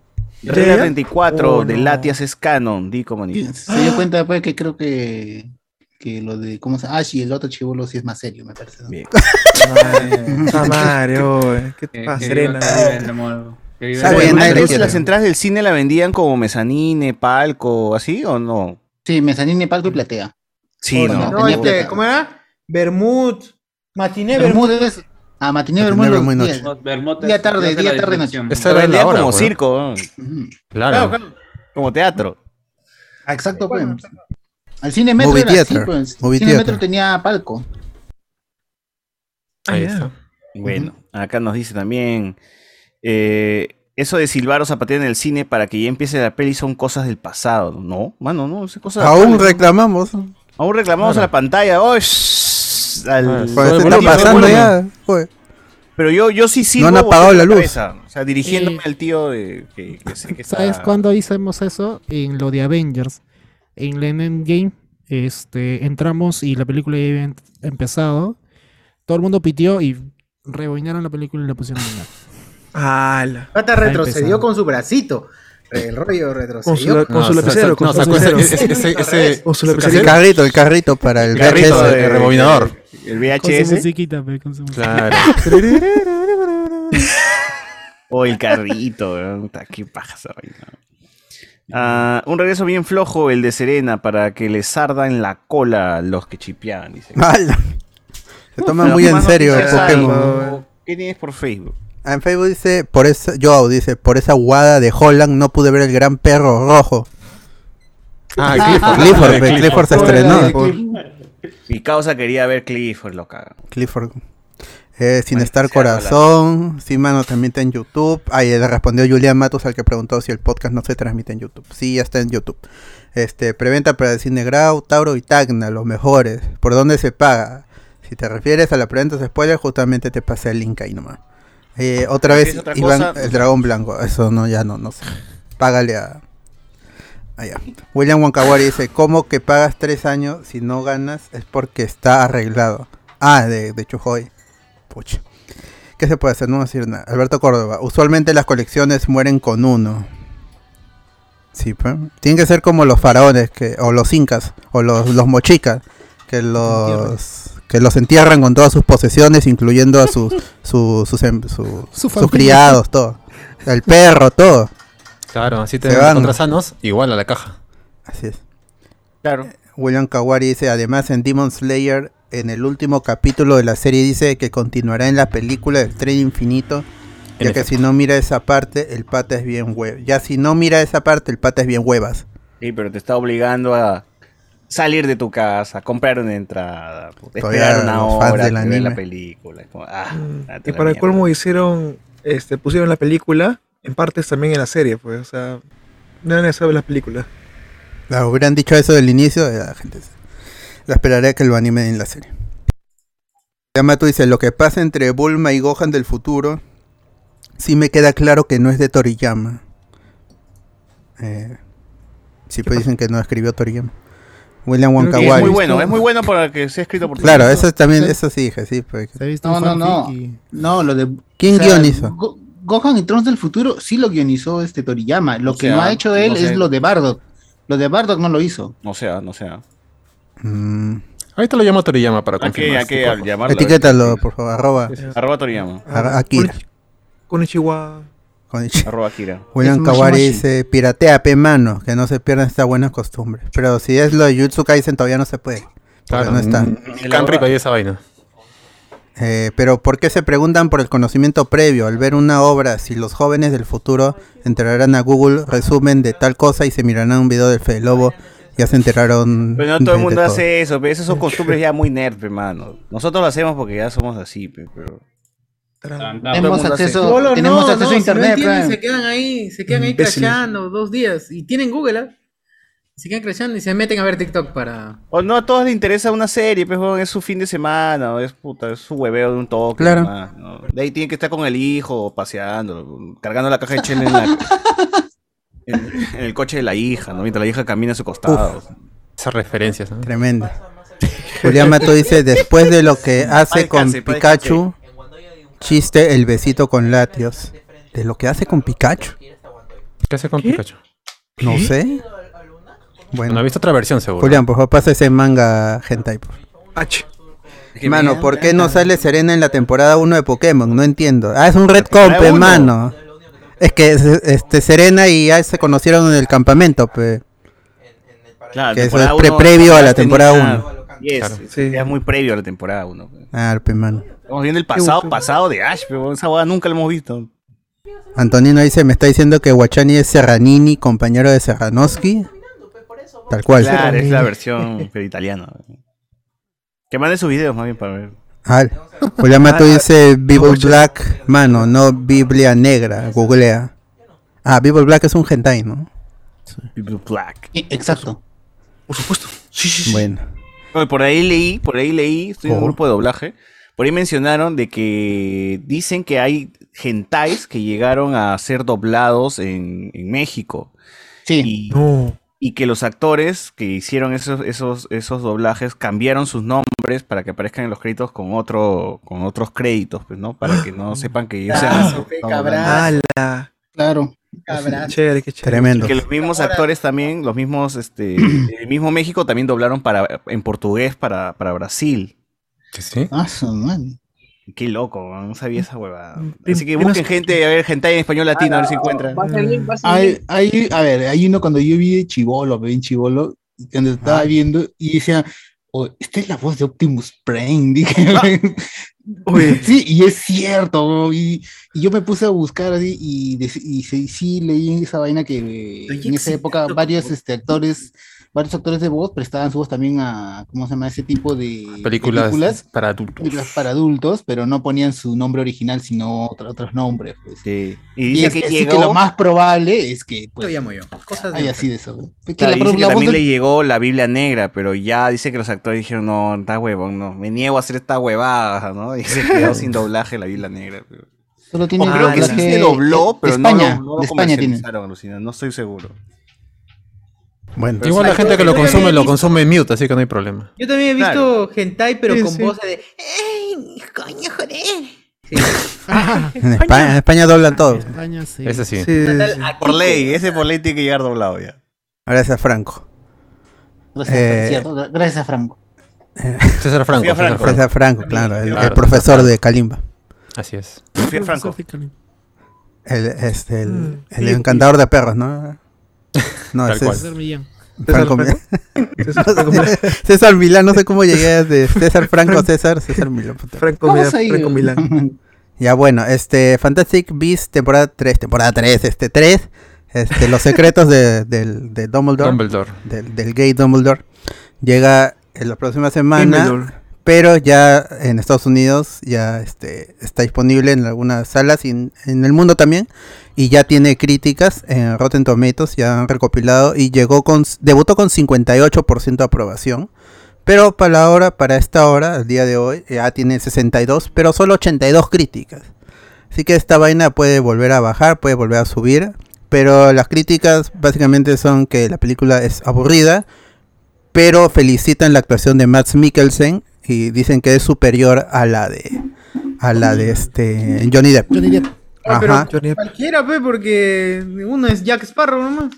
Regla 34
Oh,
de
no.
Latias es canon, di como ni.
Se dio cuenta después que creo que, que lo de cómo se Ash y el otro chivolo sí es más serio, me parece. ¿no? [laughs]
Ah, Mario, eh, ¿qué te
Que-
pasa,
que
Serena?
viva- que viva el amor, que viva
Ah, Bueno,
el amor.
antes las entradas del cine la vendían como mezanine, palco, así o no?
Sí, mezanine, palco y platea.
Sí,
Oh,
no.
no,
No,
tenía
este,
plata.
¿Cómo era? Bermud. Matiné Bermud.
Bermúdez. A matiné
Matiné
Bermúdez.
Bermúdez
los
noche.
días. Día tarde, día tarde, noche.
Esa
Lo
era
vendían
la hora,
como
weón.
circo, ¿no?
Claro.
como teatro.
Ah, Exacto, pues. Al cine metro
Movie
era así,
theater,
pues.
movie
cine
theater.
metro tenía palco.
Ahí está. Ah,
Bueno, acá nos dice también. eh, Eso de silbar o zapatear en el cine para que ya empiece la peli son cosas del pasado. No, mano, no, son cosas
Aún reclamamos.
Aún reclamamos a la pantalla. Oh, shh, al-
Ah,
Pues
Sube
se
el
está
volumen,
pasando
sube el
ya.
volumen.
joder.
Pero yo, yo sí sí
No han apagado la luz.
o sea, dirigiéndome al tío de, que, que sé que está-
Eh. ¿Sabes cuándo hicimos eso? En lo de Avengers. En la Endgame este, entramos y la película ya había em- empezado. Todo el mundo pitió y reboinaron la película y la pusieron
[laughs]
en la.
¡Hala!
Pata
Está
retrocedió
empezando.
con su bracito. El rollo
Con su,
retrocedió.
la- con su lapicero, con su lapicero. Con su lapicero.
El carrito, el carrito para el,
El carrito
VHS.
de- El rebobinador.
El
Con su
VHS
musiquita, pe, con su musiquita.
[laughs]
Claro.
o el carrito. weón. Puta, ¿Qué paja esa vaina. Ah, un regreso bien flojo, el de Serena, para que les arda en la cola a los que chipeaban. Dice.
¡Hala! Se [laughs] toma
Pero,
muy en
mano,
serio
¿qué
el
tal?
Ah, Pokémon.
¿Qué tienes por Facebook?
Ah, En Facebook dice, por esa, Joao dice, por esa guada de Holland no pude ver el gran perro rojo.
Ah,
Clifford. Clifford, pe, Clifford se estrenó.
Mi causa quería ver Clifford, lo caga.
Clifford. Eh, sin
Bueno,
estar
se llama la-
corazón. Sí, mano, también está en YouTube. Ahí le respondió Julián Matus al que preguntó si el podcast no se transmite en YouTube. Sí, ya está en YouTube. Este, preventa para el cine Grau, Tauro y Tacna, los mejores. ¿Por dónde se paga? Si te refieres a la preventa de spoiler, justamente te pasé el link ahí nomás. Eh, otra
¿Qué
vez,
es Ah, otra
Iván,
cosa?
el dragón blanco. Eso no, ya no, no sé. Págale a. Allá. Ah, William Wankawari dice: ¿Cómo que pagas tres años si no ganas? Es porque está arreglado. Ah, de, de Chujoy. Pucha. ¿Qué se puede hacer? No decir nada. Alberto Córdoba. Usualmente las colecciones mueren con uno. Sí, pues. Tienen que ser como los faraones, que, o los incas, o los, los mochicas, que los que los entierran con todas sus posesiones, incluyendo a sus su- sus, em- su-
Su
sus
familia.
criados, todo. El perro, todo.
Claro, así te
Se
dan
van.
contra sanos, igual a la caja.
Así es.
Claro.
Eh, William Kawari dice, además en Demon Slayer, en el último capítulo de la serie dice que continuará en la película del tren infinito,
En
ya que
efecto.
si no mira esa parte, el pata es bien huev. Ya si no mira esa parte, el pata es bien huevas.
Sí, pero te está obligando a salir de tu casa, comprar una entrada, puta,
Todavía
esperar una
los fans
hora,
del
que ver la
anime.
película. es como, ah, date
Y
la
para el
mierda.
colmo hicieron, este, pusieron la película, en partes también en la serie, pues, o sea, no era necesario ver las películas.
Claro, hubieran dicho eso del inicio, eh, la gente se- la esperaría que lo animen en la serie. Yamato dice, lo que pasa entre Bulma y Gohan del futuro, sí me queda claro que no es de Toriyama. Eh, sí, pues dicen que no escribió Toriyama. William
Y
Wonkawari.
es muy bueno, es muy bueno para que sea escrito por
Claro,
Toriyama.
eso también, eso sí dije, sí. pues.
No, no, no. No, lo de.
¿Quién
o sea,
guioniza?
Go- Gohan y Trunks del futuro sí lo guionizó este Toriyama. Lo
O
que
sea,
no ha hecho él
no sé.
es lo de Bardock. Lo de Bardock no lo hizo.
No sea, no sea.
Mm. Ahorita lo llamo Toriyama para
Hay que,
confirmar.
hay que
este juego.
llamarlo. ¿eh?
Etiquétalo, por favor, arroba.
Arroba Toriyama.
a- Akira.
Con Chihuahua.
Konichi-
Arroba Akira.
William
Es
Kawari
Mashimoshi.
dice, piratea, pe mano, que no se pierdan esta buena costumbre. Pero si es lo de Jujutsu Kaisen todavía no se puede. Claro.
Claro,
No
Mm.
está.
Ni Cantrip ahí esa vaina.
Eh, pero ¿por qué se preguntan por el conocimiento previo al ver una obra si los jóvenes del futuro entrarán a Google resumen de tal cosa y se mirarán un video del Fede Lobo? Ya se enteraron.
Pero no todo el
de- de
mundo hace eso, pero esas son costumbres ya muy nerd, hermano. Nosotros lo hacemos porque ya somos así, pe, pero.
Tenemos acceso,
Solo no,
tenemos acceso
no,
a
si no
internet.
entienden,
Fran.
se
quedan ahí, se quedan ahí
Imbéciles.
crasheando dos días. Y tienen Google, ¿ah? Se quedan crasheando y se meten a ver TikTok para.
O no a todos les interesa una serie, pues weón, es su fin de semana, o es puta, es su hueveo de un toque.
Claro.
nomás, ¿no? De ahí tienen que estar con el hijo, paseando, cargando la caja de chela
[laughs]
en, la- en- en el coche de la hija, ¿no? Mientras la hija camina a su costado.
Esas referencias, ¿no?
Tremendo. Julián Mato dice, después de lo que hace con
descanse, pa' descanse.
Pikachu, chiste el besito con latios. ¿De lo que hace con Pikachu?
¿Qué hace con Pikachu?
No sé. Bueno.
No, he visto otra versión, seguro.
Julián, por favor, pasa ese manga hentai. por favor. Mano, ¿por qué no sale Serena en la temporada 1 de Pokémon? No entiendo. Ah, es un red
temporada
compe,
uno.
mano. Es que es- este Serena y Ash se conocieron en el campamento, pe.
Claro,
Que eso
temporada
es pre-
uno,
previo a la
ya
temporada
tenía-
uno.
Yes,
Claro.
ya es muy previo a la temporada 1.
Ah, pe, mano.
Estamos viendo el pasado, pasado de Ash, pero esa hueá nunca la hemos visto.
Antonino dice, me está diciendo que Guachani es Serranini, compañero de Serranoski. Tal cual.
Claro, es la versión pero italiana. Que mande sus videos más bien para ver.
Ah, Julián Mato dice Bible Black, mano, no Biblia Negra, googlea. Ah, People Black es un hentai, ¿no?
People Black.
Exacto.
Por supuesto. Sí, sí,
Bueno.
No, y por ahí leí, por ahí leí, estoy en un
Oh.
grupo de doblaje. Por ahí mencionaron de que dicen que hay gentais que llegaron a ser doblados en, en México.
Sí.
Y, y que los actores que hicieron esos, esos, esos doblajes cambiaron sus nombres para que aparezcan en los créditos con otro, con otros créditos, pues, ¿no? Para que no sepan que ellos sean los que están doblando.
¡Hala!
Claro.
Qué chévere, qué chévere.
Que los mismos actores también, los mismos, este, el mismo México también doblaron para, en portugués para, para Brasil.
¿Sí?
Ah, su madre.
Qué loco, no sabía esa huevada.
Prim-
Así que
primas-
busquen gente, a ver, gente en español latino, a ver si encuentran.
Hay, hay- a ver, hay uno cuando yo vi de Chivolo, bien Chivolo, cuando estaba viendo y decía, "Oh, esta es la voz de Optimus Prime, [laughs] dije. Sí, y es cierto, bro, y, y yo me puse a buscar así y, dec- y sí, sí leí esa vaina que eh, en esa época varios este, actores, varios actores de voz prestaban su voz también a, ¿cómo se llama? Ese tipo de
Películas, para adultos.
películas para adultos, pero no ponían su nombre original, sino otro- otros nombres. pues.
Y dice
es-
que
así
llegó-
que lo más probable es que pues,
llamo yo. Cosas de
hay
mujer.
así de eso. ¿no? Que
Claro,
la
y dice
pro-
que
la voz
también
del-
le llegó la Biblia negra, pero ya dice que los actores dijeron, no, está huevón, no, me niego a hacer esta huevada, ¿no? Y se
[laughs]
quedó sin doblaje la Biblia negra.
Solo tiene
o Ah, creo
el
que sí
doblaje
se dobló,
de
pero
España,
no lo, no
de
lo
España tiene.
comercializaron, alucina, no estoy seguro.
Bueno.
Igual la
Yo-
gente
yo
que lo
también he
consume lo
visto-
consume en mute, así que no hay problema.
Yo también he visto hentai, pero
Sí,
con
sí.
voces de. ¡Ey! ¡Coño, joder!
[laughs] En España, en España doblan todo.
España, sí.
Ese sí.
Por ley, ese por ley tiene que llegar doblado ya.
Gracias, Franco.
Gracias,
Eh,
Pues cierto, gra- gracias, Franco.
César Franco.
Fui a Franco.
César Franco, claro. El, el
Claro,
profesor de Kalimba.
Así es.
Fui a Franco.
El, este, el,
Mm.
el encantador de perros, ¿no? No,
Tal
ese
cual.
es-
César Millán.
Franco
¿César
[laughs] Millán.
César
No
Franco
sé,
Millán.
César Milán, no sé cómo llegué de César Franco a César, César Milán. puta.
Franco,
Vamos
Millán,
a ir.
[laughs]
Franco Milán.
Ya bueno, este Fantastic Beasts temporada 3, temporada 3, este 3, este Los secretos de, del- de Dumbledore,
Dumbledore.
Del, del gay Dumbledore llega en la próxima semana,
Dumbledore.
pero ya en Estados Unidos ya este está disponible en algunas salas y en, en el mundo también y ya tiene críticas en Rotten Tomatoes, ya han recopilado y llegó con debutó con 58% de aprobación. Pero para la hora, para esta hora, el día de hoy, ya tiene 62, pero solo 82 críticas. Así que esta vaina puede volver a bajar, puede volver a subir. Pero las críticas básicamente son que la película es aburrida, pero felicitan la actuación de Max Mikkelsen y dicen que es superior a la de a la de este Johnny Depp.
Johnny Depp.
Ah, pero
Ajá.
cualquiera, pe, porque uno es Jack Sparrow nomás.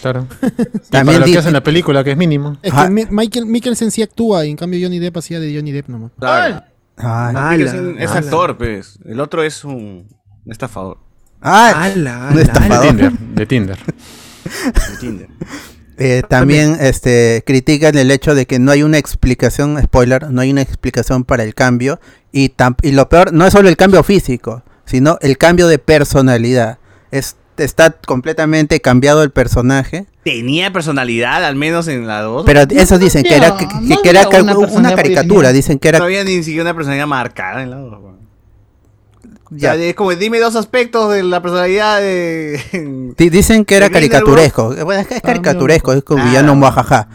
Claro.
También
También lo
di-
que hace en la película, que es mínimo.
Es
Ah.
que Mi- Michael Mikkelsen sí actúa y en cambio Johnny Depp hacía de Johnny Depp nomás.
Claro.
Ah,
Porque es, un- es
ala.
actor, pues. El otro es un un estafador
Ah,
ala,
un
ala,
De
estafador.
Tinder. De Tinder.
de Tinder.
[laughs] Eh, también este, critican el hecho de que no hay una explicación, spoiler, no hay una explicación para el cambio. Y, tam- y lo peor, no es solo el cambio físico, sino el cambio de personalidad. Es, está completamente cambiado el personaje.
Tenía personalidad, al menos en la 2.
Pero esos dicen que era, que, que-
no
que era
había
ca-
una
una,
personalidad
caricatura,
original.
dicen que
No
era...
había ni siquiera una personalidad marcada en la 2. weón. O
ya,
sea, es como, dime dos aspectos de la personalidad de...
di- [laughs] dicen que era
¿De Grindelwald?
caricaturesco. Eh, bueno, es que es caricaturesco, es como villano muajaja.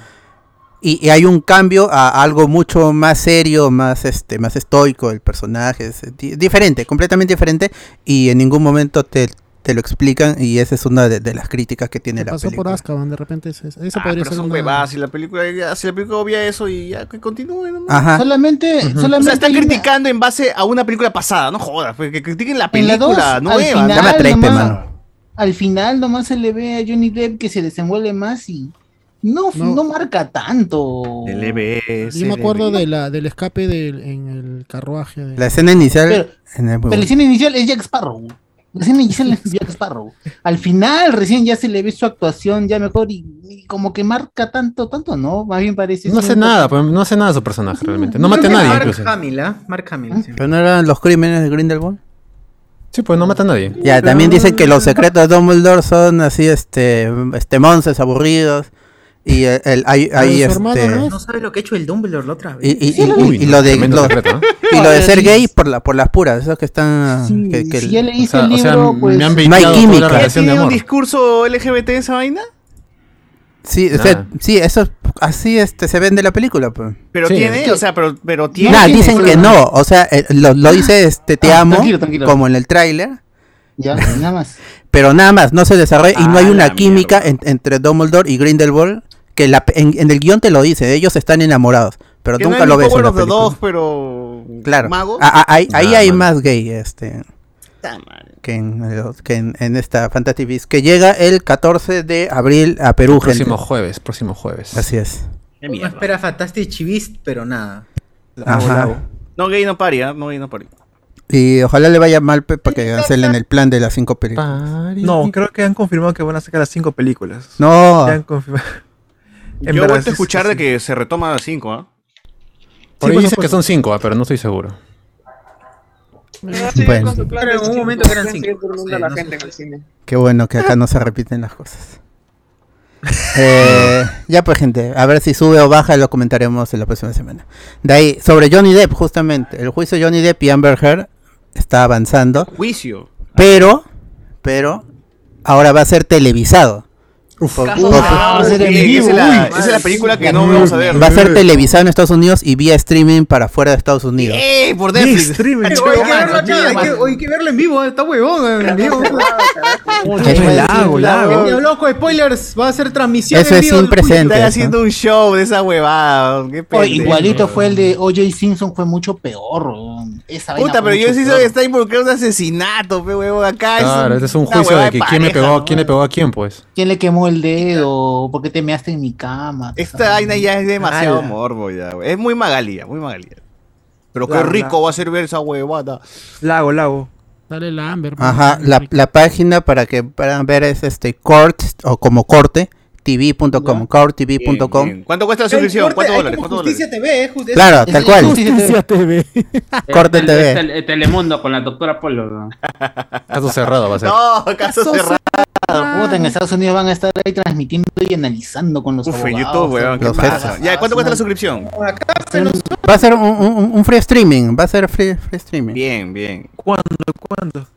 Y, y hay un cambio a algo mucho más serio, más este, más estoico el personaje, es eh, di- diferente, completamente diferente, y en ningún momento te, te lo explican, y esa es una de, de las críticas que tiene
Se
la
pasó por
película.
Azkaban, de repente. Esa, esa
Ah,
podría
pero
ser
son
una...
huevadas, si la película, si la película obvia eso y ya que continúe nomás.
Ajá.
Solamente, solamente
O sea, están
hay una-
criticando en base a una película pasada, no jodas, pues, que critiquen la
en la dos,
película
al
nueva.
final,
Llama a Trepe,
nomás-
mano.
al final nomás se le ve a Johnny Depp que se desenvuelve más y no, no.
No.
marca tanto.
El EBS.
Yo me acuerdo de la, del escape del, en el carruaje. De...
La escena inicial
Pero-
en el-
Pero la escena inicial es Jack Sparrow. La
[laughs]
escena inicial es Jack Sparrow. Al final recién ya se le ve su actuación ya mejor y, y como que marca tanto, tanto, ¿no? Más bien parece...
No hace
un-
nada, pues, no hace nada su personaje realmente. No mata a
Creo que
nadie
Mark
incluso.
Hamill, ¿ah? Mark Hamill. sí.
¿Pero no eran los crímenes de Grindelwald?
Sí, pues no mata a nadie.
Ya, también dicen que los secretos de Dumbledore son así, este, este monces aburridos. Y el, el- hay, hay este,
No sabes lo que ha hecho el Dumbledore la otra vez.
y, y- y- y- y lo de
Tremendo
lo-
secreto, ¿eh?
[laughs] y lo de ser
Sí.
gay por la por las puras esos que están que, que
si ya leíste
O sea- el o sea, libro, pues- me han
no hay
viciado toda la
química
E
relación de
¿Tiene un discurso LGBT esa vaina?
sí o sea,
Nada.
sí eso es- así este se vende la película pues.
Pero tiene, o sea, pero, pero tiene.
Nah, dicen que no, o sea, eh, lo, lo dice este te
Ah,
amo,
tranquilo, tranquilo.
como en el tráiler.
Ya, nada más.
Pero nada más, no se desarrolla y no
Ah,
hay una química en- entre Dumbledore y Grindelwald, que la, en, en el guión te lo dice, ellos están enamorados, pero
Que
nunca
no
lo ves en la
los
película.
dos, pero.
Claro,
Mago.
A- a- ahí, ahí
Ah,
hay
bueno.
más gay este que en, los- que en, en esta Fantastic Beasts, que llega el 14 de abril a Perú.
Próximo
gente.
jueves, próximo jueves.
Así es.
No espera Fantastic Chivist, pero nada.
Ajá.
No gay no paria, no gay no paria.
Y ojalá le vaya mal pe- para que cancelen el plan de las cinco
Ah.
películas.
No, creo que han confirmado que van a sacar las cinco películas.
No.
Ya han confirmado. En
Yo he
verdad,
vuelto
sí,
a escuchar de que se retoma a las 5, ¿ah?
Por
Sí,
ahí
por
dice que son cinco, ah, pero no estoy seguro.
Bueno.
Pero en un momento que eran cinco.
a la
No sé,
gente en el cine.
Qué bueno que acá no se repiten las cosas. [laughs] Eh, ya pues gente, a ver si sube o baja, lo comentaremos en la próxima semana. De ahí, sobre Johnny Depp, justamente, el juicio de Johnny Depp y Amber Heard está avanzando,
Juicio.
pero, pero, ahora va a ser televisado. Por-
Caso
por-
cerrado,
por-
sí, Ah, esa es la- esa es la película que no vamos a ver.
Va a ser televisado en Estados Unidos y vía streaming para fuera de Estados Unidos.
¡Eh! Por Netflix.
Ay,
Ay,
oye, hay que
mano,
verlo acá, hay que-
mano.
oye, hay que verlo en vivo, está huevón en vivo.
Es
pues,
lago, lago.
Gente, loco, spoilers, va a ser transmisión
Eso
en
es
vivo del
sin precedentes, Están
juicio.
haciendo
un show de esa huevada. Qué
Oye,
pendejo.
igualito fue el de OJ Simpson, fue mucho peor. weón. Esa vaina
Puta,
fue
pero yo
mucho
sí
peor.
sé que está involucrado en un asesinato, pe huevo. Acá
Claro, este es un
una
juicio
huevada
de que quién le
pareja,
pegó,
¿no?
quién le pegó a quién, pues.
¿Quién le quemó el dedo? ¿Por qué te measte en mi cama?
Esta vaina ya es demasiado
Ala.
morbo ya, güey. Es muy magalía, muy magalía. Pero qué
Claro,
rico
claro.
va a ser ver esa huevada.
Lago, lago.
Dale la Amber.
Ajá, la, la página para que puedan ver es este court o como corte tv.com courttv.com
¿Cuánto cuesta la suscripción? ¿Cuántos dólares? ¿Cuántos dólares?
TV, justicia.
Claro, tal cual.
Justicia TV.
[laughs]
Corte
El-
TV.
el- el Telemundo con la doctora Polo. ¿no?
Caso cerrado va a ser.
Oh,
No, caso cerrado.
Puta, en Estados Unidos van a estar ahí transmitiendo y analizando con los
Uf, en
abogados.
YouTube, weón. ¿Qué
Los
pasa?
jefes.
Ya, ¿cuánto
Ah,
cuesta la suscripción?
Va a ser un, un- un free streaming, va a ser free, free streaming.
Bien, bien.
¿Cuándo? ¿Cuándo?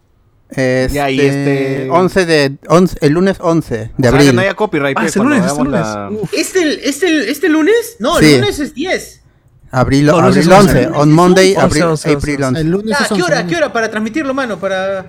Este,
Ya, y este-
11 de, 11, el lunes 11 de
Ojalá que
abril.
no haya copyright.
Ah,
pe,
es el
cuando
lunes, es el
hagamos la-
¿Este, este, ¿Este lunes? No,
Sí.
el lunes es 10.
Abril,
No, lunes
abril
es
11,
11.
on Monday,
Once,
abril,
once, once,
April
once.
11.
El lunes
Ah,
es
¿Qué
11,
hora?
lunes.
¿Qué hora? Para transmitirlo, mano. Para...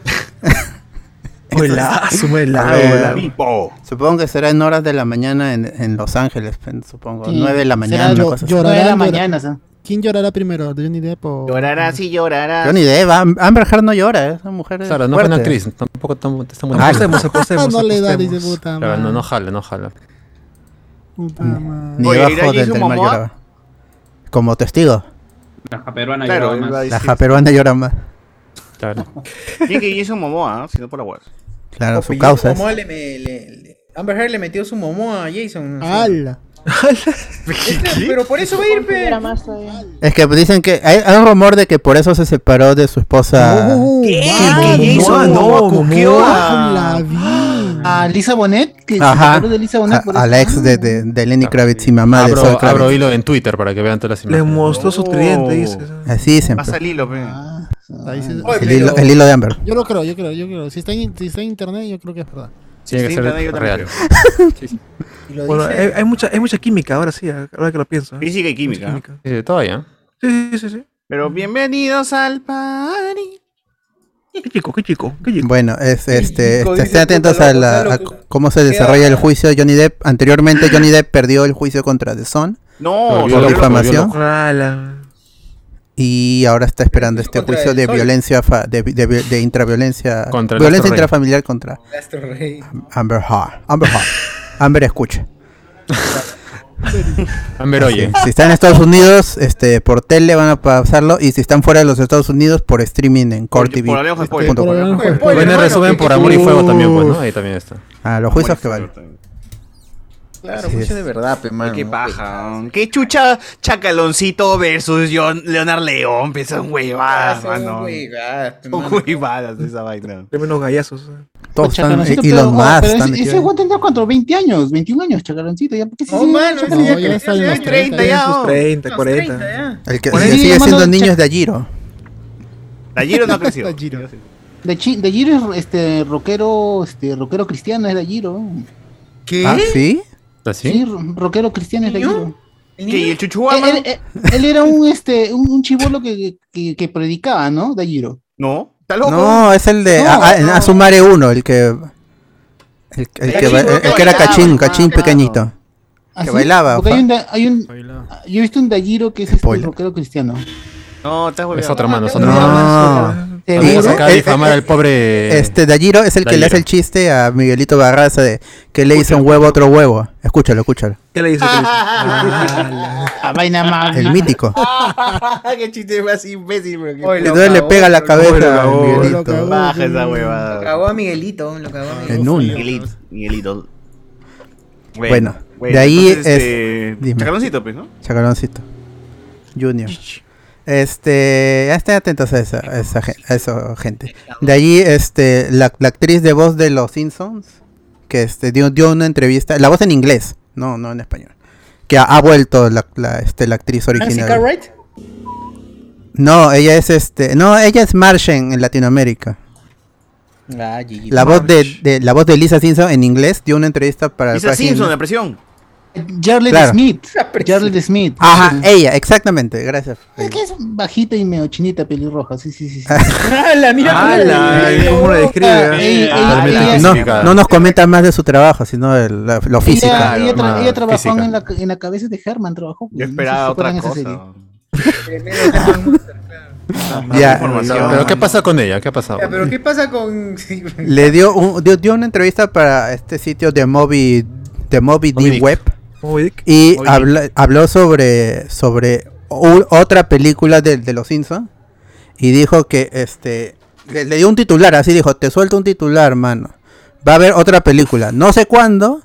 Hola, sube el
A
lago,
ver,
lago.
Supongo que será en horas de la mañana en, en Los Ángeles, pen- supongo,
Sí.
9 de la mañana.
Será
una
lo-
cosa así.
llorará de la
llora-
mañana, ¿sabes?
¿Quién llorará primero? ¿Johnny Depp o.?
Llorará, sí llorará.
Yo ni idea, Am- Amber Heard no llora, ¿eh? esa mujer es
Claro, no es
fuerte.
buena actriz, tampoco tam- está muy
Ah, [laughs]
Apostemos, apostemos.
No le da,
apostemos.
dice puta
Claro,
madre.
no, no jala, no jala.
Puta madre.
Ni
Oye, ¿irá
debajo del,
Jason
del mar
Momoa?
lloraba. Como testigo,
La peruana
Claro,
lloraba
él
más.
va a decir-
la japeruana llora más.
Claro.
Tiene que Jason Momoa, ¿ah? si no por la web.
Claro, su
Oye,
causa es.
Momoa le me- le- le- Amber Heard le metió su momo a Jason.
[laughs]
¡Hala!
Este, Pero por eso va a ir, pe.
Es que dicen que hay, hay un rumor de que por eso se separó de su esposa.
¿Qué?
Momoa,
Jason
no,
Momoa,
coqueó
Momoa.
a-
La vi. A Lisa Bonet, que se
Ajá.
separó de Lisa Bonet por
a, a la
eso.
ex de, de- de Lenny Kravitz y mamá de Sol
Abro,
Kravitz.
abro hilo en Twitter para que vean todas las
Le
imágenes.
mostró su tridente, dice.
Así dicen.
Pasa
pues.
el hilo, pe.
Ah,
Ah,
Ahí se-
Ah.
El, hilo, el hilo de Amber.
Yo lo creo, yo creo, yo creo. Si está en, si está en internet, yo creo que es verdad.
Tiene que
Sí,
ser
internet, yo también
real.
[laughs]
Bueno, hay,
eh,
hay mucha, hay mucha química ahora sí, ahora que lo pienso. ¿eh?
Física y química.
Mucha
Sí,
¿eh?
todavía.
Sí, sí, sí, sí.
Pero bienvenidos al party.
Qué chico, qué chico, qué chico.
Bueno, es, este,
dice,
este, estén atentos a, la- a c- cómo se desarrolla el juicio de Johnny Depp. Anteriormente Johnny Depp perdió el juicio contra The Sun
No,
por
loco,
difamación
volvió
Ala.
y ahora está esperando este
Contra
juicio
el
de
Sol.
violencia, fa- de, de vi- de intraviolencia,
Contra el
violencia
Astro Rey.
intrafamiliar contra
Astro Rey.
Amber Heard. Amber Heard. Amber
[laughs]
escucha.
Amber, oye.
Si están en Estados Unidos, este, por tele van a pasarlo y si están fuera de los Estados Unidos, por streaming en Core TV.
por Alejo Spoiler.
punto
Por
com.
Alejo Spoiler.
Buen
hermano,
resumen
que-
por amor y fuego también, pues, ¿no? Ahí también está.
Ah, los juicios que van.
Claro,
Así
mucho
es.
de verdad, pe, mano.
Qué paja. weón. Qué chucha Chacaloncito versus Leon- Leonard León. Pues son huevadas,
Ah, son
mano.
huevadas,
Son huevadas esa vaina.
Menos gallazos.
Todos están,
pues,
eh,
Chacaloncito,
y los
pero-
más
oh, pero
están
ese- Ese
metidos.
güey tendrá cuánto, 20 años, 21 años, chacaloncito. ¿ya? ¿Por qué se
Oh,
sigue
mano,
chacalón?
ese ya No, ya creció, está en ya los 30, 30 ya, en sus oh. 30, 40. El que,
Por
el que
ahí
sigue
llamando
siendo niño
cha-
es de Ajiro.
Dayiro no creció.
[laughs]
De, Chi- de Giro es este rockero, este rockero cristiano es de Giro.
¿Qué? ¿Ah, sí?
¿Así?
Sí, ro- rockero cristiano es de Giro.
¿Y el chuchu
él, él- él- él era un este un, un chivolo que, que, que predicaba, ¿no? De Giro.
No, está
No, es el de
No,
a- a- en Asumare 1, el que. El, el que,
Cachín,
ba- el- el
que
que era
bailaba,
cachín, cachín pequeñito.
¿Ah,
Que
sí?
bailaba.
Porque hay
fa-
un, da- hay un- yo he visto un de Giro que es este rockero cristiano.
No, estás
Es otro mano, es otro
No.
mano. Vamos acá a difamar al pobre.
Este Dayiro es el que le hace el chiste a Miguelito Barraza de que le hizo un huevo a otro huevo. Escúchalo, escúchalo.
¿Qué le hizo?
Ah, vaina
[laughs]
más.
[laughs]
El mítico.
Qué chiste más imbécil, bro.
Que entonces le pega la cabeza a
Lo
Miguelito.
cagó. Baja esa
Lo
huevada.
cagó a Miguelito, lo cagó a Miguelito.
En una.
Miguelito. Miguelito.
Bueno, de ahí
entonces,
es-
este,
dime.
Chacaloncito, pues, ¿no?
Chacaloncito. Junior. Este, ya estén atentos a esa, a esa, gen- a esa gente. De allí, este, la, la actriz de voz de Los Simpsons, que este, dio, dio una entrevista, la voz en inglés, no, no en español, que ha, ha vuelto la, la, este, la actriz
Nancy
original.
Cartwright.
No, ella es este, no, ella es Martian en Latinoamérica.
Ah, GG.
La voz de, de- la voz de Lisa Simpson en inglés dio una entrevista para la
Lisa
página-
Simpson, la presión.
Jarlett
Claro.
Smith. Jarlett Smith.
Ajá, ella, exactamente, gracias.
Es que es bajita y medio chinita, pelirroja. Sí,
[laughs]
sí, sí. sí.
¡Hala, mira!
Ah,
Ey,
¿Cómo lo
ey,
describe?
ey, ella-
No, no nos comenta más de su trabajo, sino de la,
Ah,
lo físico.
Ella, ella tra- ella trabajó
Física.
en la, en la cabeza de Herman, trabajó. pues,
Yo
no sé
esperaba
si
otra
recuerdan esa
cosa.
serie.
[laughs]
Más
Ya.
información. Pero ¿qué pasa con ella? ¿Qué ha pasado?
Ya, Pero ¿qué pasa con...? [laughs]
Le dio, un- dio, dio una entrevista para este sitio de Moby, de Moby Dick Web. Y
Moby
habla- habló sobre, sobre u- otra película de, de Los Simpsons. Y dijo que este le, le dio un titular, así dijo, te suelto un titular, mano. Va a haber otra película. No sé cuándo,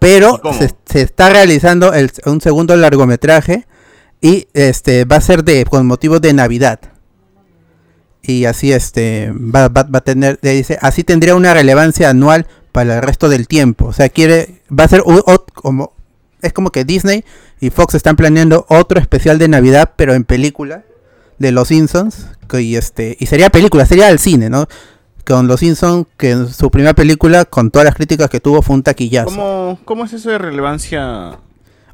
pero se, se está realizando el- un segundo largometraje. Y este va a ser de con motivo de Navidad. Y así este va, va- va a tener, le dice, así tendría una relevancia anual para el resto del tiempo. O sea, quiere, va a ser u- ot- como, es como que Disney y Fox están planeando otro especial de Navidad, pero en película, de Los Simpsons, que, y este, y sería película, sería al cine, ¿no? Con Los Simpsons, que en su primera película, con todas las críticas que tuvo, fue un taquillazo.
¿Cómo, ¿Cómo es eso de relevancia?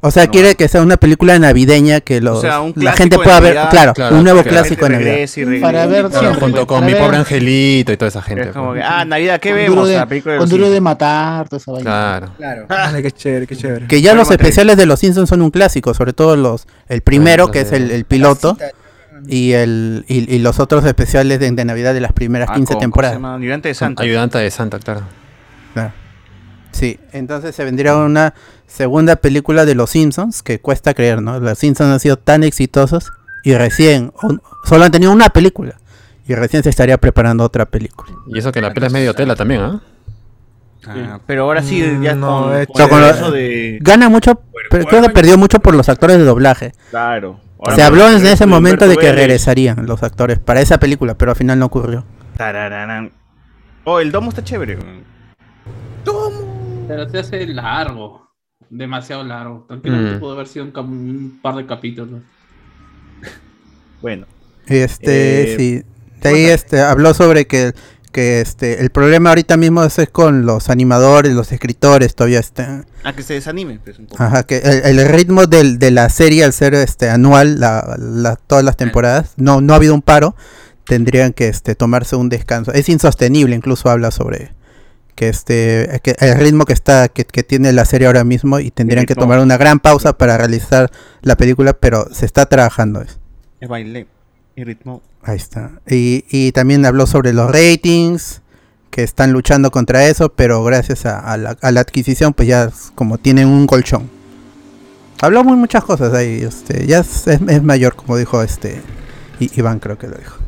O sea, quiere que sea una película navideña que los,
O sea, un
la
clásico
gente
de
pueda ver,
Navidad.
claro,
Claro,
un nuevo
que la gente
clásico de Navidad.
regrese y regrese.
Para ver
Claro,
siempre,
junto con
para
mi
ver.
pobre angelito y toda esa gente.
Es como
pues.
que, ah, Navidad, ¿qué
Con
vemos?
Duro de,
La película de
con
los
Duro de
Simpsons.
matar, toda esa vaina.
Claro. [laughs]
Claro.
Dale, qué chévere, qué chévere.
Que ya los especiales de los Simpsons son un clásico, sobre todo los el primero,
los
que es
de-
el, el piloto, y el y, y los otros especiales de, de Navidad de las primeras
Ah,
15
con-
temporadas.
¿cómo se llama? Ayudante de Santa.
Ayudante de Santa, claro.
Claro. Sí, entonces se vendría una segunda película de Los Simpsons, que cuesta creer, ¿no? Los Simpsons han sido tan exitosos y recién, un- solo han tenido una película, y recién se estaría preparando otra película.
Y eso que la pela es medio tela también, ¿ah?
Ah, pero ahora sí,
Mm,
ya
No,
con,
eh,
O sea, con
el
lo-
eso de...
Gana mucho, pero creo que perdió mucho por los actores de doblaje.
Claro.
se
Ahora
habló
con
en
el
ese
Humberto
momento de que
Vélez.
regresarían los actores para esa película, pero al final no ocurrió.
Tarararán. Oh, el domo está chévere.
Pero se hace largo. Demasiado largo.
Mm.
Tranquilamente pudo haber sido un, cam- un par de capítulos.
Bueno.
Este,
Eh,
sí. De ahí este, habló sobre que, que este, el problema ahorita mismo es, es con los animadores, los escritores, todavía están.
A que se desanime, pues, un poco.
Ajá, que el, el ritmo del- de la serie al ser este anual, la, la- todas las temporadas, no, no ha habido un paro, tendrían que este, tomarse un descanso. Es insostenible, incluso habla sobre que este que el ritmo que está que, que tiene la serie ahora mismo y tendrían que
ritmo.
tomar una gran pausa para realizar la película, pero se está trabajando eso.
Es baile y ritmo.
Ahí está. Y, y también habló sobre los ratings, que están luchando contra eso, pero gracias a, a la, a la adquisición, pues ya es como tienen un colchón. Habló muy muchas cosas ahí, este, ya es, es- es mayor, como dijo este I- Iván, creo que lo dijo.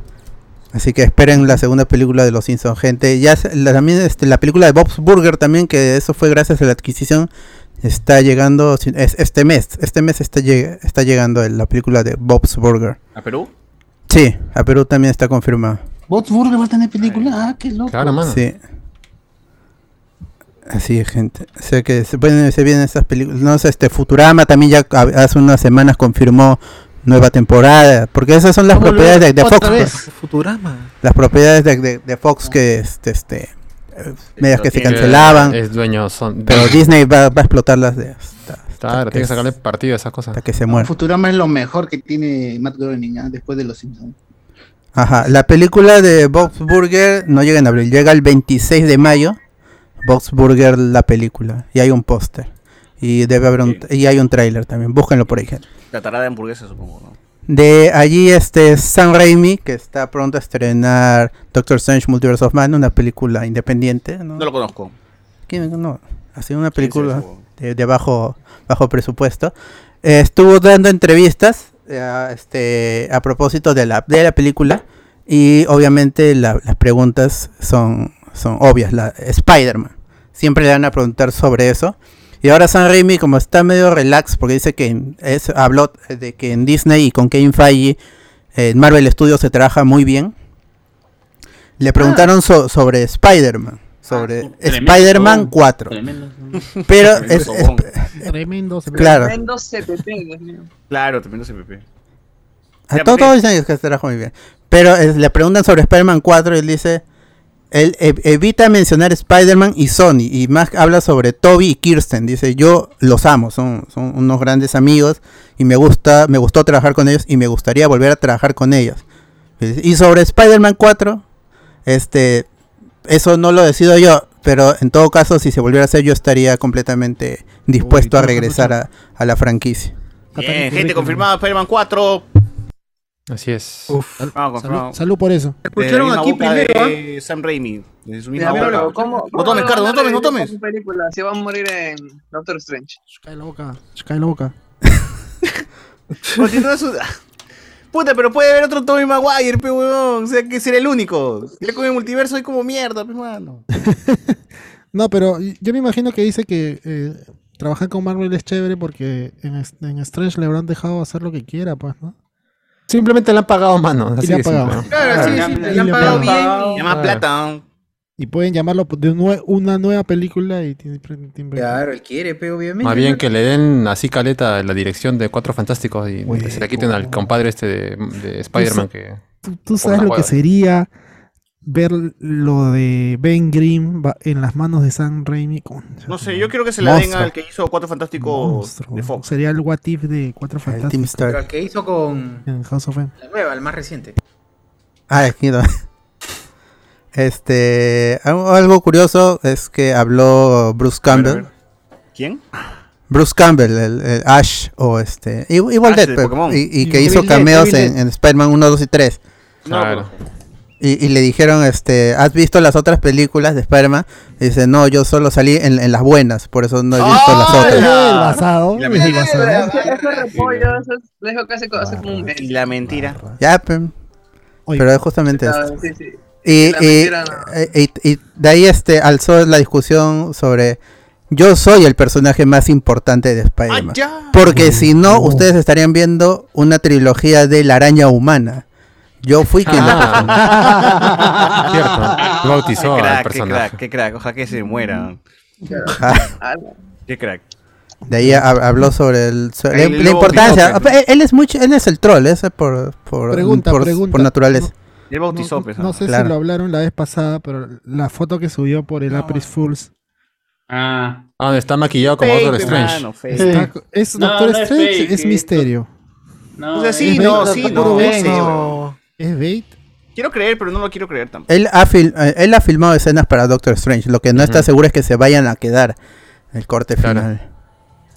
Así que esperen la segunda película de Los Simpsons, gente. Ya se- la- también este, la película de Bob's Burger también, que eso fue gracias a la adquisición Está llegando, si- es- este mes, este mes está, lleg- está llegando el- la película de Bob's Burger.
¿A Perú?
Sí, a Perú también está confirmada.
Bots Burger va a tener película. Ah, qué loco.
Sí. Así es, gente. O sea que se, pueden, se vienen esas películas. No sé, este Futurama también ya a- hace unas semanas confirmó nueva temporada. Porque esas son las
Va a volver
propiedades de, de
otra
Fox.
vez.
pues.
Futurama.
Las propiedades de, de- de Fox que este, este eh, medias que se
Ah. tiene-
cancelaban.
es dueño, son-
Pero Disney va, va a explotar las de hasta, hasta
Claro, tiene que sacarle
es-
partido a esas cosas.
hasta que se muera.
Futurama es lo mejor que tiene Matt Groening ah, después de Los Simpsons.
Ajá, la película de Box Burger no llega en abril, llega el 26 de mayo. Box Burger la película y hay un póster y debe haber un y hay un tráiler también. Búsquenlo por ahí, gente.
Tratará de hamburguesa, supongo, ¿no?
De allí este Sam Raimi que está pronto a estrenar Doctor Strange Multiverse of Man, una película independiente, ¿no?
No lo conozco.
¿Quién no? Ha sido una película de, de bajo bajo presupuesto. Eh, estuvo dando entrevistas eh, a, este, a propósito de la, de la película y obviamente la- las preguntas son, son obvias. La, Spider-Man, siempre le van a preguntar sobre eso. Y ahora San Raimi como está medio relax porque dice que en- es, habló de que en Disney y con Kevin Feige en Marvel Studios se trabaja muy bien. Le preguntaron so- sobre Spider-Man, sobre
Ah. tremendo. Oh,
Spider-Man 4.
Tremendo.
Pero
Tremendo
es, es-
sobón.
Tremendo CPP.
Claro.
Tremendo CPP, Dios mío.
Claro, tremendo CPP.
A todo, todos dicen que se trajo muy bien. Pero es- le preguntan sobre Spider-Man 4 y él dice, él ev- evita mencionar Spider-Man y Sony. Y más habla sobre Toby y Kirsten. Dice, yo los amo, son, son unos grandes amigos y me, gusta, me gustó trabajar con ellos y me gustaría volver a trabajar con ellos. Y sobre Spider-Man 4, este, eso no lo decido yo. Pero en todo caso, si se volviera a hacer, yo estaría completamente dispuesto a regresar a- a la franquicia.
Bien, gente, confirmada Spider-Man 4.
Así es.
Ah, confirmado.
Salud, salud por eso.
Escucharon ¿ah?
aquí
Eh, de
primero,
Sam Raimi. De su
Mira,
misma
mira,
boca.
loco, ¿cómo-
No
cómo
tomes,
lo
Cardo,
van
no
a
tomes, no
revivir
tomes.
con su película? Se va a morir en Doctor Strange.
Cae loca.
pues.
Cae loca.
[laughs] Continúa su- Puta, pero puede haber otro Tommy Maguire, pe huevón. O sea, que será el único. Ya con el multiverso soy como mierda, pe mano.
No, pero yo me imagino que dice que eh, trabajar con Marvel es chévere porque en, es- en Strange le habrán dejado hacer lo que quiera, pues, ¿no?
Simplemente le han pagado, mano.
Y
así
le han
de simple,
pagado.
¿no?
Y le han pagado.
Y Ah. más plata.
Y pueden llamarlo de nue- una nueva película y tiene- tiene-
Claro, él quiere, pero obviamente.
Más bien que le den así caleta la dirección de Cuatro Fantásticos y se la quiten al compadre este de, de Spider-Man que...
Tú, tú
por
sabes
la
lo que
hueva.
sería ver lo de Ben Grimm va- en las manos de Sam Raimi. Con...
No sé, yo quiero que se la den
Monstruo.
al que hizo Cuatro Fantásticos de Fox.
Sería el what if de Cuatro Fantásticos.
Team Stark.
Pero el que hizo con
En House of M.
la nueva, el más reciente.
Ah, aquí no. [laughs] Este, algo algo curioso es que habló Bruce Campbell.
¿Quién?
Bruce Campbell, el, el Ash o este, y- Evil
Ash
Dead,
de
pe-
Pokémon.
y, y que
Evil
hizo
Dead,
cameos
Evil
en,
Dead.
en Spider-Man 1, 2 y 3.
Claro.
Y, y le dijeron, este, ¿has visto las otras películas de Spider-Man? Y dice, no, yo solo salí en, en las buenas, por eso no he visto las otras.
El basado.
[laughs] La
el
mentira.
basado.
Ese
Ah,
ese repollo, eso es- lo dijo casi co- hace como un mes.
Y la mentira.
Ya, pe- pero es justamente
Ah,
esto.
sí, sí.
Y,
La
y-
mentira
y- y- y de ahí este alzó la discusión sobre yo soy el personaje más importante de
Ah,
Spider-Man. Porque si no,
Oh.
ustedes estarían viendo una trilogía de la araña humana. Yo fui quien la
[laughs]
Ah. Cierto. Bautizó
Qué
al
crack, qué
personaje.
crack, qué crack. Ojalá que se muera. Qué crack.
De ahí ha- habló sobre el, so-
El
la, la
lobo
importancia.
bigote.
Ah, Él, él es mucho, él es el troll, ese por por,
Pregunta,
por,
pregunta.
por naturaleza.
Él bautizó,
No,
pues,
no
ah.
sé
Claro.
si lo hablaron la vez pasada, pero la foto que subió por el April Fools.
Ah. donde está maquillado como
Fake,
Doctor Strange.
hermano, fake.
Está- es
No,
Doctor
no es
Strange, es,
fake, es-
misterio.
O sea, sí,
es
no,
bait,
sí,
es
no.
puro
no
bait.
sé, huevón.
Es bait.
Quiero creer, pero no lo quiero creer tampoco.
Él ha, fil- eh, él ha filmado escenas para Doctor Strange. Lo que no está
Ujú.
seguro es que se vayan a quedar el corte final.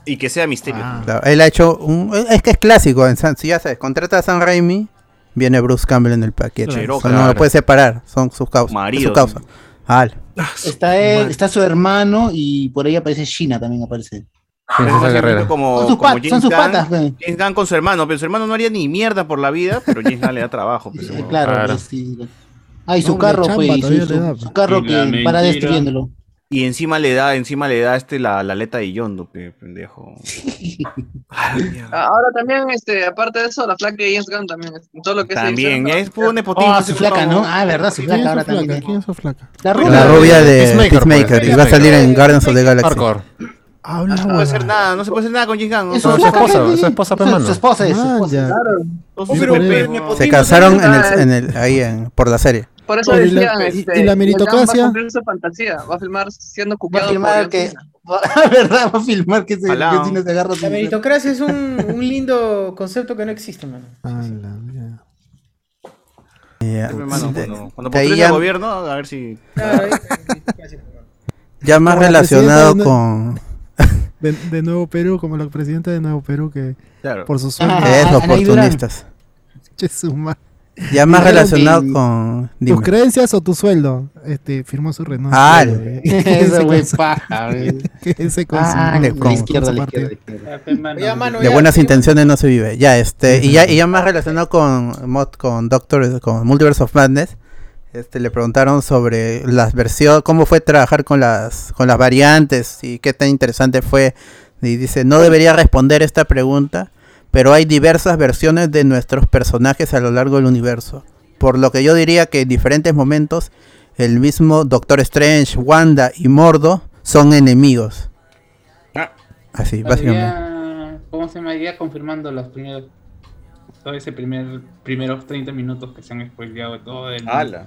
Y que sea misterio.
Claro, él ha hecho un. Es que es clásico. En San- si ya sabes, contrata a Sam Raimi, viene Bruce Campbell en el paquete.
Claro.
O sea, No lo
Claro.
puede separar. Son sus causas.
Marido.
Es su causa. Ah,
Está él, está su hermano y por ahí aparece China también aparece.
Princesa Guerrera.
Como,
Son sus
como
pat- son sus
Gunn.
patas, pe.
James Gunn con su hermano, pero su hermano no haría ni mierda por la vida, pero James Gunn le da trabajo. pues, huevón.
claro, pues, sí. Ah, y su
No,
carro,
la chamba
pues, y su,
todavía le da,
su- su carro
Y
que
la
para
mentira.
destruyéndolo. [laughs]
Y encima le da, encima le da este la, la aleta de Yondo, pe- [laughs] pendejo.
Ah, Ahora también, este, aparte de eso, la flaca de James Gunn también. este, Todo lo que se
También,
hizo,
ya es puro nepotismo.
Ah, su flaca, ¿no? Ah, verdad, su
¿Quién es
flaca
su
ahora
flaca?
también.
¿Quién es su flaca?
La
La rubia de
Peacemaker, pues,
Peacemaker. Y va a
Peacemaker.
salir en Guardians of the Galaxy.
Habla,
No se puede hacer nada, no se puede hacer nada con James Gunn. ¿no?
Es su
No,
flaca,
esposa,
es
su esposa, pe, mano.
Su esposa es su esposa.
Oh, pero, pero,
Ah, Se
nepotismo,
casaron en
¿verdad?
el, en el, ahí en, por la serie.
Por eso
Oye,
decían,
la- y-
este,
y la
James Gunn Va
meritocracia.
a cumplir su fantasía, va a filmar siendo
Va a
cupiado
filmar
por
que.
Yotina.
¿Verdad? Va a filmar que se
Palao.
que si no se agarra.
La meritocracia es un, un lindo concepto que no existe, mano.
Ya,
hermano,
de-
cuando, cuando
de ahí
postule
ya-
el gobierno, a ver si.
Ya más
Como la
relacionado
presidenta
con.
[laughs] De, de Nuevo Perú, como la presidenta de Nuevo Perú, que
Claro.
por sus
Ah,
sueldos.
Es oportunistas.
Che, su ma-
Ya más
Dijeron
relacionado
que
con.
Tus
Dime.
creencias o tu sueldo. Este, firmó su renuncia.
Ah,
[laughs] güey.
el-
Quédense
[laughs] Ese
con
güey
su- [laughs]
paja, güey.
quédense con
Ah,
su-
la
con su
izquierda, la
parte.
Ya, mano,
De
ya,
buenas
sí,
intenciones no se vive. Ya, este. Y ya, y ya más relacionado con mod- con Doctor, con Multiverse of Madness. Este, le preguntaron sobre las versiones, cómo fue trabajar con las, con las variantes y qué tan interesante fue. Y dice, no debería responder esta pregunta, pero hay diversas versiones de nuestros personajes a lo largo del universo. Por lo que yo diría que en diferentes momentos el mismo Doctor Strange, Wanda y Mordo son enemigos. Así, básicamente.
Todavía, ¿Cómo se me iría confirmando los primeros? Todo ese primer, primeros 30 minutos que se han spoileado de todo el.
Ala.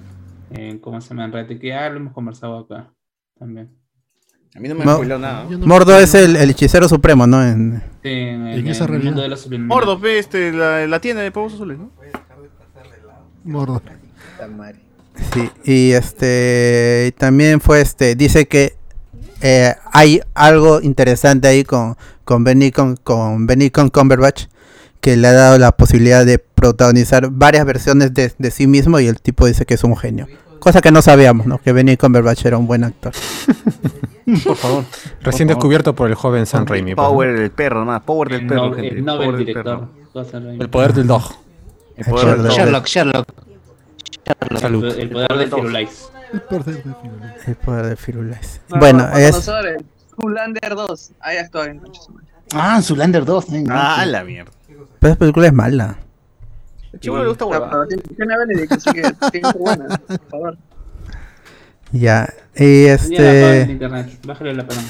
eh, ¿Cómo se me enrede? Que ya lo hemos conversado acá también.
A mí pues no
Mo- Mordo es el, el hechicero supremo, ¿no? En-
Sí, en,
En
en
esa
el
realidad.
mundo de los subliminales.
Mordo, pe, este, la, la tienda de Pabos Azules, ¿no?
Mordo.
sí, y este y también fue este, dice que eh, hay algo interesante ahí con, con Benny con, con Benedict Cumberbatch que le ha dado la posibilidad de protagonizar varias versiones de, de sí mismo y el tipo dice que es un genio. Cosa que no sabíamos, ¿no? Que Benny Cumberbatch era un buen actor.
Por favor.
favor.
Recién descubierto por el joven San Raimi. pues, ¿no?
Power del perro, nada, power del
El
perro,
no-
gente.
el Nobel
power del
director.
perro.
Cosa realmente.
El poder del dog.
El poder del dog.
Sherlock, Sherlock.
Salud.
El poder de Firulais.
El poder de Firulais.
Ah,
No,
bueno,
cuando
es
sobre Zoolander 2, ahí actúa bien. concha su madre.
Ah, Zulander 2.
eh,
Ah, la mierda.
pero esa película es mala.
Chivo le gusta
Ah, pero tiene- Tiene a Benedict, así que tiene que ser buena, por favor.
Ya. Y
Ya la apagan en
este
internet. Bájale la
[laughs]
palabra.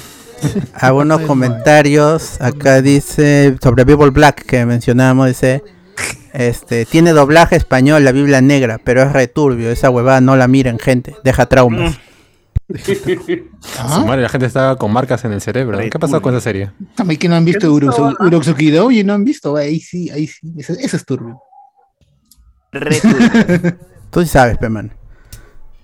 algunos comentarios. Acá dice sobre People Black que mencionamos, dice este tiene doblaje español la Biblia negra, pero es returbio, esa huevada no la miren, gente, deja traumas.
[laughs]
¿Ah?
Su madre, la gente está con marcas en el cerebro. ¿Qué ha pasado con esa serie?
También que no han visto Urotsu- Urotsukido y no han visto. Ahí sí, ahí sí. Eso, eso es turbio.
Tú sí sabes, Peman.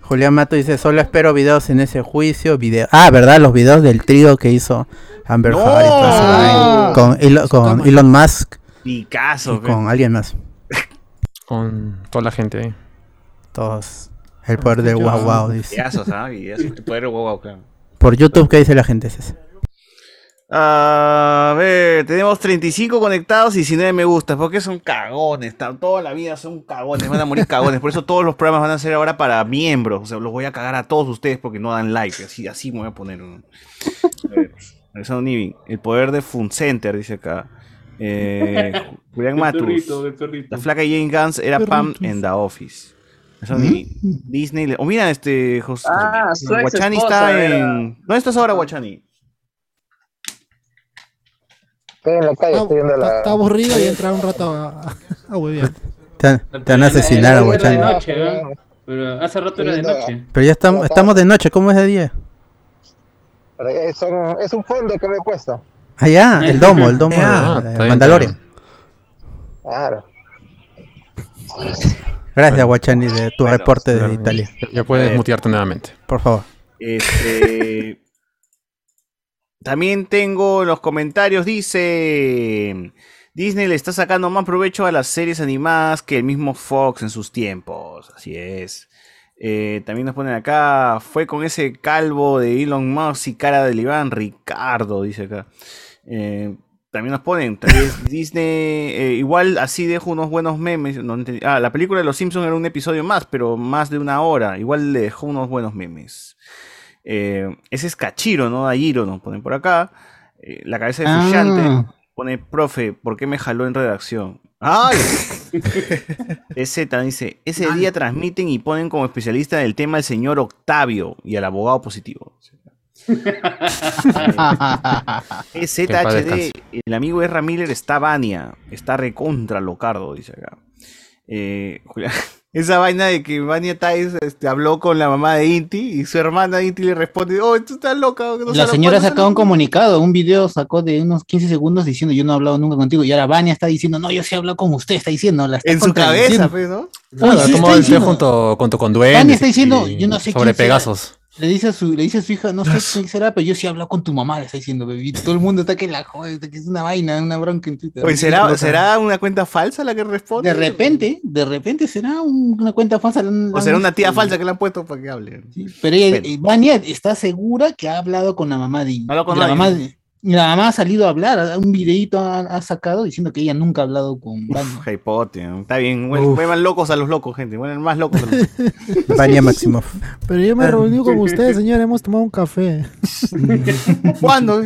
Julián Mato dice, "Solo espero videos en ese juicio, video. Ah, ¿verdad? Los videos del trío que hizo Amber Heard y todo eso,
No.
con, Elon, con Elon Musk
Picasso,
y
pe.
con alguien más.
Con toda la gente ahí.
Todos. El poder de wow wow dice.
Videazos, ah, videazos. El poder de wow, wow, claro.
Por YouTube, ¿qué dice la gente? César?
A ver, tenemos 35 conectados y 19 me gustas. Porque son cagones. ta- Toda la vida son cagones. Van a morir cagones. Por eso todos los programas van a ser ahora para miembros. O sea, los voy a cagar a todos ustedes porque no dan like. Así, así me voy a poner. ¿no? A ver, regresando a Nivin. El poder de Fun Center, dice acá. Eh, Julián
El
Matus.
perrito, el perrito.
La flaca Jane Gans era Pam
Perritos.
en The Office. Regresando a Nivin. Disney. O mira, este. José,
Ah, su ex
Guachani
esposa
está
era-
en. ¿Dónde estás ahora, Guachani?
Estoy en la calle, estoy viendo la.
Está aburrido y entra un rato a, a, a huevear.
Te, te van a asesinar a
Era de
Guachani.
noche, ¿eh? Pero hace rato era de noche.
Pero ya estamos, estamos de noche, ¿cómo es de día?
Pero Es un, es un fondo que me he puesto.
Allá, Ah, el domo, el domo de-
Ah,
de
está bien,
Mandalorian.
Claro.
Gracias, Guachani, de tu reporte de
claro.
Italia.
Ya puedes mutearte nuevamente.
Por favor.
Este, también tengo en los comentarios, dice... Disney le está sacando más provecho a las series animadas que el mismo Fox en sus tiempos. Así es. Eh, también nos ponen acá, fue con ese calvo de Elon Musk y cara del Iván Ricardo, dice acá. Eh, también nos ponen, tal vez [laughs] Disney, eh, igual así dejo unos buenos memes. no entendí- ah, la película de Los Simpsons era un episodio más, pero más de una hora. Igual le dejó unos buenos memes. Eh, ese es Cachiro, ¿no? Dayiro nos ponen por acá. Eh, la cabeza de
Ah.
Fushante pone, profe, ¿por qué me jaló en redacción? ¡Ay! Z dice, ese día transmiten y ponen como especialista del tema al señor Octavio y al abogado positivo.
Ah, Que en
ZHD,
paz descanse.
el amigo Erra Miller está Bania, está recontra Locardo, dice acá. Eh, Julián, [laughs] esa vaina de que Bania Tais este, habló con la mamá de Inti y su hermana Inti le responde, oh, tú estás loca. no se
La
lo-
señora
no se
sacó
lo-
un comunicado, un video sacó de unos 15 segundos diciendo yo no he hablado nunca contigo y ahora Vania está diciendo no, yo sí he hablado con usted, está diciendo la está
En su cabeza,
contradiciendo.
pues, ¿no?
Uy, sí
¿Cómo
está
el
diciendo.
junto, junto con
Vania
duendes?
está
y-
diciendo
y
yo no sé
Sobre
quién será".
Pegasos.
Le dice a su, le dice a su hija, no sé quién será, pero yo sí he hablado con tu mamá, le está diciendo, baby. Y Todo el mundo está que la jode, que es una vaina, una bronca en Twitter.
Oye, ¿será,
Loca.
¿será una cuenta falsa la que responde?
De repente, de repente será un- una cuenta falsa.
¿O será una tía falsa que le han puesto para que hable?
Pero ella, eh, Vania está segura que ha hablado con la mamá de
Habló con
y la
nadie.
mamá de- y la mamá ha salido a hablar, ha- un videito ha, ha sacado diciendo que ella nunca ha hablado con Vania.
Uf, hipote, ¿no? está bien, vuel- vuelvan locos a los locos, gente, vuelvan más locos a los
[laughs]
locos.
Vania Maximoff.
Pero
Ah.
yo me reuní con ustedes, señor, hemos tomado un café.
[laughs]
[laughs]
¿Cuándo?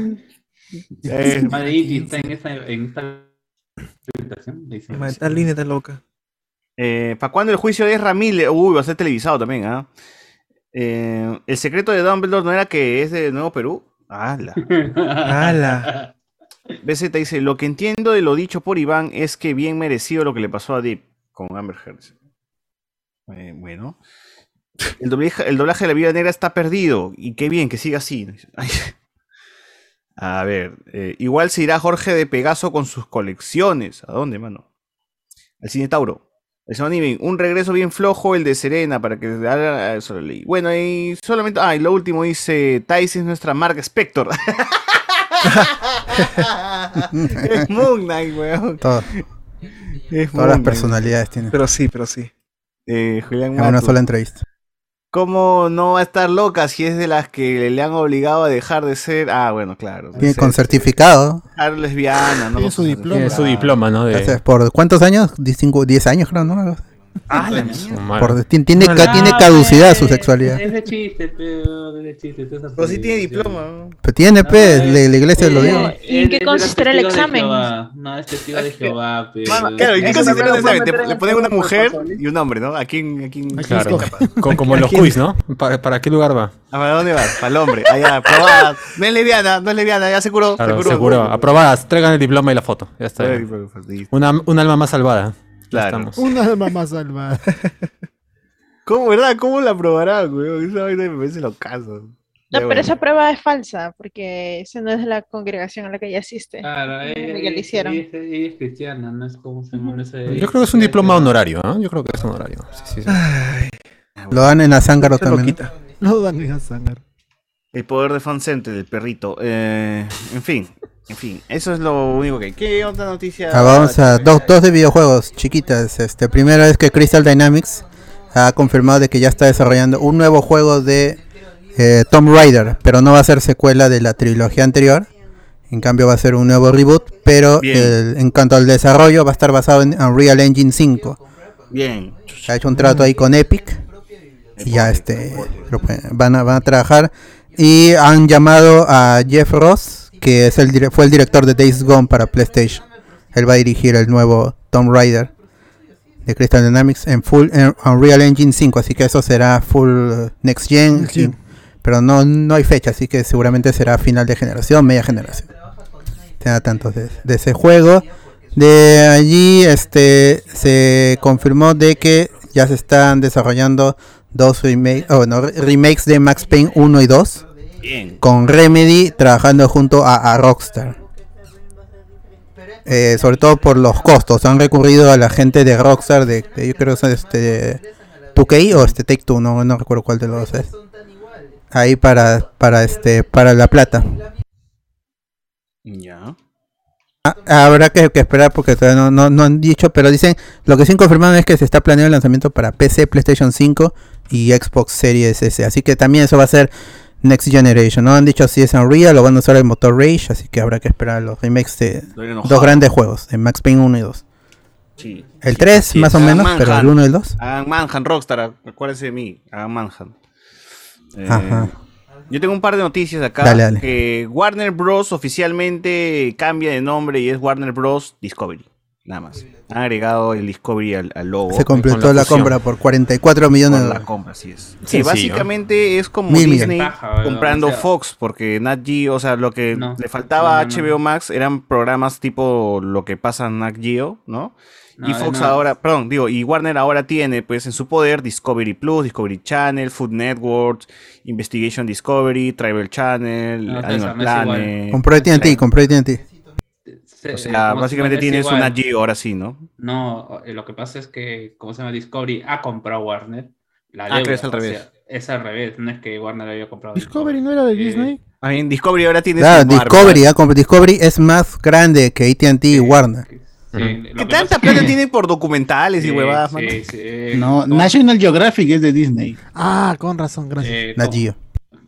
Eh,
Madre, y está en esta, en esta presentación, le dicen.
Esta línea está loca.
¿Para Eh, cuándo el juicio de Ezra Miller? Uy, va a ser televisado también, ¿ah? Eh, el secreto de Dumbledore no era que es de Nuevo Perú. ¡Hala!
¡Hala!
BZ dice: Lo que entiendo de lo dicho por Iván es que bien merecido lo que le pasó a Deep con Amber Heard. Eh, bueno. El doblaje, el doblaje de la vida negra está perdido. Y qué bien que siga así. Ay. A ver, eh, igual se irá Jorge de Pegaso con sus colecciones. ¿A dónde, mano? Al cine Tauro. El señor Niven, un regreso bien flojo, el de Serena, para que ah, eso lo leí. Bueno, y solamente. Ah, y lo último dice: Tyson es nuestra marca Spector. [laughs] es Moon Knight, weón.
Mm. Todo-
Es Moon
todas las
Knight.
personalidades tienen.
Pero sí, pero sí.
Eh, Julián
En una
Matus.
sola entrevista.
¿Cómo no va a estar loca si es de las que le han obligado a dejar de ser? Ah, bueno, claro. de
Tiene
ser-
con certificado.
Dejar lesbiana, ¿no?
Tiene su diploma.
Tiene su diploma, ¿no? De-
Entonces, ¿Por cuántos años? 10 años, creo, ¿no? Algo así.
Ah,
Por- ti- tiene, ca-
Ah,
tiene
pues,
caducidad
eh,
su sexualidad.
Es de chiste, pero es de chiste.
Pero sí tiene diploma.
Pero tiene, pues,
eh,
la, la iglesia lo dio.
¿Y
en qué consistirá el examen?
No, es testigo de Jehová, pero...
Claro, ¿y qué
Eso
cosa
también lo
saben?
pueden
Te-
meter
Le
en
ponen
el
una
juego de ¿eh?
mujer
Pasolini.
y un hombre, ¿no? ¿A quién? A quién
Claro.
escoge?
[laughs] Co- Como
¿A
los
quién?
quiz, ¿no? ¿Para, para qué lugar va?
¿A dónde vas? Ah, Para el hombre. Allá, aprobada. No es lesbiana, no es lesbiana, ya se curó.
Claro,
se curó.
seguro. Aprobadas, traigan el diploma y la foto. Ya está.
Traigan el diploma, listo.
Una, un alma más salvada. Ya
Claro.
estamos.
Un alma más salvada.
¿Cómo, verdad? ¿Cómo la aprobará, güey? Esa vaina me parece locazo.
No,
Ya,
pero
bueno.
esa prueba es falsa, porque esa no es de la congregación a la que ella asiste.
Claro, eh,
Es
ella,
la que le
ella-
hicieron.
ella es- ella es cristiana, no es como se llama ese-
Yo creo que es un diploma honorario, ¿no? Yo creo que es honorario. Sí, sí, sí.
Lo dan en Azángaro
Esa
también.
loquita.
No dan ni a sangre.
El poder de fan center del perrito. Eh, en fin, en fin. Eso es lo único que hay. ¿Qué otra noticia?
Ah, vamos a dos, dos de videojuegos chiquitas. Este, primero es que Crystal Dynamics ha confirmado de que ya está desarrollando un nuevo juego de eh, Tomb Raider, pero no va a ser secuela de la trilogía anterior. En cambio va a ser un nuevo reboot, pero
Bien.
el- en cuanto al desarrollo va a estar basado en Unreal Engine 5.
Bien.
Ha hecho un trato ahí con Epic y ya este lo pueden- van a, van a trabajar y han llamado a Jeff Ross, que es el dire- fue el director de Days Gone para PlayStation. Él va a dirigir el nuevo Tomb Raider de Crystal Dynamics en full en Unreal Engine 5, así que eso será full eh, next gen, y- pero no no hay fecha, así que seguramente será final de generación, media generación. Tenga tantos de, de ese juego. De allí este se confirmó de que ya se están desarrollando dos remake- oh, no, re- remakes de Max Payne 1 y 2
Bien.
con Remedy trabajando junto a, a Rockstar. Eh, sobre todo por los costos, han recurrido a la gente de Rockstar de, de- yo creo que son este 2K o este Take Two, no, no recuerdo cuál de los dos es. Ahí para para este para la plata.
Ya.
Ah, Habrá que, que esperar porque todavía no, no, no han dicho, pero dicen, lo que sí han confirmado es que se está planeando el lanzamiento para PC, PlayStation 5 y Xbox Series S. Así que también eso va a ser Next Generation. No han dicho si es Unreal o van a usar el motor Rage, así que habrá que esperar los remakes de
Estoy enojado.
dos grandes juegos, de Max Payne 1 y 2.
Sí.
El 3
Sí,
más o
hagan
menos, pero el
Manhunt.
1 y el 2.
Ah, Hagan Manhunt, Rockstar, acuérdense de mí. Hagan Manhunt. ah, Eh,
Ajá.
Yo tengo un par de noticias acá.
Dale, dale.
Que Warner Bros. oficialmente cambia de nombre y es Warner Bros. Discovery. Nada más. Han agregado el Discovery al, al logo.
Se completó
Oh, Con
la,
fusión.
compra por 44 millones de
Por la
dólares.
compra, así es.
Sencillo.
Que básicamente es como
Mil
Disney
millones. Paja, ¿verdad?
comprando
O sea-
Fox, porque Nat Geo, o sea, lo que le faltaba a HBO Max eran programas tipo lo que pasa en Nat Geo, ¿no?
No,
y
de
Fox
nada.
ahora, perdón, digo, y Warner ahora tiene pues en su poder Discovery Plus, Discovery Channel, Food Network, Investigation Discovery, Tribal Channel,
No,
Animal
me es igual.
Planet.
Compró AT&T, compró AT&T.
O sea, básicamente tienes
una
una Geo ahora sí, ¿no?
No, eh, lo que pasa es que, como se llama Discovery, ha comprado Warner. La
Ah,
deuda,
que es al
o sea,
revés.
es al revés, no es que Warner haya comprado.
Discovery no era de Disney.
A mí, Discovery ahora tiene
Claro,
su Marvel.
Discovery, ah, compra- Discovery es más grande que AT&T y Warner.
¿Qué tanta plata tiene por documentales y huevadas, mano? eh,
No, National Geographic es de Disney.
Ah, con razón, gracias.
Eh,
Nat
¿cómo-
Geo.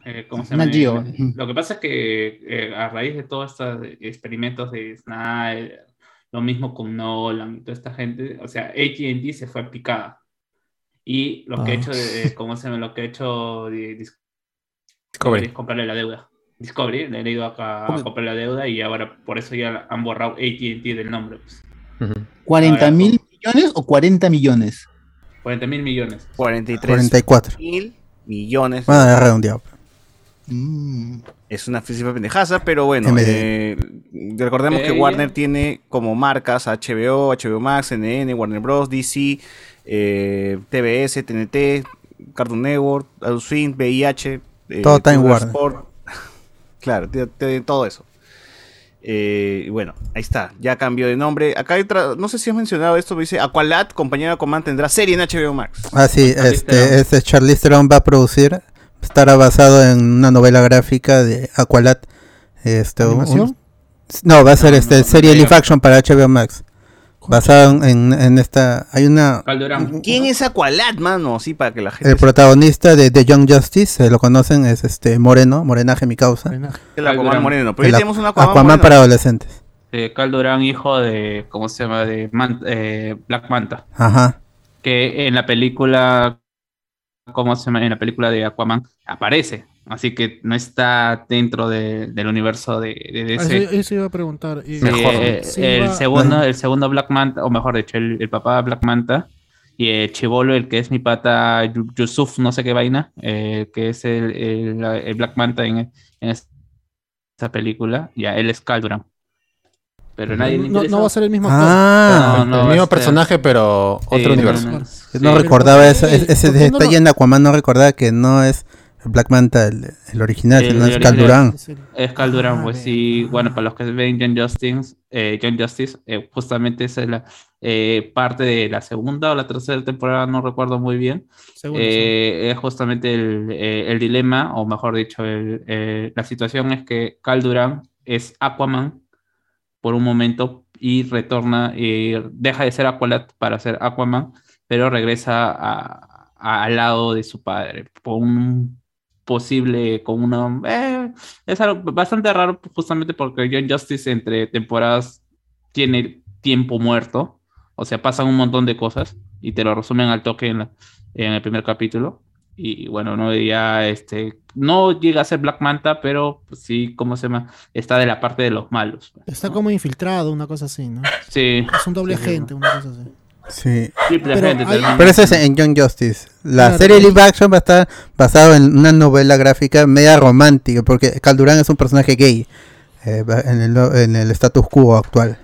eh, ¿cómo se llama?
Nat Geo.
Lo que pasa es que eh, a raíz de todos estos experimentos de Snyder, lo mismo con Nolan y toda esta gente, o sea, AT&T se fue picada. Y lo que
Ah.
ha hecho, de- eh, ¿cómo se llama? Lo que ha hecho de- de-
Discovery.
es comprarle la deuda. Discovery le han ido acá a
Ok.
comprar la deuda y ahora por eso ya han borrado AT&T del nombre. pues.
40 mil millones o 40 millones.
40 mil millones.
43
44.
mil millones.
Bueno, es redondeado.
Es una física pendejaza, pero bueno,
En vez
eh, recordemos que
Ella.
Warner tiene como marcas HBO, HBO Max, NN, Warner Bros., DC, eh, TBS, TNT, Cartoon Network, Adult Swim, VIH. eh,
Todo está en
Turner
Warner.
Sport. [laughs] claro, tiene- tiene todo eso. Eh, y bueno, ahí está, ya cambió de nombre. Acá hay otra, no sé si has mencionado esto, pero dice Aqualad, compañera de Command, tendrá serie en HBO Max.
Ah, sí, este, este Charlize Theron va a producir, estará basado en una novela gráfica de Aqualad. Este, un-
¿Animación?
no, va a ser este serie
no,
live action para HBO Max. Basado en, en esta, hay una,
¿Quién es Aqualad, mano? Sí, para que la gente
el protagonista de The Young Justice, eh, lo conocen, es este Moreno, Morenaje mi causa.
El Aquaman Moreno. Pero
El
ya
Aqu-
tenemos un Aquaman,
Aquaman, para adolescentes.
Eh, Cal Durán, hijo de, ¿cómo se llama? De Man- eh, Black Manta.
Ajá.
Que en la película, ¿cómo se llama? En la película de Aquaman aparece. Así que no está dentro de- del universo de, de
Ah,
DC.
Eso, eso iba a preguntar. Y-
Sí, eh,
Sí,
el,
iba-
segundo, el segundo Black Manta, o mejor dicho, el, el papá Black Manta. Y el chivolo, el que es mi pata Yu- Yusuf, no sé qué vaina, eh, que es el, el- el Black Manta en, en esa película. Ya, él es Cal Durán. Pero nadie le
No,
interesa.
no va a ser el mismo
Ah,
No, no,
el mismo
este-
personaje, pero
Sí,
otro
no,
universo.
no, no.
Yo no
Sí.
recordaba eso, es- ese
¿por qué no lo-
detalle en Aquaman no recordaba que no es Black Manta el, el original,
El-
sino
el
es
original.
Cal Durán.
Es Cal
Ah,
Durán, pues sí. Bueno, para los que ven John Justice, eh, John Justice eh, justamente esa es la eh, parte de la segunda o la tercera temporada, no recuerdo muy bien.
Segunda,
Eh, Es justamente el, eh, el dilema, o mejor dicho, el- eh, la situación es que Cal Durán es Aquaman por un momento y retorna y deja de ser Aqualad para ser Aquaman, pero regresa a- a- al lado de su padre por un posible con una eh, es algo bastante raro justamente porque John Justice entre temporadas tiene tiempo muerto o sea pasan un montón de cosas y te lo resumen al toque en, la- en el primer capítulo y bueno no ya este no llega a ser Black Manta pero pues, sí cómo se llama está de la parte de los malos
Está como infiltrado, una cosa así, ¿no?
sí
Es un doble
Sí, sí,
agente, una cosa así.
Sí.
Triple
Pero
agente
hay-
también.
Pero eso es en Young Justice. La
Claro.
serie live action va a estar basado en una novela gráfica media romántica, porque Cal Durán es un personaje gay eh, va- en, el, no- en el status quo actual.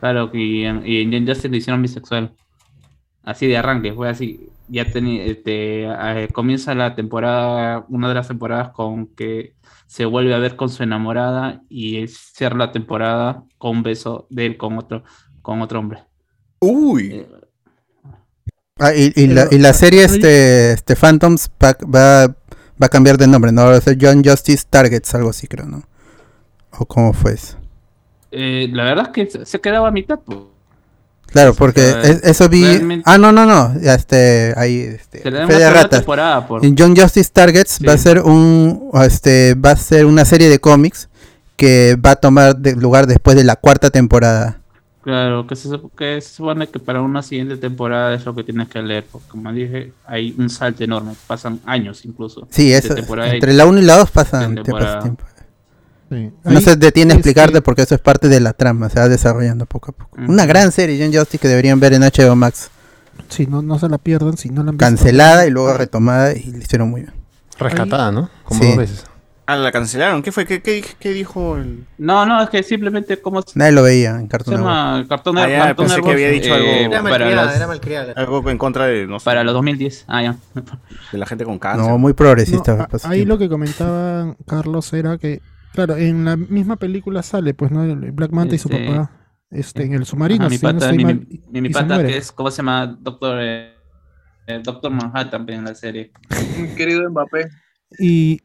Claro, y en, y en Young Justice lo hicieron bisexual. Así de arranque, fue así. Ya tenía, este, eh, comienza la temporada, una de las temporadas con que se vuelve a ver con su enamorada y él cierra la temporada con un beso de él con otro, con otro hombre.
Uy.
Ah, y, y la, y la serie este, este Phantoms va, va, va a cambiar de nombre, ¿no? Ahora va a ser Young Justice Targets, algo así creo, ¿no? ¿O cómo fue eso?
Eh, la verdad es que se- se quedaba a mitad. pues.
Claro, porque
sea,
es- eso vi.
realmente-
Ah, no, no, no. Este, ahí, este,
Se le da
Fe
una
de
segunda
ratas.
temporada por-
En Young Justice Targets va a ser un, este, va a ser una serie de cómics que va a tomar de lugar después de la cuarta temporada.
Claro, que se, sup- que se supone que para una siguiente temporada es lo que tienes que leer, porque como dije, hay un salto enorme, pasan años incluso.
Sí,
de
eso,
temporada
entre
y-
la 1 y la 2
de
pasan te
temporada.
pasa tiempo.
Sí.
No
Ahí,
se detiene a
este,
explicarte porque eso es parte de la trama, se va desarrollando poco a poco.
Ujú.
Una gran serie, John Justice, que deberían ver en HBO Max.
Si no, no se la pierdan, si no la han visto.
Cancelada y luego retomada y le hicieron muy bien.
Rescatada, ¿no?
Como Sí. dos veces.
Ah, la cancelaron. ¿Qué fue? ¿Qué, qué, qué dijo el.?
No, no, es que simplemente como...
Nadie lo veía en Cartoon
Se
Network.
llama Cartoon
Ah, ya,
Cartoon
pensé que
Network,
había dicho
eh,
algo.
para las-
Algo en contra de. No
Para los 2010. Ah, ya.
De la gente con cáncer.
No, muy progresista.
No, ah, a-
pues,
ahí lo que comentaba Carlos era que, claro, en la misma película sale, pues, ¿no? El Black Manta y su
Este,
papá este, en el submarino.
Ajá, mi
si no
pata,
estoy
mi,
mal,
mi-
y-
mi
y se
pata
muere.
que es, ¿cómo se llama? Doctor, eh, eh, Doctor Manhattan pues, en la serie.
Mi [laughs] querido Mbappé.
Y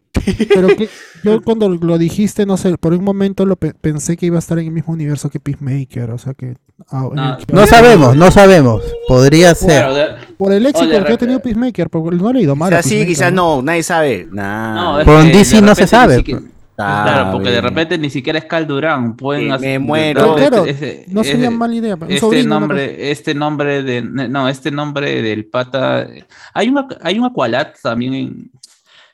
pero que- yo cuando lo dijiste, no sé, por un momento lo pe- pensé que iba a estar en el mismo universo que Peacemaker, o sea que ah, en el-
No sabemos, no sabemos. Podría ser.
por el éxito
Oye,
que ha tenido Peacemaker, porque no le ha ido mal. a
Quizás sí,
Peacemaker,
quizás no. Nadie sabe. Nah.
No, es
Por
que
un
de
DC no se
repente ni
sabe,
siquiera-
pues.
Claro, porque de
Sabe.
repente ni siquiera es pues, Cal Durán. Pueden
me
hacer-
muero.
Este-
Claro,
este-
no sería
este-
mala idea, un
Este
sobrino, una
nombre, este nombre de. No, este nombre del pata. Hay un, hay un Aqualad también en.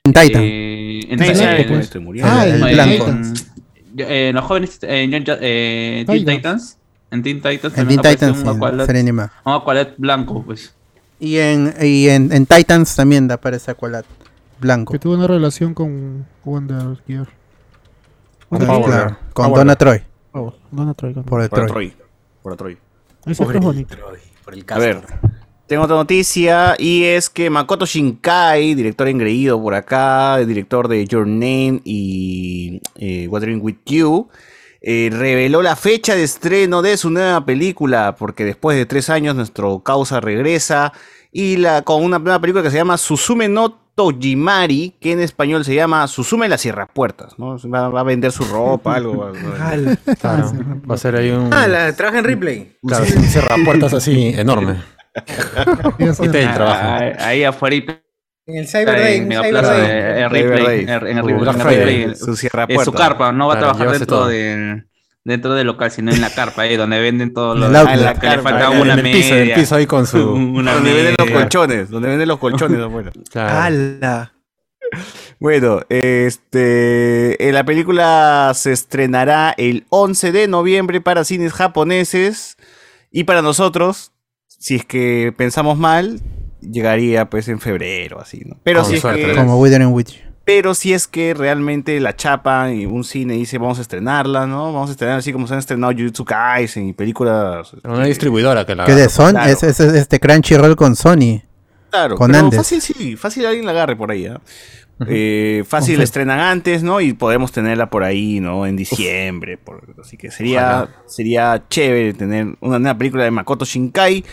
En Titan.
eh, en
Titan,
Titan,
pues.
eh,
muriendo. Ah, el
en-
blanco.
en- en los jóvenes. En John- eh, Teen
Titans.
Titans. En Teen Titans.
En
también
Teen
aparece
Titans,
un
sí,
Aqualad-
serie animada.
Un Aqualad blanco, pues.
Y en, y en, en Titans también aparece Aqualad blanco.
Que tuvo una relación con Wonder Gear.
Con,
Wonder Gear.
claro, con
Ah, bueno.
Donna Troy.
Oh, Donna Troy. con-
Por el
Por
Troy.
el Troy. Por el Troy.
Ese
Por
es
el
bonito.
A ver, tengo otra noticia y es que Makoto Shinkai, director engreído por acá, director de Your Name y eh, Watering With You, eh, reveló la fecha de estreno de su nueva película, porque después de tres años nuestro causa regresa y la, con una nueva película que se llama Susume no Tojimari, que en español se llama Susume las Sierra Puertas, ¿no? Va, va a vender su ropa, algo.
Ala.
[laughs]
Claro, [laughs] va a ser ahí un.
Ah, la traje en
[laughs]
Ripley.
Claro, un cerrapuertas así enorme. Este
Pues,
es el trabajo.
Ahí, ahí afuera.
En el Cyber Day, en el
Mega
Cyber
Plaza,
Day.
eh, en
Cyber
Ripley,
Day.
en- en
Su
Ripley,
Black
en
Friday,
Ripley.
su cierra
Es su
puerta.
carpa, no va a
Claro,
trabajar
llévese
dentro
todo.
del dentro del local, sino en la carpa, ahí donde venden todos
En
los
el
Ah,
outlet.
en la
En
que
la
le
carpa,
faltaba
en
una
el piso, en el
media.
piso ahí con su-
[laughs] una
donde venden los
media.
colchones, donde venden
[laughs]
los colchones, abuelo.
Ala.
Bueno, este, eh, la película se estrenará el 11 de noviembre para cines japoneses y para nosotros, si es que pensamos mal, llegaría pues en febrero, así, ¿no? Pero,
Con
si es,
suerte,
que,
Como Withering With You.
pero si es que realmente la chapa y un cine dice vamos a estrenarla, ¿no? Vamos a estrenar así como se han estrenado Jujutsu Kaisen y películas... este,
Una distribuidora
Ah,
que la.
Que de
agarra,
Son,
pues.
es, es- es este Crunchyroll con Sony.
Claro,
con
pero
Andes.
fácil sí, fácil alguien la agarre por ahí, ¿ah? Eh, fácil
Ojalá.
la estrenan antes, ¿no? Y podemos tenerla por ahí, ¿no? En diciembre. por- así que sería, sería chévere tener una nueva película de Makoto Shinkai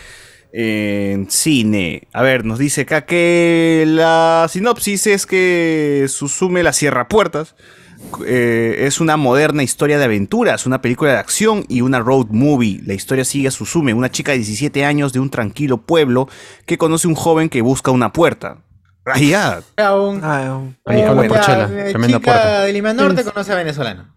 en cine. A ver, nos dice acá que la sinopsis es que Susume la Sierra Puertas. eh, es una moderna historia de aventuras, una película de acción y una road movie. La historia sigue a Susume, una chica de 17 años de un tranquilo pueblo que conoce a un joven que busca una puerta. Ahí ya,
Era un-
Ah,
Ahí
una
con la Porchela,
eh,
tremenda
chica
puerta.
de Lima Norte conoce a venezolano.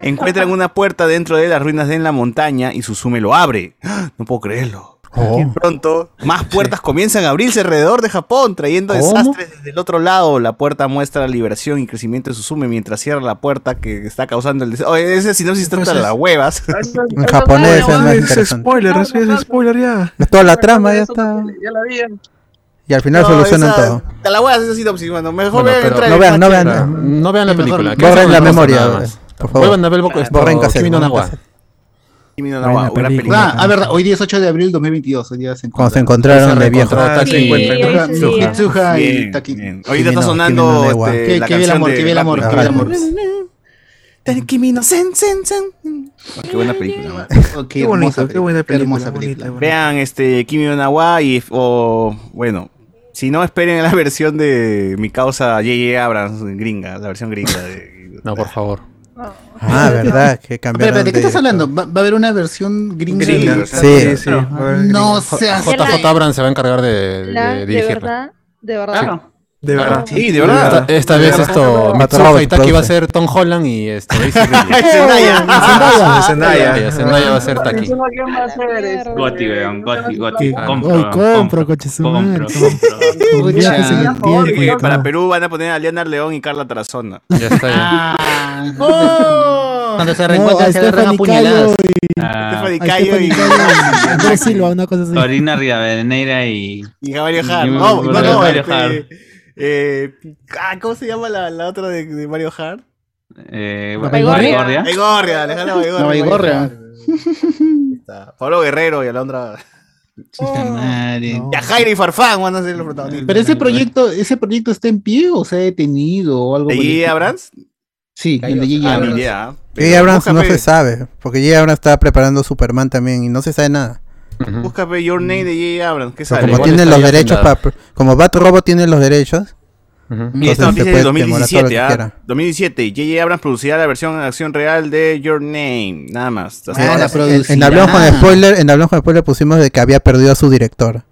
Encuentran una puerta dentro de las ruinas de en la montaña y Susume lo abre. ¡Ah! No puedo creerlo.
Oh.
Y pronto, más puertas comienzan a abrirse alrededor de Japón, trayendo
¿Cómo?
desastres desde el otro lado. La puerta muestra la liberación y crecimiento de Susume mientras cierra la puerta que está causando el desastre. Oye, ese sinopsis está hasta
Entonces-
las
[laughs]
huevas.
En japonés es más
Es
interesante.
spoiler, eso ya es spoiler ya.
Es toda la trama, ya está.
Ya la vi.
Y al final
No,
solucionan
esa-
todo.
Hasta las huevas esa sinopsis, mano. Mejor
Bueno,
vean
pero-
el trailer,
no vean, no
macho.
vean.
Claro, No vean la
Mejor
película. que
borren
eso no
la
pasa
memoria, pues,
nada más.
por favor.
Vuelvan a ver
Claro.
esto,
Borren cassette,
Kimi no
borren
Nawa.
cassette.
Kimi no
Buena
Nawa, gran
película.
película.
Ah, a ver, hoy 18 de abril de 2022. Hoy día se
Cuando se
Se
encontraron de
reencontró,
viejo.
Taki
Sí,
encuentra-
sí,
Mitsuha-
sí.
Mitsuha y
Bien,
Taki.
bien. Ahorita está
Kimi no-
sonando
Kimi no
este, la
Nawa. Que- que vive el
canción
amor,
de
que vive el amor, que vive el amor.
Kimi no sen, sen, sen. Ah, Qué buena película. man.
Oh,
Qué
Qué
bonito,
hermosa
qué buena
película. Qué hermosa
película,
película.
Vean este Kimi no Nawa y o bueno, si no esperen la [laughs] versión de mi causa J.J. Abrams gringa, la versión gringa de
No, por favor.
Ah, verdad, que
Espera, espera,
cambiaron
¿de qué estás
de...
hablando? ¿Va, va a haber una versión gringa?
Gringa,
de-
sí. Sí, sí,
Ah,
va a haber
No
gringa.
seas...
JJ Abrams se va a encargar de, de
La- de
pues.
dirigirla.
Ah,
Ah,
verdad, de verdad.
De verdad.
Sí, de
[laughs]
verdad. Esta, esta
De
vez
verdad.
esto,
Matt
Mitsuha
Roberts
Itaki va a
produce.
ser Tom Holland y este, Daisy Ridley.
[laughs] Zendaya, Zendaya.
Zendaya, Zendaya va a ser Taki.
Encima, ¿quién va a ser? Este,
Goti, weón. Goti, Goti.
Ah,
Compro.
hoy
weón.
compro, coche su madre. [laughs]
Ya,
Pucha, que se me
por favor,
entiende,
que
¿no?
para Perú van a poner a Liana León y Carla Tarazona.
Ya está
Cuando se
No,
reencuentran,
a
se agarran a
Stephanie Cayo
puñaladas.
y-
Ah,
a Stephanie Cayo y Andrés Silva, una cosa así.
Corina Rivadeneira y.
Y Gabriel Hart.
y-
No, no, no,
Gabriel
este, [laughs]
Hart.
eh, ah, ¿Cómo se llama la, la otra de, de Mario Hart?
Eh,
Baigorria.
Baigorria.
Baigorria, Alejandra Baigorria.
No, Baigorria.
Pablo Guerrero y Alondra.
Puta madre.
Y a Jairo y Farfán van a ser los protagonistas.
Oh. Pero ese proyecto, ese proyecto está en pie o se ha detenido o algo.
¿De
por el
J.J.
estilo?
Abrams?
Sí, el de J.J.
Ah,
Abrams.
ya.
J. Abrams no
búscame.
se sabe, porque J. Abrams está preparando Superman también y no se sabe nada.
Búscame Your Name de J.J. Abrams. ¿Qué
Pero
sale?
como tiene los derechos para, como Bat Robo tiene los derechos,
Y
entonces
esta noticia
se
es de
puede demorar todo lo
2017,
que
¿ah?
quiera.
2017. J.J. Abrams producirá la versión en acción real de Your Name. Nada más. Hasta
Eh,
ahora.
en, en hablamos con spoiler, en hablamos con spoiler pusimos de que había perdido a su director.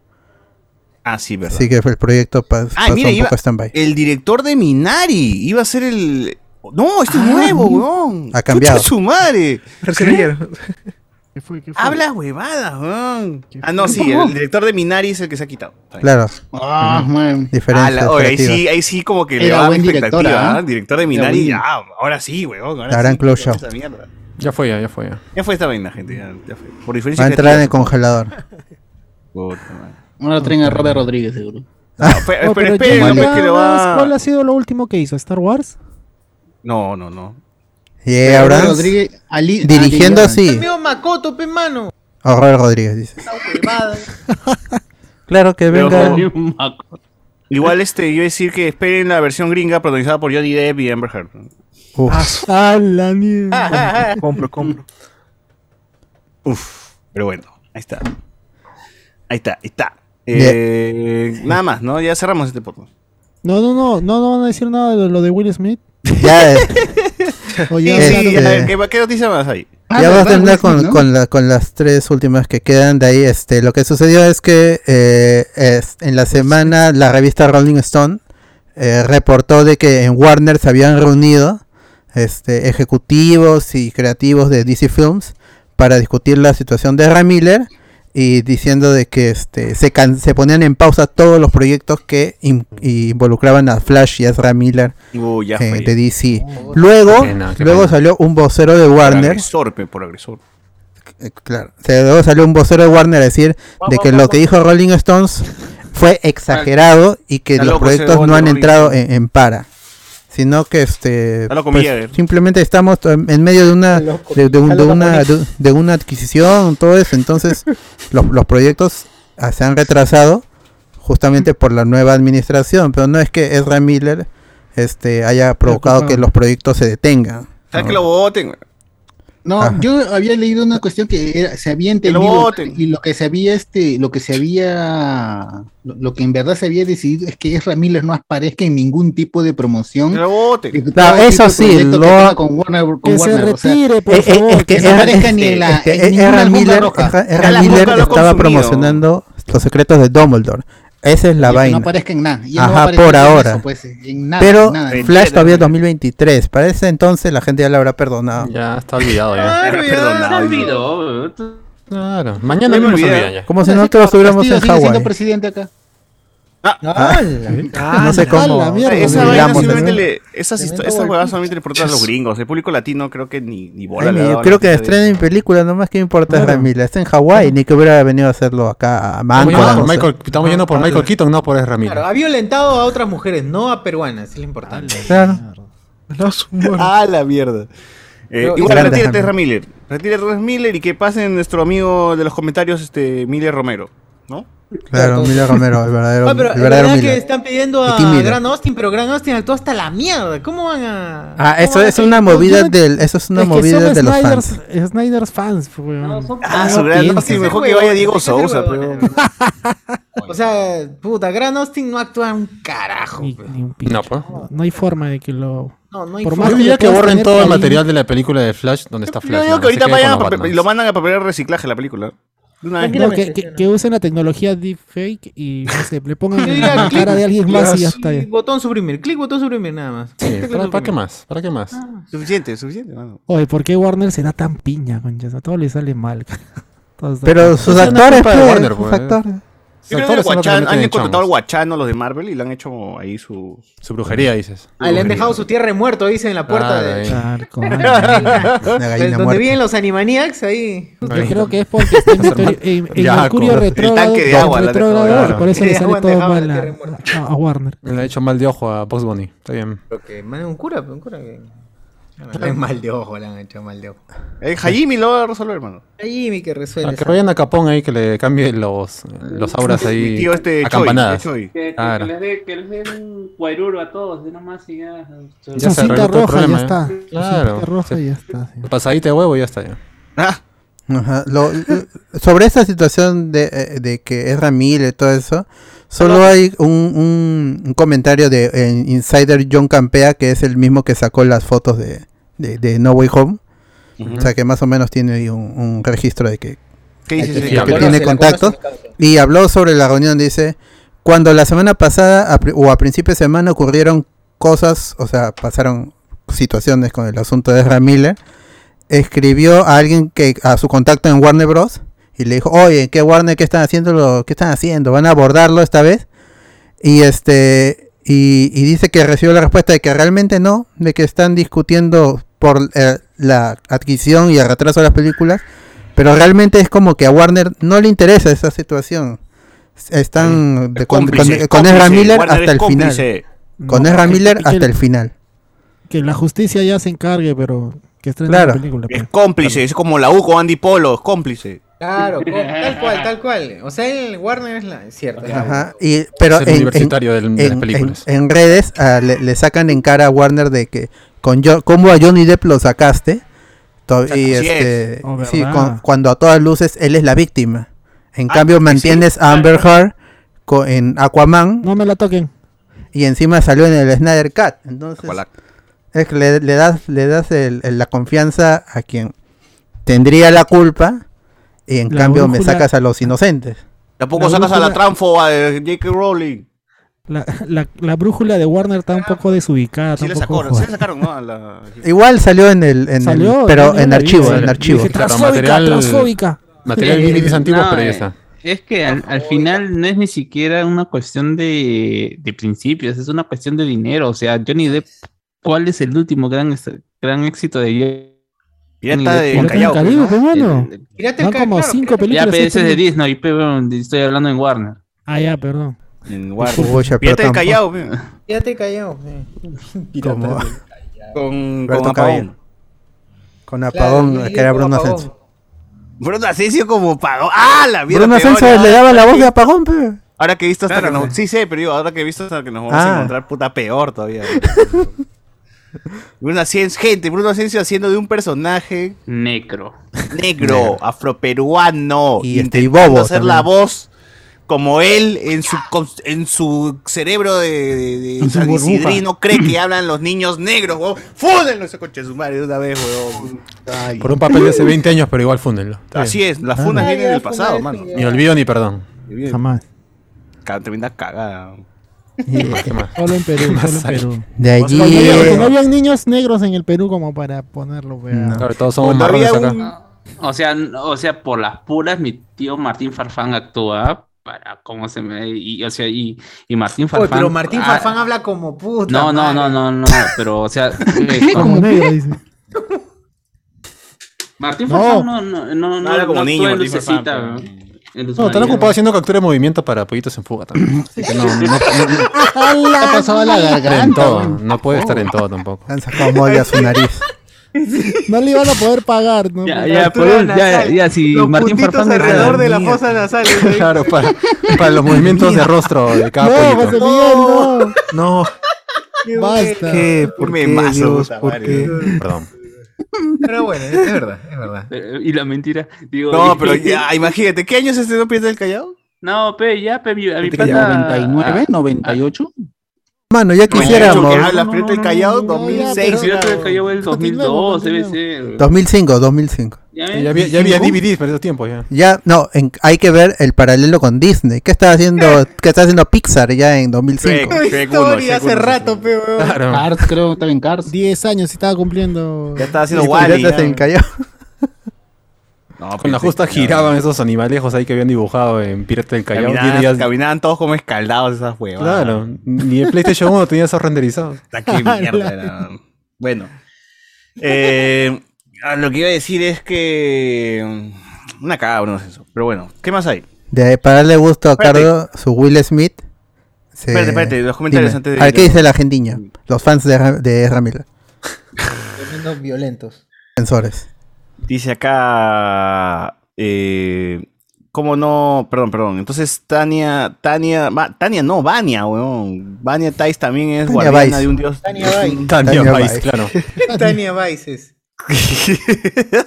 Ah, sí, verdad.
Así que el proyecto pas-
Ah,
pasó
mira,
un
iba-
poco a stand-by.
el director de Minari iba a ser el. No, esto es nuevo, weón.
Ah, Ha cambiado.
Puta su madre.
Recién ayer.
Habla huevadas, weón. Ah, no, sí, el director de Minari es el que se ha quitado. Está bien.
Claro.
Ah,
Ujú.
man.
Ah,
Diferencia.
la- oye, ahí
creativa.
sí, ahí sí como que le
Era
va a
buen
expectativa,
director,
¿ah?
¿ah?
Director de
Era
Minari,
buen-
ya, ahora sí, weón. Ahora
La gran
sí,
close
esa
show.
mierda.
Ya fue, ya, ya fue. Ya.
Ya fue esta vaina, gente. Ya, ya fue. Por diferencia.
Va a entrar en el
creativa.
congelador.
Puta madre.
Ahora traen a Robert Rodríguez, seguro.
Ah.
Fe-
No,
espera,
pero
espera,
J.J.
pues, que lo va-
Abrams, ¿Cuál ha sido lo último que hizo? ¿Star Wars?
No, no, no.
J. Abrams,
Rodríguez, Ali-
dirigiendo
Ali-
sí.
Amigo Makoto, pe mano.
O Robert Rodríguez dice.
Esa huevada.
Claro que
Pero-
venga.
Igual este, yo iba a decir que esperen la versión gringa protagonizada por Johnny Depp y Amber Heard.
Uf.
Ah, la mierda.
[laughs]
Compro, compro.
Uf, pero bueno, ahí está. Ahí está, ahí está. Eh, Nada más, ¿no? Ya cerramos este podcast.
No, no, no, no, no van a decir nada de lo de Will Smith.
[laughs] Ya, eh,
[laughs] O
Sí,
ya
sí,
hablaron-
ya,
este-
¿qué, qué noticia más hay?
Ah,
ya vamos a terminar con, con la- con las tres últimas que quedan de ahí. Este, lo que sucedió es que eh, es- en
Pues,
la semana la revista Rolling Stone eh, reportó de que en Warner se habían reunido este, ejecutivos y creativos de DC Films para discutir la situación de Ram Miller y diciendo de que este, se, can- se ponían en pausa todos los proyectos que in- involucraban a Flash y a Ezra Miller
Uh, ya
eh,
fue.
de DC. Luego,
Qué pena, Oh, qué
luego
pena.
salió un vocero de
Por
Warner
agresor, pe, por agresor.
eh, Claro, se luego salió un vocero de Warner a decir de que lo que dijo Rolling Stones fue exagerado y que
Está
los
loco ese
proyectos
huevón
no
de
han
Rolling
entrado en, en para, sino que este
Está loco
pues,
Miller.
simplemente estamos to- en medio de una de, de un- de una de, de una adquisición, todo eso, entonces los, los proyectos ah, se han retrasado justamente por la nueva administración, pero no es que Ezra Miller este haya provocado que los proyectos se detengan.
¿Sabes que lo voten?
No,
Ajá.
yo había leído una cuestión que era- se había
lo
entendido
voten.
y lo que se había este, lo que se había, lo, lo que en verdad se había decidido es que Ezra Miller no aparezca en ningún tipo de promoción.
Que lo voten.
de
Claro,
todo
Ah, eso
tipo de
sí,
proyecto que
lo-
tenga con Warner, con
Que se
Warner, o sea,
retire, por
Eh, eh,
favor.
es que
que no
era-
aparezca
es
ni en la-
que
en
era-
ninguna
era
alfombra
Miller,
roja.
era- era
Ya la
Miller
boca lo
estaba
consumió.
promocionando los secretos de Dumbledore. Esa es la
que no
vaina.
aparezca en nada. Y él no va a
Ajá,
aparecer
por
en
ahora.
eso, pues, en nada,
Pero
en nada.
Flash todavía es 2023. Para ese entonces la gente ya la habrá perdonado.
Ah,
Ya está olvidado ya.
Claro,
perdonado,
ya.
¿no?
Se olvidó. weón.
Claro. Mañana
Ya me
mismo se
olvidé.
olvidan ya.
Como si
Así
nosotros
que
estuviéramos
Castillo
en
sigue siendo
Hawái.
presidente acá.
Ah, no
Ah,
sé cómo.
la mierda,
Esa vaina
digamos,
solamente
¿no?
le, esas histo- esas huevas solamente le importan a los gringos. El público latino creo que ni, ni bola
Ay, ni-
le ha dado a la
creo que
gente de-
estrenen mi película, nomás que me importa
Claro.
Ezra Miller. Está en Hawái, ni que hubiera venido a hacerlo acá a
Estamos
Manco.
yendo por
no sé.
Michael, estamos
Ah,
yendo por Michael Keaton, no por Ezra Miller.
Claro, ha violentado a otras mujeres, no a peruanas, es lo importante.
Claro.
No, su muerte.
Ah, la mierda. Eh,
Pero-
igual
Grande,
retírate,
Jaime.
Ezra Miller. Retírate, Ezra Miller, y que pase nuestro amigo de los comentarios, este, Miller Romero. ¿No?
Claro, Miller Romero, el verdadero,
Ah, pero
el
la verdad
verdadero
que
Miller.
están pidiendo
Y
a
Tim Miller.
Gran Austin, pero Gran Austin actuó hasta la mierda. ¿Cómo van a.?
Ah, eso
¿cómo
es
van a-
una movida
no-
del, eso es una
Es que
movida
son
de los
Snyder's-
fans.
Snyder's fans, pues, weón.
Ah,
no
sobre
pienso.
no, sí, mejor
Ese
que vaya
huevón,
Diego
ese
Sousa,
huevón.
pero-
O sea, puta, Gran Austin no actúa un carajo.
[laughs] Ni-
pe.
ni un pincho.
No, pues.
No hay forma de que lo.
No, no hay
Por
forma.
más
Yo
que
diría
le
que
puedas
borren
tener
todo el
cariño.
material de la película de Flash donde está Flash.
Yo digo que
nada más, se
ahorita
queden con
vayan
los
a pape-
Batmans.
lo mandan a papel de reciclaje la película. una
No,
vez.
que, que- que usen la tecnología deepfake y no sé, le pongan
Yo diría,
la
clic,
cara de alguien
clic,
más y ya
sí,
está. ya.
Botón suprimir, clic, botón suprimir, nada más. Clic,
¿para- para qué
suprimir. Ah.
más? ¿Para qué más?
Suficiente, suficiente, mano.
Oye, ¿por qué Warner será tan piña, conchas? A todos les sale mal. [laughs] Todos-
Pero sus actores,
culpa de
pues,
Warner,
sus
¿eh?
pues.
actores.
Yo creo que el Guachán- han contratado al guachano los de Marvel y le han hecho ahí su...
Su brujería, dices.
Ah, le han dejado su tierra de muerto, dice en la puerta
Claro,
de.
ahí. Claro,
Pues,
Una gallina
Donde
muerta.
viven los Animaniacs, ahí.
Yo creo que es porque está en, Mercurio- en- en
Ya,
Mercurio
con- el
retrógrado.
tanque de agua la dejó,
retrógrado,
claro.
Por eso
El
le
[laughs] de
sale
agua
todo
dejaba la
mal a, a- a Warner.
Le ha hecho mal de ojo a Box Bunny. Está bien.
Que manden un cura, un cura que. Ah, le han mal de ojo, le han hecho mal de ojo.
El Eh, Jaime lo va a resolver, hermano.
Jimmy que resuelve.
Ah, que
esa-
vayan a Capón ahí, que le cambie los, los auras ahí.
Mi tío este Choi,
acampanadas.
Choi.
Que, que-
Claro.
que les dé- que les dé un guairuro a todos, de nomás y ya.
Ya se arregló todo el problema, ¿eh? Claro.
Cinta roja y ya
está. Pasadita de huevo y ya está. Ya.
Ajá, lo- lo- sobre esta situación de, eh, de que es Ramírez y todo eso, solo hay un, un- un comentario de el Insider John Campea, que es el mismo que sacó las fotos de, de- de No Way Home.
Ujú.
O sea que más o menos tiene ahí un, un registro de que,
¿Qué dice
de que
ese señor?
tiene
Conoce, la
contactos. Y habló sobre la reunión, dice, cuando la semana pasada a pri- o a principio de semana ocurrieron cosas, o sea, pasaron situaciones con el asunto de Ezra Miller, escribió a alguien que a su contacto en Warner Bros. y le dijo, oye, ¿qué Warner qué están haciendo? Lo, ¿Qué están haciendo? ¿Van a abordarlo esta vez? Y este y, y dice que recibió la respuesta de que realmente no, de que están discutiendo por eh, la adquisición y el retraso de las películas, pero realmente es como que a Warner no le interesa esa situación. Están de- con,
cómplice,
con- con Ezra
cómplice,
Miller
Warner
hasta
es
el final.
cómplice.
Con
No,
Ezra
que-
Miller [laughs]
que-
hasta el final.
Que la justicia ya se encargue, pero que estrenen la película.
pues.
Es cómplice, es como la U con Andy Polo, es cómplice.
Claro, co- tal cual, tal cual. O sea, el Warner es la. Es cierto. es la-
Ajá, y, pero
el universitario del- de las películas.
en- en redes ah, le, le sacan en cara a Warner de que con yo, como a Johnny Depp lo sacaste To- y
Así
este,
es. Oh,
sí,
verdad.
con- cuando a todas luces él es la víctima. En cambio mantienes a Amber Heard co- en Aquaman.
No me la toquen.
Y encima salió en el Snyder Cut. Entonces
Aqualac.
es que le, le das le das el- el- la confianza a quien tendría la culpa y en
La
cambio me
brújula-
sacas a los inocentes.
Tampoco
La
sacas a la
brújula-
Tranfo a eh, J.K. Rowling.
La, la, la brújula de Warner está un poco desubicada.
Sí le
tampoco
sacaron, sí
joda.
le sacaron, ¿no? A la...
Igual salió en el, en el-
Salió, yo
pero
también
en
la vi,
archivo,
sí.
en archivo.
Dije, Transfóbica, transfóbica.
material Limitless antiguo, pero ya
eh,
está.
Es que al, al final no es ni siquiera una cuestión de, de principios, es una cuestión de dinero. O sea, Johnny Depp, ¿cuál es el último gran, est- gran éxito de Johnny
Pirata de
Depp?
Pirata del Caribe, pe, mano.
Pirata
pues, Van como cinco
Ya,
películas.
pero
seis
ese es de
películas.
Disney, pero estoy hablando en Warner.
Ah, ya, perdón.
En
Warner.
Pucha, pero
Pirata del
tampoco-
Callao,
Ya te eh. callado.
Como- Roberto
Con, con Apagón.
Cabello. Con apagón,
Claro,
que era
con
Bruno
apagón.
Asensio.
Bruno Asensio como pagó. ¡Ah, la mierda!
Bruno
peor,
Asensio
ya!
le daba la voz de apagón, pe.
Ahora que he visto hasta que nos... Sí sé, pero digo, ahora que he visto hasta que nos vamos
Ah.
a encontrar puta peor todavía. [laughs] Bruno Asensio, gente, Bruno Asensio haciendo de un personaje
Necro.
negro, afroperuano,
Y este, y
intentando
bobo
hacer
también.
la voz como él en su con- en su cerebro de, de, de
En su
San
burbuja.
Isidrino cree que hablan los niños negros, weón. Fúdenlo ese coche de su madre de una vez, weón. Ay.
Por un papel de hace 20 años, pero igual fúndenlo.
Así es, las
Ah,
funas
no.
vienen del
Ay, la funa
pasado,
es
mano.
Ni olvido ni perdón.
Jamás.
Ca- Tremenda cagada.
¿Qué más?
Solo en
¿Qué
Perú,
más
solo en
hay?
Perú.
De allí- eh,
Porque no había- porque no habían niños negros en el Perú como para ponerlo, pues, pe.
Claro, todos somos
Cuando había
marrones acá.
O sea, n- o sea, por las puras, mi tío Martín Farfán actúa para cómo se me. Y, o sea, y, y Martín Farfán.
Oye, pero Martín
ah,
Farfán habla como puta.
No, [laughs] no,
madre.
no, no, no, pero o sea. eh,
Como negro, dice.
Martín
No.
Farfán no, no, no, no,
Habla como
no
niño,
actúa en
Martín Farfán,
Lucecita,
pero-
¿no? En Luz
No, están
María. [laughs]
ocupados haciendo captura de movimiento para pollitos en fuga [laughs] también. Así que no, no, no, no-
[laughs]
Ha
[laughs]
pasado a la
no- en
garganta.
todo. No puede estar en todo tampoco.
Han sacado mole a su
[laughs]
nariz.
No le iban a poder pagar, ¿no?
Ya,
Pero-
Ah, ya, por
pues,
un- ya, ya, si
Los
Martín
puntitos
Farfán.
alrededor de la
Mierda.
Fosa nasal. ¿eh?
[laughs] Claro, para, para los movimientos de rostro de cada
No, José
pollito.
Miguel,
No, [laughs]
no. Basta.
¿Qué? ¿Por
Me
qué,
mazo,
Dios?
puta
¿Por
madre.
qué?
Perdón.
Pero bueno, es verdad, es verdad.
Eh, Y la mentira. Digo,
No, pero ya, imagínate, ¿qué año es este no pierde el callado?
No, pe, ya, pe, mi- a mi
¿99?
pata.
¿98?
Mano, ya quisiéramos.
Ah, la película del Callao
pero
2006.
si la película del Callao es del 2002, debe ser.
2005, 2005.
Ya
Ya había, ya había DVDs para esos tiempos ya.
Ya, no, en- hay que ver el paralelo con Disney. ¿Qué estaba
Eh.
haciendo, qué está haciendo Pixar ya en 2005?
Historia hace rato, pe, weón.
Cars, creo, estaba en Cars.
10 años y estaba cumpliendo.
Ya estaba
haciendo Wall-E, ya.
Con la justa giraban esos animalejos ahí que habían dibujado en Pirata del Callao.
Caminaban,
Tiene ya-
caminaban todos como escaldados esas huevas.
Claro, ni el PlayStation 1 tenía
[laughs]
esos renderizados. [laughs]
Puta, Ah. qué mierda era. Bueno. Eh, a lo que iba a decir es que. mm, Una cagada, no es eso. Pero bueno, ¿qué más hay?
De, para darle gusto a
Espérate.
Cardo, su Will Smith. se-
Espérate, espérate, los comentarios
dime.
antes de-
A ver, ¿qué dice la gentiña? Los fans de, Ra- de Ezra Miller.
Tremendos violentos.
Sensores.
Dice acá. Eh, ¿Cómo no? Perdón, perdón. Entonces, Tania. Tania. va- Tania no, Vania, weón. Vania Tais también es
Tania
guardiana
Weiss.
de un dios.
Tania
[laughs]
Weiss.
Tania
Weiss,
Weiss, claro.
Tania Vices.
[laughs]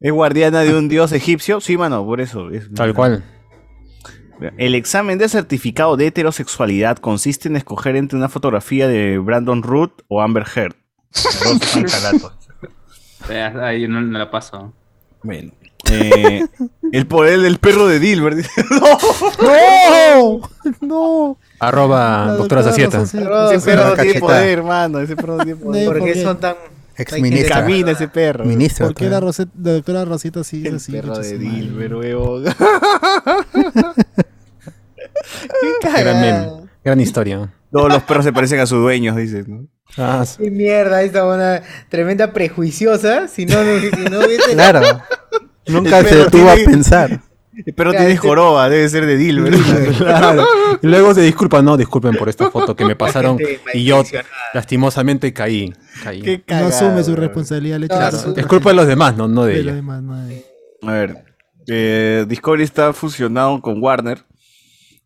Es guardiana de un dios egipcio. Sí, mano, por eso.
Tal cual.
El examen de certificado de heterosexualidad consiste en escoger entre una fotografía de Brandon Root o Amber Heard. Los dos son calatos.
Eh, Ahí no, no la paso.
Bueno. [laughs] Eh, el poder del perro de Dilbert. [laughs] dice.
¡No! ¡No!
Arroba Ah, doctora Sacieta.
Ese perro tiene poder, hermano. Ese perro tiene poder.
¿Por qué
son tan.
Exministra.
Camina ese perro.
Ministra.
¿Por qué la, Roset- la doctora Rosetta sí es así?
perro
muchas
de
semanas?
Dilbert, weón.
Gran meme, gran historia.
Todos los perros se parecen a sus dueños, dice. ¿no?
Ah,
[laughs] Qué mierda, esta buena tremenda prejuiciosa. Si no, no, si no hubiese-
Claro. Nunca
El
se
perro
detuvo a
tiene-
pensar.
El perro tiene joroba, debe ser de Dilbert.
[laughs] Claro. Y luego se disculpa, no, disculpen por esta
[laughs]
foto que me pasaron
Gente
y yo lastimosamente caí.
[laughs]
caí.
Qué
No
cagado,
asume su
weón.
responsabilidad. Le echa la
Claro,
culpa
es culpa de los demás, no, no de
de los
ella.
demás, no de-
A ver, eh, Discovery está fusionado con Warner,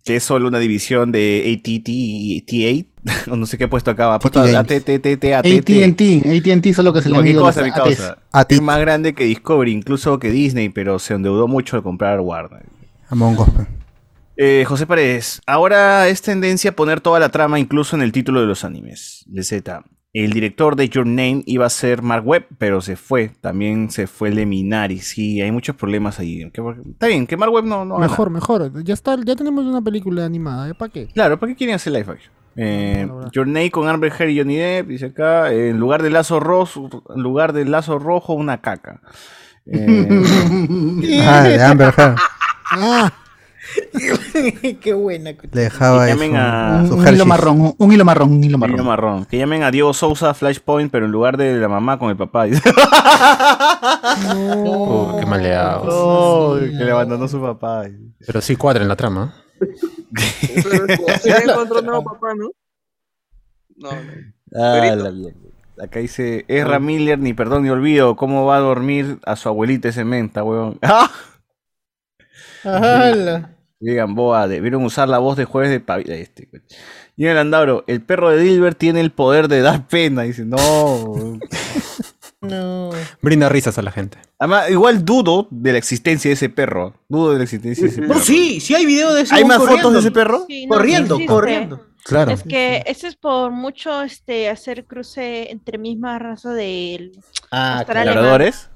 que es solo una división de ATT y T8, [laughs] o no sé qué he puesto acá, va, he puesto
Games.
ATT, ATT.
AT&T, AT&T solo que se le han
Cualquier
ido
cosa, mi
las ATs.
causa. Es más grande que Discovery, incluso que Disney, pero se endeudó mucho al comprar Warner.
Among Us.
Eh, José Pérez, ahora es tendencia poner toda la trama incluso en el título de los animes. De Z. El director de Your Name iba a ser Mark Webb, pero se fue. También se fue el de Minari. Sí, hay muchos problemas ahí. Que- Está bien, que Mark Webb no, no haga
Mejor, mejor. Ya está, ya tenemos una película animada, ¿eh? ¿Para qué?
Claro, ¿para qué quieren hacer live action? Eh, Journey con Amber Heard y Johnny Depp, dice acá, eh, en lugar de lazo rojo, en lugar de lazo rojo, una caca.
[laughs]
Eh,
Ah,
[laughs]
de Amber Heard.
Ah.
[laughs] Qué buena.
Le dejaba
Que
ahí
llamen
su-
a-
su
Un
Un hilo
Hershey's.
marrón, un hilo marrón, un hilo marrón.
Marrón. marrón. Que llamen a Diego Sousa Flashpoint, pero en lugar de la mamá con el papá. [laughs] dice.
Oh.
"Oh,
Uh, qué maleado.
No, que le abandonó su papá.
Pero sí cuadra en la trama.
Sí, encontró un nuevo papá, ¿no? No, no.
Ah, la mierda. Acá dice, Ezra Miller, ni perdón ni olvido, ¿cómo va a dormir a su abuelita ese menta, weón? [laughs] ¡Ah!
Ala.
Llegan Boa, debieron usar la voz de jueves de pavila. Este, güey. y el Andauro, el perro de Dilbert tiene el poder de dar pena. Dice, no.
No.
Brinda risas a la gente.
Además, igual dudo de la existencia de ese perro. Dudo de la existencia de ese
No,
perro.
Oh, Pues sí, sí hay video de ese
¿Hay
huevón
más fotos
corriendo.
de ese perro?
Sí, no,
corriendo,
sí existe.
corriendo.
Claro.
Es que eso es por mucho este hacer cruce entre misma raza del
Ah,
pastor
claro.
alemán.
¿Labradores?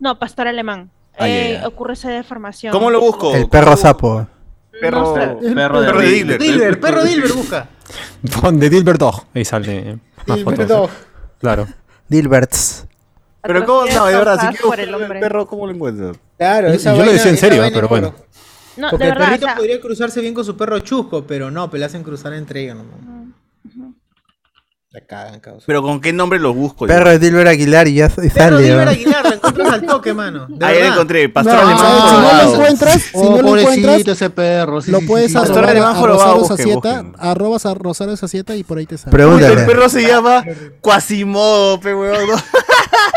No, pastor alemán.
Ah,
Eh,
ya, ya.
Ocurre esa deformación.
¿Cómo lo busco?
El perro sapo.
Perro,
No
perro,
sé.
de, Dilbert.
Dilber, perro Dilber, busca.
Con de Dilbert Dog. Ahí sale eh, más
Dilbert
fotos. eh.
Dog.
Claro.
Dilberts.
Pero cómo, no, de verdad, si
Atrocidades
quiero
por el
buscar
hombre.
el perro, ¿cómo lo encuentro?
Claro,
Yo-
esa
yo lo
vaina-
decía en
esa
serio,
vaina
pero
es bueno.
bueno.
No,
Porque
de
el
verdad. o
perrito
sea,
podría cruzarse bien con su perro chusco, pero no, pero le hacen cruzar entre ellos nomás. La cagan, causa.
Pero con qué nombre lo busco.
Perro de Dilber Aguilar y ya s- y
Perro
sale.
Dilber
¿no?
Aguilar, la encuentras al toque, mano. De
Ahí lo
verdad.
Ah, encontré, pastor
No,
alemán.
no, si no lo
jorobado.
encuentras, si
Oh,
no lo
pobrecito
encuentras,
ese perro. sí,
Lo
sí,
puedes
sí, sí.
arrobar
Pastor
a,
Alemán jorobado,
Rosario
busquen,
Sacieta,
busquen.
arrobas a Rosario Sacieta y por ahí te sale.
Puta, El
Pregúntale.
perro se llama Quasimodo, pe huevón.
[laughs]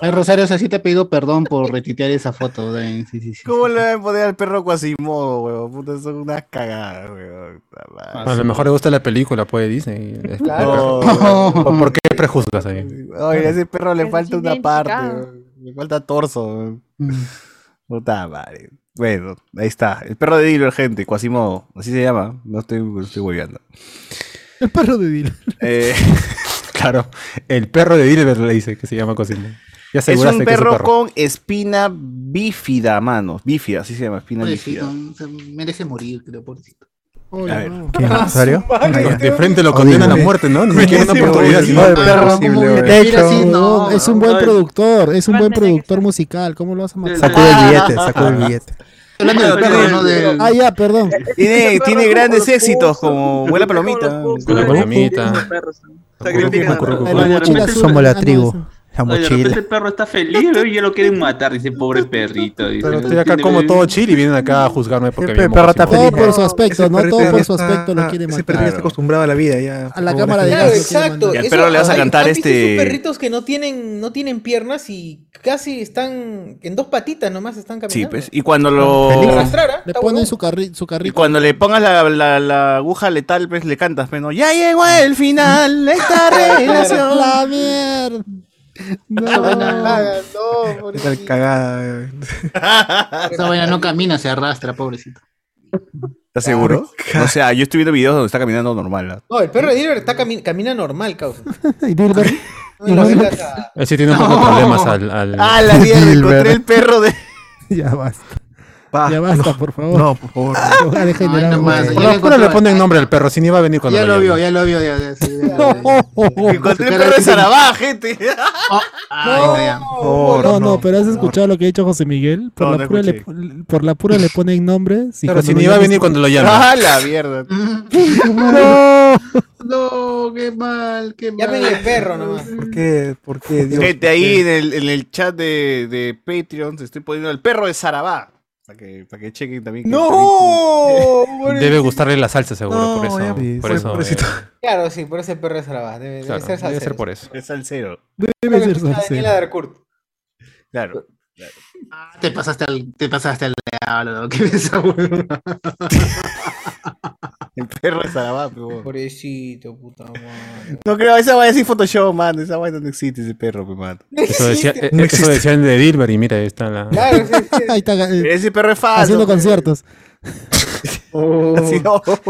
Ay, Rosario, así te pido perdón por retitear esa foto. de- Sí, sí, sí.
¿Cómo le van a poner al perro Quasimodo, huevón? Puta, son unas cagadas, huevón. Puta madre.
A lo mejor le gusta la película, puede Disney. Es-
Claro.
Oh.
¿Por por qué prejuzgas ahí?
Oye, a ese perro le falta una parte,
identificado.
weón. le falta torso. weón. Puta madre. Bueno, ahí está. El perro de Dilbert, gente, Quasimodo. Así se llama. No estoy, no estoy hueveando.
El perro de Dylan.
[laughs]
Eh, claro, el perro de Dilbert le dice que se llama Cosimo. Ya
Es un
aseguraste que es un
perro
perro.
con espina bífida, mano. Bífida, así se llama, espina
Oye, sí,
bífida.
no, se merece morir, creo, pobrecito.
A ver.
¿En serio? De frente lo
Oye,
condenan a
güey.
muerte, ¿no? Ni
Sí,
siquiera
sí,
una oportunidad.
güey.
sino-
Oye, perro, ¿cómo le
De
tiras
hecho,
así? No,
es un buen
no,
productor, es un buen productor musical. ¿Cómo lo vas a matar?
Sacó el billete,
[laughs]
sacó el billete.
Hablando del perro, no del.
Ah, ya, perdón.
Tiene, tiene grandes éxitos como Vuela Palomita.
Vuela Palomita.
La mochila Somos la tribu. La
Oye, de repente
mochila.
el perro está feliz y ya lo quieren matar, dice pobre perrito. Dice,
Pero
no
estoy acá
entiende,
como
bebé.
todo chile y vienen acá a juzgarme porque
El
me
perro está
mojo.
feliz.
oh,
Todo por su aspecto, ¿no? Todo por su aspecto lo quiere
Ese perro ya está
matar.
acostumbrado a la vida ya.
A la cámara de
Claro,
gas.
exacto.
Y al
Eso-
perro le vas a
hay-
cantar
¿han visto
este-
esos perritos que no tienen, no tienen piernas y casi están en dos patitas nomás están caminando.
Sí, pues. Y cuando lo.
Arrastrar, ¿ah?
Le ponen su, carri su
Y
carrito.
cuando le pongas la, la- la aguja letal, pues le cantas, pero ya llegó el final de
[laughs]
esta relación.
La mierda. No.
Qué tal cagada. eh.
Esa vaina no camina, se arrastra, pobrecito.
¿Estás seguro? O sea, yo estoy viendo videos donde está caminando normal. ¿ah?
No, el perro de Dilbert está cami- camina normal, causa.
Y Dilbert.
No lo vengas a-
Él sí tiene un poco de
[laughs]
problemas al. al...
Ah, la mierda, encontré el perro de.
Ya basta. ya basta, por favor.
No, por favor.
Ojalá generar
Ay, no
un-
más,
Por
ya le
lo menos le
encontró-
ponen nombre al perro, si ni va a venir cuando
Ya lo
llame.
vio, ya lo vio, ya, ya, sí, ya, ya, ya.
Encontré el
cara
perro de
así como-
Sarabá, gente.
Oh, Ay, no, ya.
Por,
No, no, pero has escuchado lo que ha dicho José Miguel. Por,
No,
la,
no
pura le,
escuché.
pon- por la pura le ponen nombre. Si
Claro,
cuando
si
lo
ni va a
llames-
venir cuando lo llame.
Ah, [laughs] la mierda.
[laughs]
Oh,
No, qué mal, qué mal.
Llámenle perro nomás.
¿Por qué? ¿Por qué, Dios?
Gente, ahí en el, en el chat de, de Patreon te estoy poniendo el perro de Sarabá. Para que, para que chequen también. que el
¡No!
Oh, Debe gustarle la salsa, seguro,
No,
por eso.
ya, sí,
por
sí,
eso
pobrecito.
[laughs]
eh,
Claro, sí, por ese perro de Sarabá. Debe, debe
claro,
ser
debe ser
salsero.
por eso.
perrito Es al cero.
Debe ser
Escucha a
Sarcero.
Daniela Darcourt.
Claro.
Ah, Te pasaste al, te pasaste al diablo, qué esa huevona.
El perro de Sarabá, pero bueno.
Pobrecito, puta madre.
No creo, esa vaina es Photoshop, man. Esa vaina no existe, ese perro, pues, man.
Eso, decía, eh,
No
eso
existe.
decían de Dilbert y mira, ahí está la.
Claro, sí, sí.
Ahí está, eh,
Ese perro es falso.
haciendo
pues.
conciertos.
Así, no.
Claro,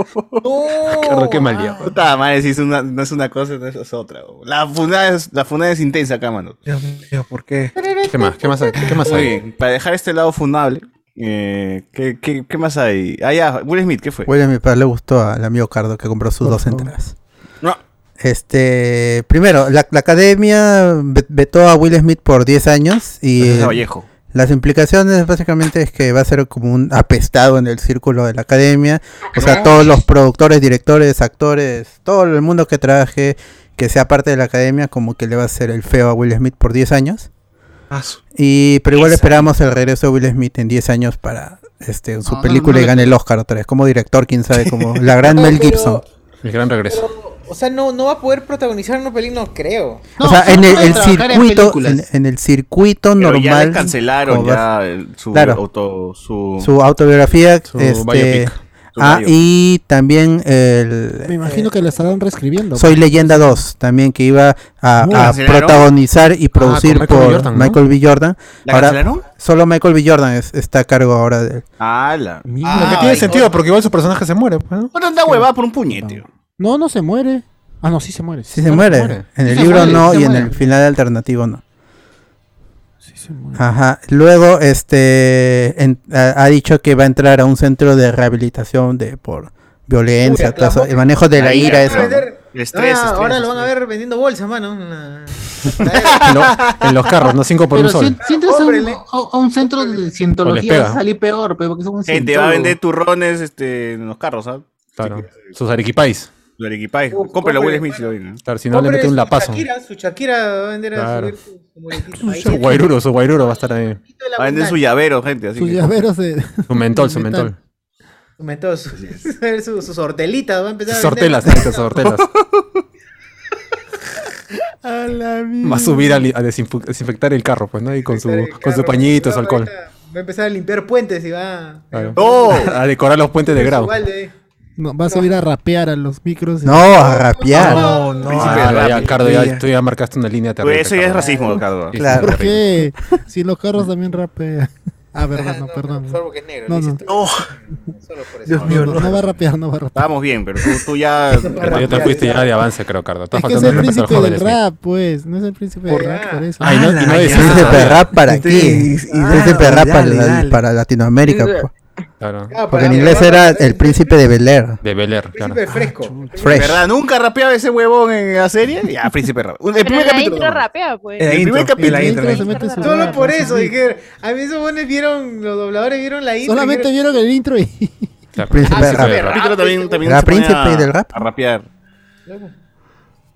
¡No!
"Ah, qué mal día.
Ah. Puta madre, si es una, no es una cosa, no es, es otra. bo. La funada es, la funada es intensa acá, mano.
Dios mío, ¿por qué?
¿Qué más? ¿Qué más hay? ¿Qué más
Muy
hay?
bien, para dejar este lado funable, eh, ¿qué, qué, qué más hay? Ah, ya, Will Smith, ¿qué fue?
William, mi padre le gustó al amigo Cardo que compró sus
Por
dos
favor.
entradas.
No.
Este, primero, la, la academia ve- vetó a Will Smith por 10 años y
Ese Pues es
eh,
Vallejo.
las implicaciones básicamente es que va a ser como un apestado en el círculo de la academia. O sea, todos los productores, directores, actores, todo el mundo que trabaje, que sea parte de la academia, como que le va a hacer el feo a Will Smith por 10 años.
Ah, su-
Y, pero igual esperamos el regreso de Will Smith en 10 años para este, su
No, no,
película
no
y
le
gane el Oscar otra vez. Como director, quién sabe, como la gran Mel
No, pero-
Gibson.
El gran regreso.
pero, o sea, no, no va a poder protagonizar una película, no creo.
o sea,
solo
en el,
puede
el
trabajar en
circuito, en,
películas.
en el circuito
Pero ya
normal.
le cancelaron
como va-
ya el- su
Claro.
auto, su,
su autobiografía.
Su
este,
biopic.
Su
ah,
biopic.
y también el
Me imagino que lo estarán reescribiendo.
Soy Leyenda 2, también que iba a,
Uh,
a
¿cancelaron?
protagonizar y producir
Ah, Michael B.
por
Jordan, ¿no?
Michael B. Jordan.
¿La
ahora-
cancelaron?
Solo Michael B. Jordan es- está a cargo ahora de
Ah, la.
Mira, que tiene sentido, porque igual su personaje se muere. pues, ¿no?
No tanta huevada por un puñete.
No, no se muere. Ah, no, sí se muere.
Sí se muere. En
Sí
el
se
libro
muere,
no
se
y en
muere.
el final alternativo no.
Sí se muere.
Ajá. Luego, este, en- ha, ha dicho que va a entrar a un centro de rehabilitación de por violencia,
Uy, aclamó.
trazo- el manejo de la
Ahí,
ira,
ahí,
eso.
ahí.
[laughs] ¿no?
El estrés,
Ah,
estrés,
ahora lo van a
estrés.
ver vendiendo bolsas, mano. en la-
En, lo- en los carros, no cinco por
Pero
un
si,
sol.
si entras a un,
Cómprele.
a- a [laughs] un centro de
O les
cientología
pega.
vas a salir peor, pero porque son un
Gente, va a
cientólogo.
vender turrones este, en los carros, ¿sabes?
Claro. Sus arequipais.
Lo equipáis.
Uf,
Cómprelo a Will
cómprele,
Smith si lo viene.
Claro, si no le mete
Compre
un
su
lapazo.
Shakira, su Shakira va a vender a
Claro.
subir su, su
[laughs]
muletito. Ahí
Su
está.
guairuro, su guairuro va a estar ahí.
Va a vender su llavero, gente. Así
Sus
que-
llaveros de.
Su
[laughs]
mentol, su mentol.
Aumentó su- su- [laughs] sus hortelitas, va a empezar
Sus
a vender.
hortelas, sus hortelas.
[laughs] A la mierda.
Va a subir a, li- a desinfu- desinfectar el carro, pues, ¿no? Y con su,
Estar en el
con su
carro,
pañito, su
ahorita
alcohol.
Va a empezar a limpiar puentes y va
Claro.
¡Oh!
A decorar los puentes de grado.
No, va a subir a rapear a los micros.
No, a rapear.
No, no.
Príncipe
Ah,
del
ya,
rap.
Cardo, ya,
Ya.
tú ya marcaste una línea
Pues
terrible.
eso ya es
Cardo.
racismo, Cardo.
Sí, sí,
Claro.
¿Por qué?
terrible.
Si los carros también rapean. Ah, verdad, no, perdón.
Solo porque es negro.
No,
le
no.
dices tú. Solo por eso.
Dios mío, no, no va a rapear, no va a rapear.
Estábamos bien, pero tú, tú
[laughs]
ya.
Cardo, ya te fuiste ya de avance, creo, Cardo. Estás
Es que es el
faltando el respeto
príncipe
al
del
joven Smith.
rap, pues. No es el príncipe del rap, por eso.
Ay, no- y no
Ah,
decís
ya.
ese
Príncipe rap para
Sí.
aquí. Príncipe rap para, para Latinoamérica.
Sí,
po.
Claro.
Porque en inglés era el príncipe de Bel Air.
De Bel Air, claro.
fresco.
Fresh.
¿Verdad? ¿Nunca rapeaba ese huevón en la serie? Ya, Príncipe Rap. Un- El
Pero
primer
en la
capítulo.
intro rapea, pues.
El primer capítulo.
Solo por eso dije, a mí esos buenos vieron, los dobladores vieron la intro.
Solamente
dijeron-
vieron el intro y.
Claro.
Príncipe del rap.
Ah, El capítulo también, también
Era
se ponía
príncipe
a-
del rap.
A rapear.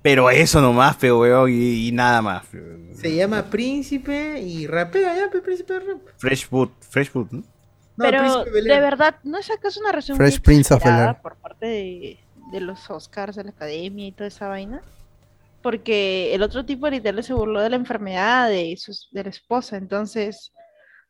Pero eso nomás, feo, huevón, y, y nada más. feo.
Se llama Príncipe y rapea, ya, pe, Príncipe del Rap.
Fresh Boot, Fresh Boot, ¿no?
No,
Pero
Príncipe
de
Bel Air.
verdad, ¿no es acaso una reacción
Fresh
muy
Prince of
exagerada
Bel-Air.
por parte de, de los Oscars, de la academia y toda esa vaina? Porque el otro tipo literal se burló de la enfermedad de, sus- de la esposa, entonces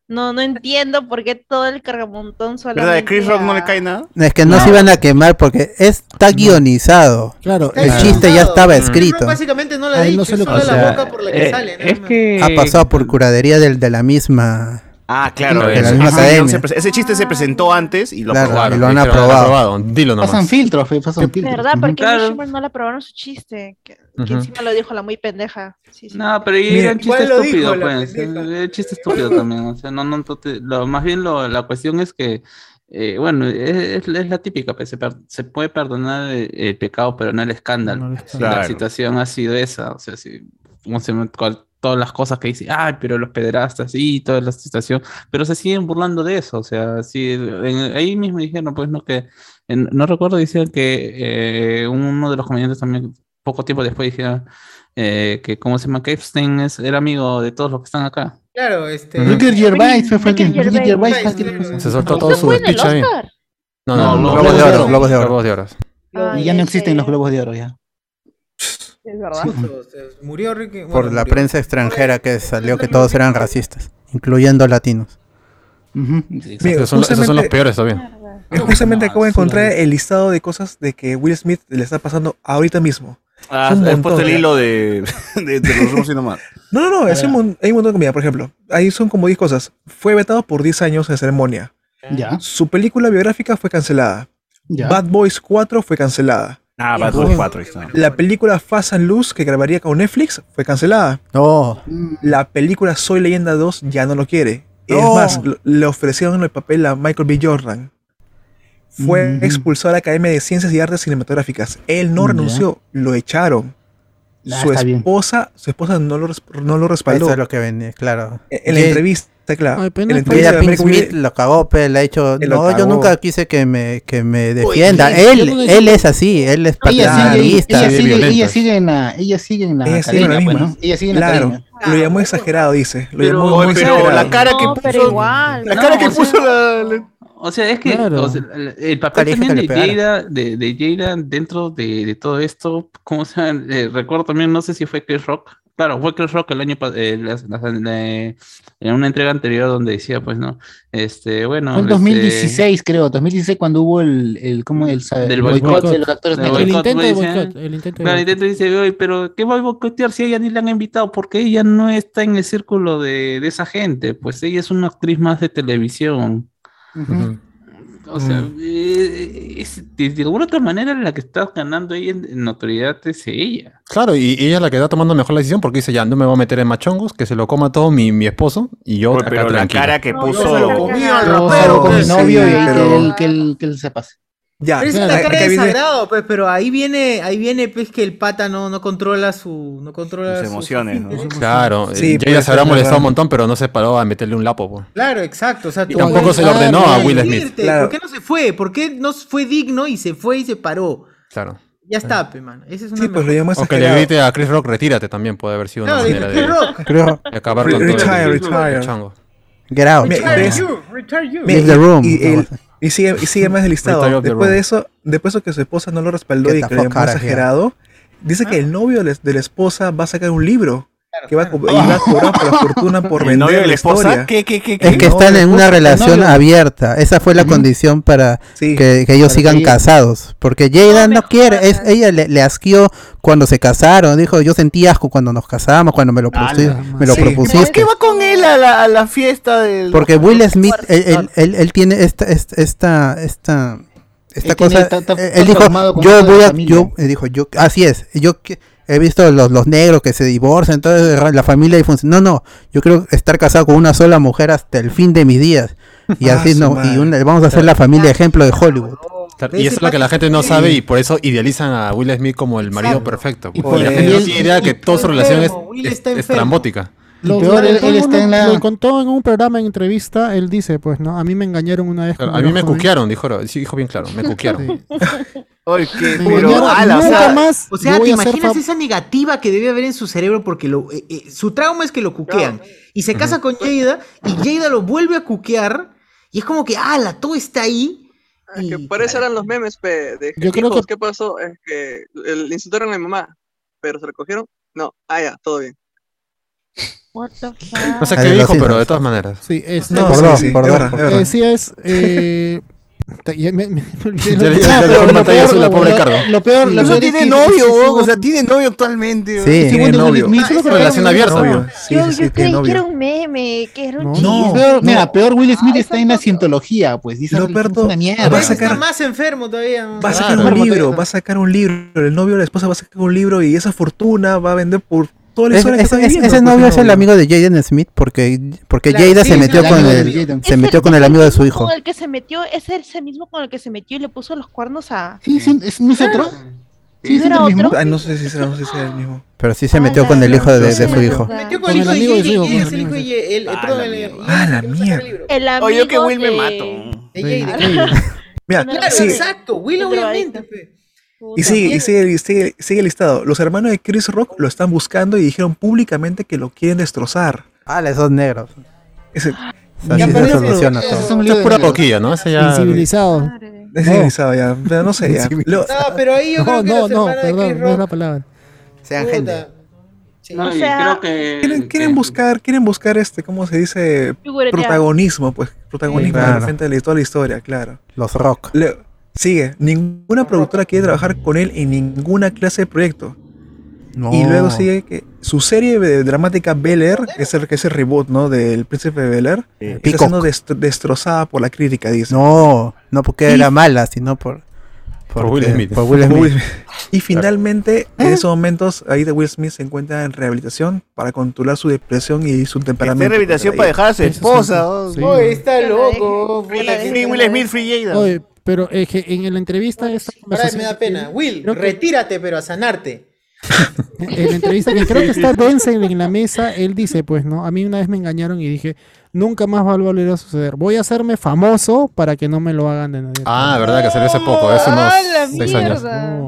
no no entiendo por qué todo el cargamontón solamente...
¿Verdad? De Chris Rock no
a-
le cae nada.
Es que no se iban a quemar porque está guionizado.
Claro,
el chiste ya estaba escrito.
Básicamente no la
A
ha
él
dicho,
no se
es
lo
solo la
considera-
boca por la que
eh,
sale. ¿no?
Es que.
Ha pasado por curadería del, de la misma.
Ah, claro.
De
ese-
la misma
ese guión
academia.
se pre- ese chiste se presentó antes y lo "Ah,
Claro,
aprobaron.
y lo han aprobado.
Dilo nomás.
Pasan filtros, fe, pasan filtros.
¿Verdad?
Ujú.
Porque no le aprobaron su chiste, que, que
Ujú.
encima lo dijo la muy pendeja. Sí, sí.
No, pero ahí
Mira,
era un chiste
igual lo dijo
estúpido,
la
pues. Era un chiste estúpido también. O sea, no, no, no te- lo, más bien lo- la cuestión es que, eh, bueno, es, es- es la típica, pues, se, per- se puede perdonar el, el pecado, pero no el escándalo.
No el
La
escándalo.
Claro.
situación ha sido esa. O sea, si, como se llama, cual- todas las cosas que dicen, ay, pero los pederastas, y toda la situación, pero se siguen burlando de eso. O sea, sí, en- ahí mismo dijeron, pues, no que. en- no recuerdo, decían que eh, uno de los comediantes también, poco tiempo después, dijeron eh, que como se llama, que Epstein es, era amigo de todos los que están acá.
Claro, este.
Ujú.
Bridget Gervais, fe, fue quien.
Bridget
Bridget
Gervais.
Gervais, fue quien-
Se soltó
¿No
todo su
fue en el
speech ahí.
Oscar?
No, no,
No,
no,
Globos de Oro, Globos de Oro.
Globos de oro.
Y ya no existen los globos de oro, ya.
Es verdad.
Justo, se- murió Ricky. bueno,
Por la
murió.
prensa extranjera que salió que todos eran racistas, incluyendo latinos.
Esos son- esos son los peores, obvio.
Mira,
Ah,
Justamente acabo de encontrar el listado de cosas de que Will Smith le está pasando ahorita mismo.
Ah,
Es
has
un montón.
puesto el hilo de, [laughs] de, de los rumos y nomás.
No, no, no, es
Ah.
un mon- hay un montón de comida, por ejemplo. Ahí son como 10 cosas. Fue vetado por 10 años en ceremonia.
Ya.
Su película biográfica fue cancelada.
Ya.
Bad Boys 4 fue cancelada.
Ah,
Bad
Bad
Boys
Boys
Ujú.
4.
La película Fast and Loose que grabaría con Netflix fue cancelada.
No.
La película Soy Leyenda 2 ya no lo quiere.
No.
Es más, lo- le ofrecieron el papel a Michael B. Jordan. Fue
Mm.
expulsado de la Academia de Ciencias y Artes Cinematográficas. Él no
Ya.
renunció, lo echaron.
Ah,
su
está bien.
esposa, su esposa no lo, res- no lo respaldó.
Eso es lo que venía, claro.
En en la
Jada-
entrevista, claro.
Ay, pero
en
no
la
fue-
entrevista
Jada
de
Pink
American
Smith
Beauty-
lo cagó, pe, le ha dicho,
Él lo
no, yo
cagó.
nunca quise que me, que me defienda.
Oye,
él,
yo no-
él es así, él es
Ella sigue,
paternalista.
ella, sigue,
violentas.
ella sigue en la, ella sigue en la
Ella sigue en la
academia, pues,
misma.
¿no? Ella sigue en la
Claro,
academia.
lo llamó exagerado, dice. Lo
Pero-
llamó muy
pero
exagerado.
la cara que
No,
puso.
pero igual.
La
No,
cara que
o sea-
puso la. la-
O sea, es que
Claro.
o sea, el, el papel
Ojalá y
también
que le
de
pegara.
Jada, de, de Jada dentro de, de todo esto, ¿cómo se llama? Eh, recuerdo también, no sé si fue Chris Rock. Claro, fue Chris Rock el año eh, pasado, eh, en una entrega anterior donde decía, pues no, este, bueno.
Fue en
este,
2016, creo, 2016 cuando hubo el, el, ¿cómo? el,
del
el
boicot
de los actores
del
negros.
El
boicot,
intento de
como dicen.
boicot, el intento de
Claro, el
boicot.
intento dice, "Oye, pero ¿qué va a boicotear si a ella ni la han invitado? Porque ella no está en el círculo de, de esa gente, pues ella es una actriz más de televisión.
Ujú.
O sea,
Mm.
eh, es- de, de alguna otra manera la que está ganando ella en, en notoriedad es ella.
Claro, y y ella es la que está tomando mejor la decisión porque dice, ya, no me voy a meter en machongos, que se lo coma todo mi, mi esposo y yo
Oye,
acá
pero la
tranquilo.
cara que
No, yo me lo
puso.
comí al
Yo
rapero,
salgo con mi
pues.
novio
Sí,
y que
pero- eh,
él- que él- que él se pase.
Ya,
Ah,
Pero es
acá-
una cara
acá
de
viene-
desagrado, pues, pero ahí viene, ahí viene, pues, que el pata no, no controla su, no controla
Sus
sus-
emociones, ¿no?
intereses.
pues,
Claro,
Sí,
eh,
puede
ella
ser,
se habrá
es
molestado
verdad.
un montón, pero no se paró a meterle un lapo. pues. po.
Claro, exacto. O sea,
Y
tú-
tampoco se le ordenó a Will
Irte,
Smith.
Claro.
¿Por qué no se fue? ¿Por qué no fue digno y se fue y se paró?
Claro.
Ya está, pe, mano. Esa es una
Sí, pues lo llamó
O que le
exagerado.
grite a Chris Rock, retírate también, puede haber sido una
Claro,
manera
de
de,
Chris Rock.
Creo-
de acabar con
Retire,
todo el-
retire.
el chango.
Get out.
Me-
Retire
ves-
you, retire you.
Me-
Leave the room.
Y, el- y sigue, y sigue más del
Retire
listado.
of the
Después de
room.
eso, después de que su esposa no lo respaldó
Get
y
the
que le
fuck
llamó
outta here.
exagerado, dice que el novio de la- de la esposa va a sacar un libro. que va a, co- y va a cobrar por la fortuna por
[laughs] ¿El novio de
vender la
la esposa?
historia.
¿Qué, qué, qué, qué?
Es que
No,
están
la
en una
esposa, el
relación
novio.
abierta. Esa fue la condición para
Sí,
que, que ellos
para
sigan
que-
casados. Porque Jada no, quiere. Es, ella le, le asquió cuando se casaron. Dijo, yo sentí asco cuando nos casamos, cuando me lo, propusi- me lo
Sí. ¿Por
propusiste.
qué va con él a la, a la fiesta del.?
Porque Will Smith, él, él- él- él tiene esta, esta, esta, esta, esta
Él tiene-
cosa. eh,
está- está-
él
está
dijo,
traumado con
yo
eso de
voy
la
a,
familia".
yo, eh, dijo, yo, así es, yo que- he visto los, los negros que se divorcian, entonces eh, ra- la familia y func- No, no, yo quiero estar casado con una sola mujer hasta el fin de mis días. Y
[laughs]
Ah,
así
su
no,
madre.
y una- vamos a hacer la familia ejemplo de Hollywood.
Claro, y eso es lo que la gente no sabe y por eso idealizan a Will Smith como el marido perfecto. Y,
por
la
el-
gente no tiene idea
y
que
por
toda su
enfermo,
relación es,
Will
es-
está
es
enfermo.
trambótica.
Lo,
peor,
lo
él-
contó
él
en
está
un-
en la-
lo contó en un programa, en entrevista, él dice, pues, ¿no? A mí me engañaron una vez.
Claro, a
cuando
mí
era
me
joven.
cuquearon, dijo, sí, dijo bien claro, me cuquearon.
Oye, que,
Me
pero.
engañaron,
ala, o
nunca
sea,
más
O sea,
yo
¿te
voy a ser
imaginas
fam-
esa negativa que debe haber en su cerebro porque lo, eh, eh, su trauma es que lo cuquean? Y se casa con Jada y Jada lo vuelve a cuquear y es como que, ala, todo está ahí.
Ah,
Es que por eso eran los memes, pe, de que,
Yo creo
"Hijos,
que-
¿qué pasó? Es que el, le insultaron a mi mamá, pero se lo cogieron. No, ah, ya, todo bien.
What the
No sé
Ahí
qué
lo
dijo,
siento.
pero de todas maneras.
Sí, este,
No, Por sí, dos, sí, por es dos, verdad, por es dos. verdad.
Sí, es. eh, te- ya me- [laughs] me- me olvidé lo
Ya le-
que-
ya
Ah,
le
pero
dejó en
lo
pantalla
peor-
azul la pobre
lo-
Cardo.
Lo peor,
Y
lo
no
peor
tiene
es que-
novio,
sí,
huevón,
sí,
o sea, tiene novio actualmente.
Sí, tiene novio.
me hizo lo que-
Relación abierta.
Novio,
sí,
yo
sí, sí,
yo
tiene
creí que
novio.
era un meme, que era un
No,
chiste.
peor, mira, peor Will Smith
Ah,
está en la cientología, pues. Dice
Roberto,
una mierda.
va a sacar,
más enfermo todavía. ¿no?
va a sacar un libro, va a sacar un libro. El novio de la esposa va a sacar un libro y esa fortuna va a vender por toda la
Es-
historia que
es-
está
es-
viviendo.
ese
pues,
novio es el amigo de Jaden Smith porque, porque
Claro,
Jada
sí,
se
sí,
metió
el
con
amigo
el,
de Jaden.
se metió con el amigo de su
[laughs]
hijo.
Con el que se metió, es ese mismo con el que se metió y le puso los cuernos a.
Sí, es, un- es- no es otro.
Sí, ¿No
es
era
el mismo.
otro?
Ay, no sé si será, no sé si será el mismo.
Pero sí se metió con el hijo de, de su hijo.
Metió con el hijo de Jada, y es el hijo de Jada, el-
Ah,
perdón,
la
el-
mierda. Ah, la mierda.
El amigo
Oye, que Will
de-
me mato. de Jada.
[laughs] Mira,
Claro,
sí,
exacto, Will obviamente. pe.
Y sigue, y sigue, y sigue, sigue el listado. Los hermanos de Chris Rock lo están buscando y dijeron públicamente que lo quieren destrozar.
Ah, esos negros.
Ese,
Así se soluciona
Ese
todo.
es un lío de
pura
negros.
coquilla, ¿no? Ese ya...
Civilizado.
Es civilizado ya, pero no sé ya. Lo-
No, pero ahí yo creo
Oh. No,
que
no,
los
no,
hermanos de Chris
perdón, no es la
Rock-
palabra.
Sean
Puta.
gente.
No,
O
y
sea-
creo que.
quieren, quieren buscar, quieren buscar este, ¿cómo se dice?
Figuretear.
Protagonismo, pues, protagonismo
Claro.
de repente de toda la historia, claro.
Los rock.
Le- sigue, ninguna productora quiere trabajar con él en ninguna clase de proyecto.
No.
Y luego sigue que su serie de- dramática Bel Air, que es el, que es el reboot, ¿no? Del Príncipe de Bel Air, está
Peacock.
siendo dest- destrozada por la crítica, dice.
No, no porque
Y-
era mala, sino por,
Por
porque-
Will Smith.
por Will
Por Will
Smith.
Smith. Y finalmente, en esos momentos, ahí de Will Smith se encuentra en rehabilitación para controlar su depresión y su temperamento.
Tiene rehabilitación para dejar a su esposa. oh,
Sí.
oye,
Está loco.
Free,
puta,
free Will Smith, free Jada.
Oye, pero es que en la entrevista esta
Ahora
conversación
me da
que
pena.
tiene-
Will,
creo que-
retírate, pero a sanarte.
en la entrevista que creo que está Denzel en la mesa, él dice, pues, ¿no? A mí una vez me engañaron y dije, nunca más va a volver a suceder. Voy a hacerme famoso para que no me lo hagan de nadie.
Ah, verdad, que salió hace poco, hace unos seis años.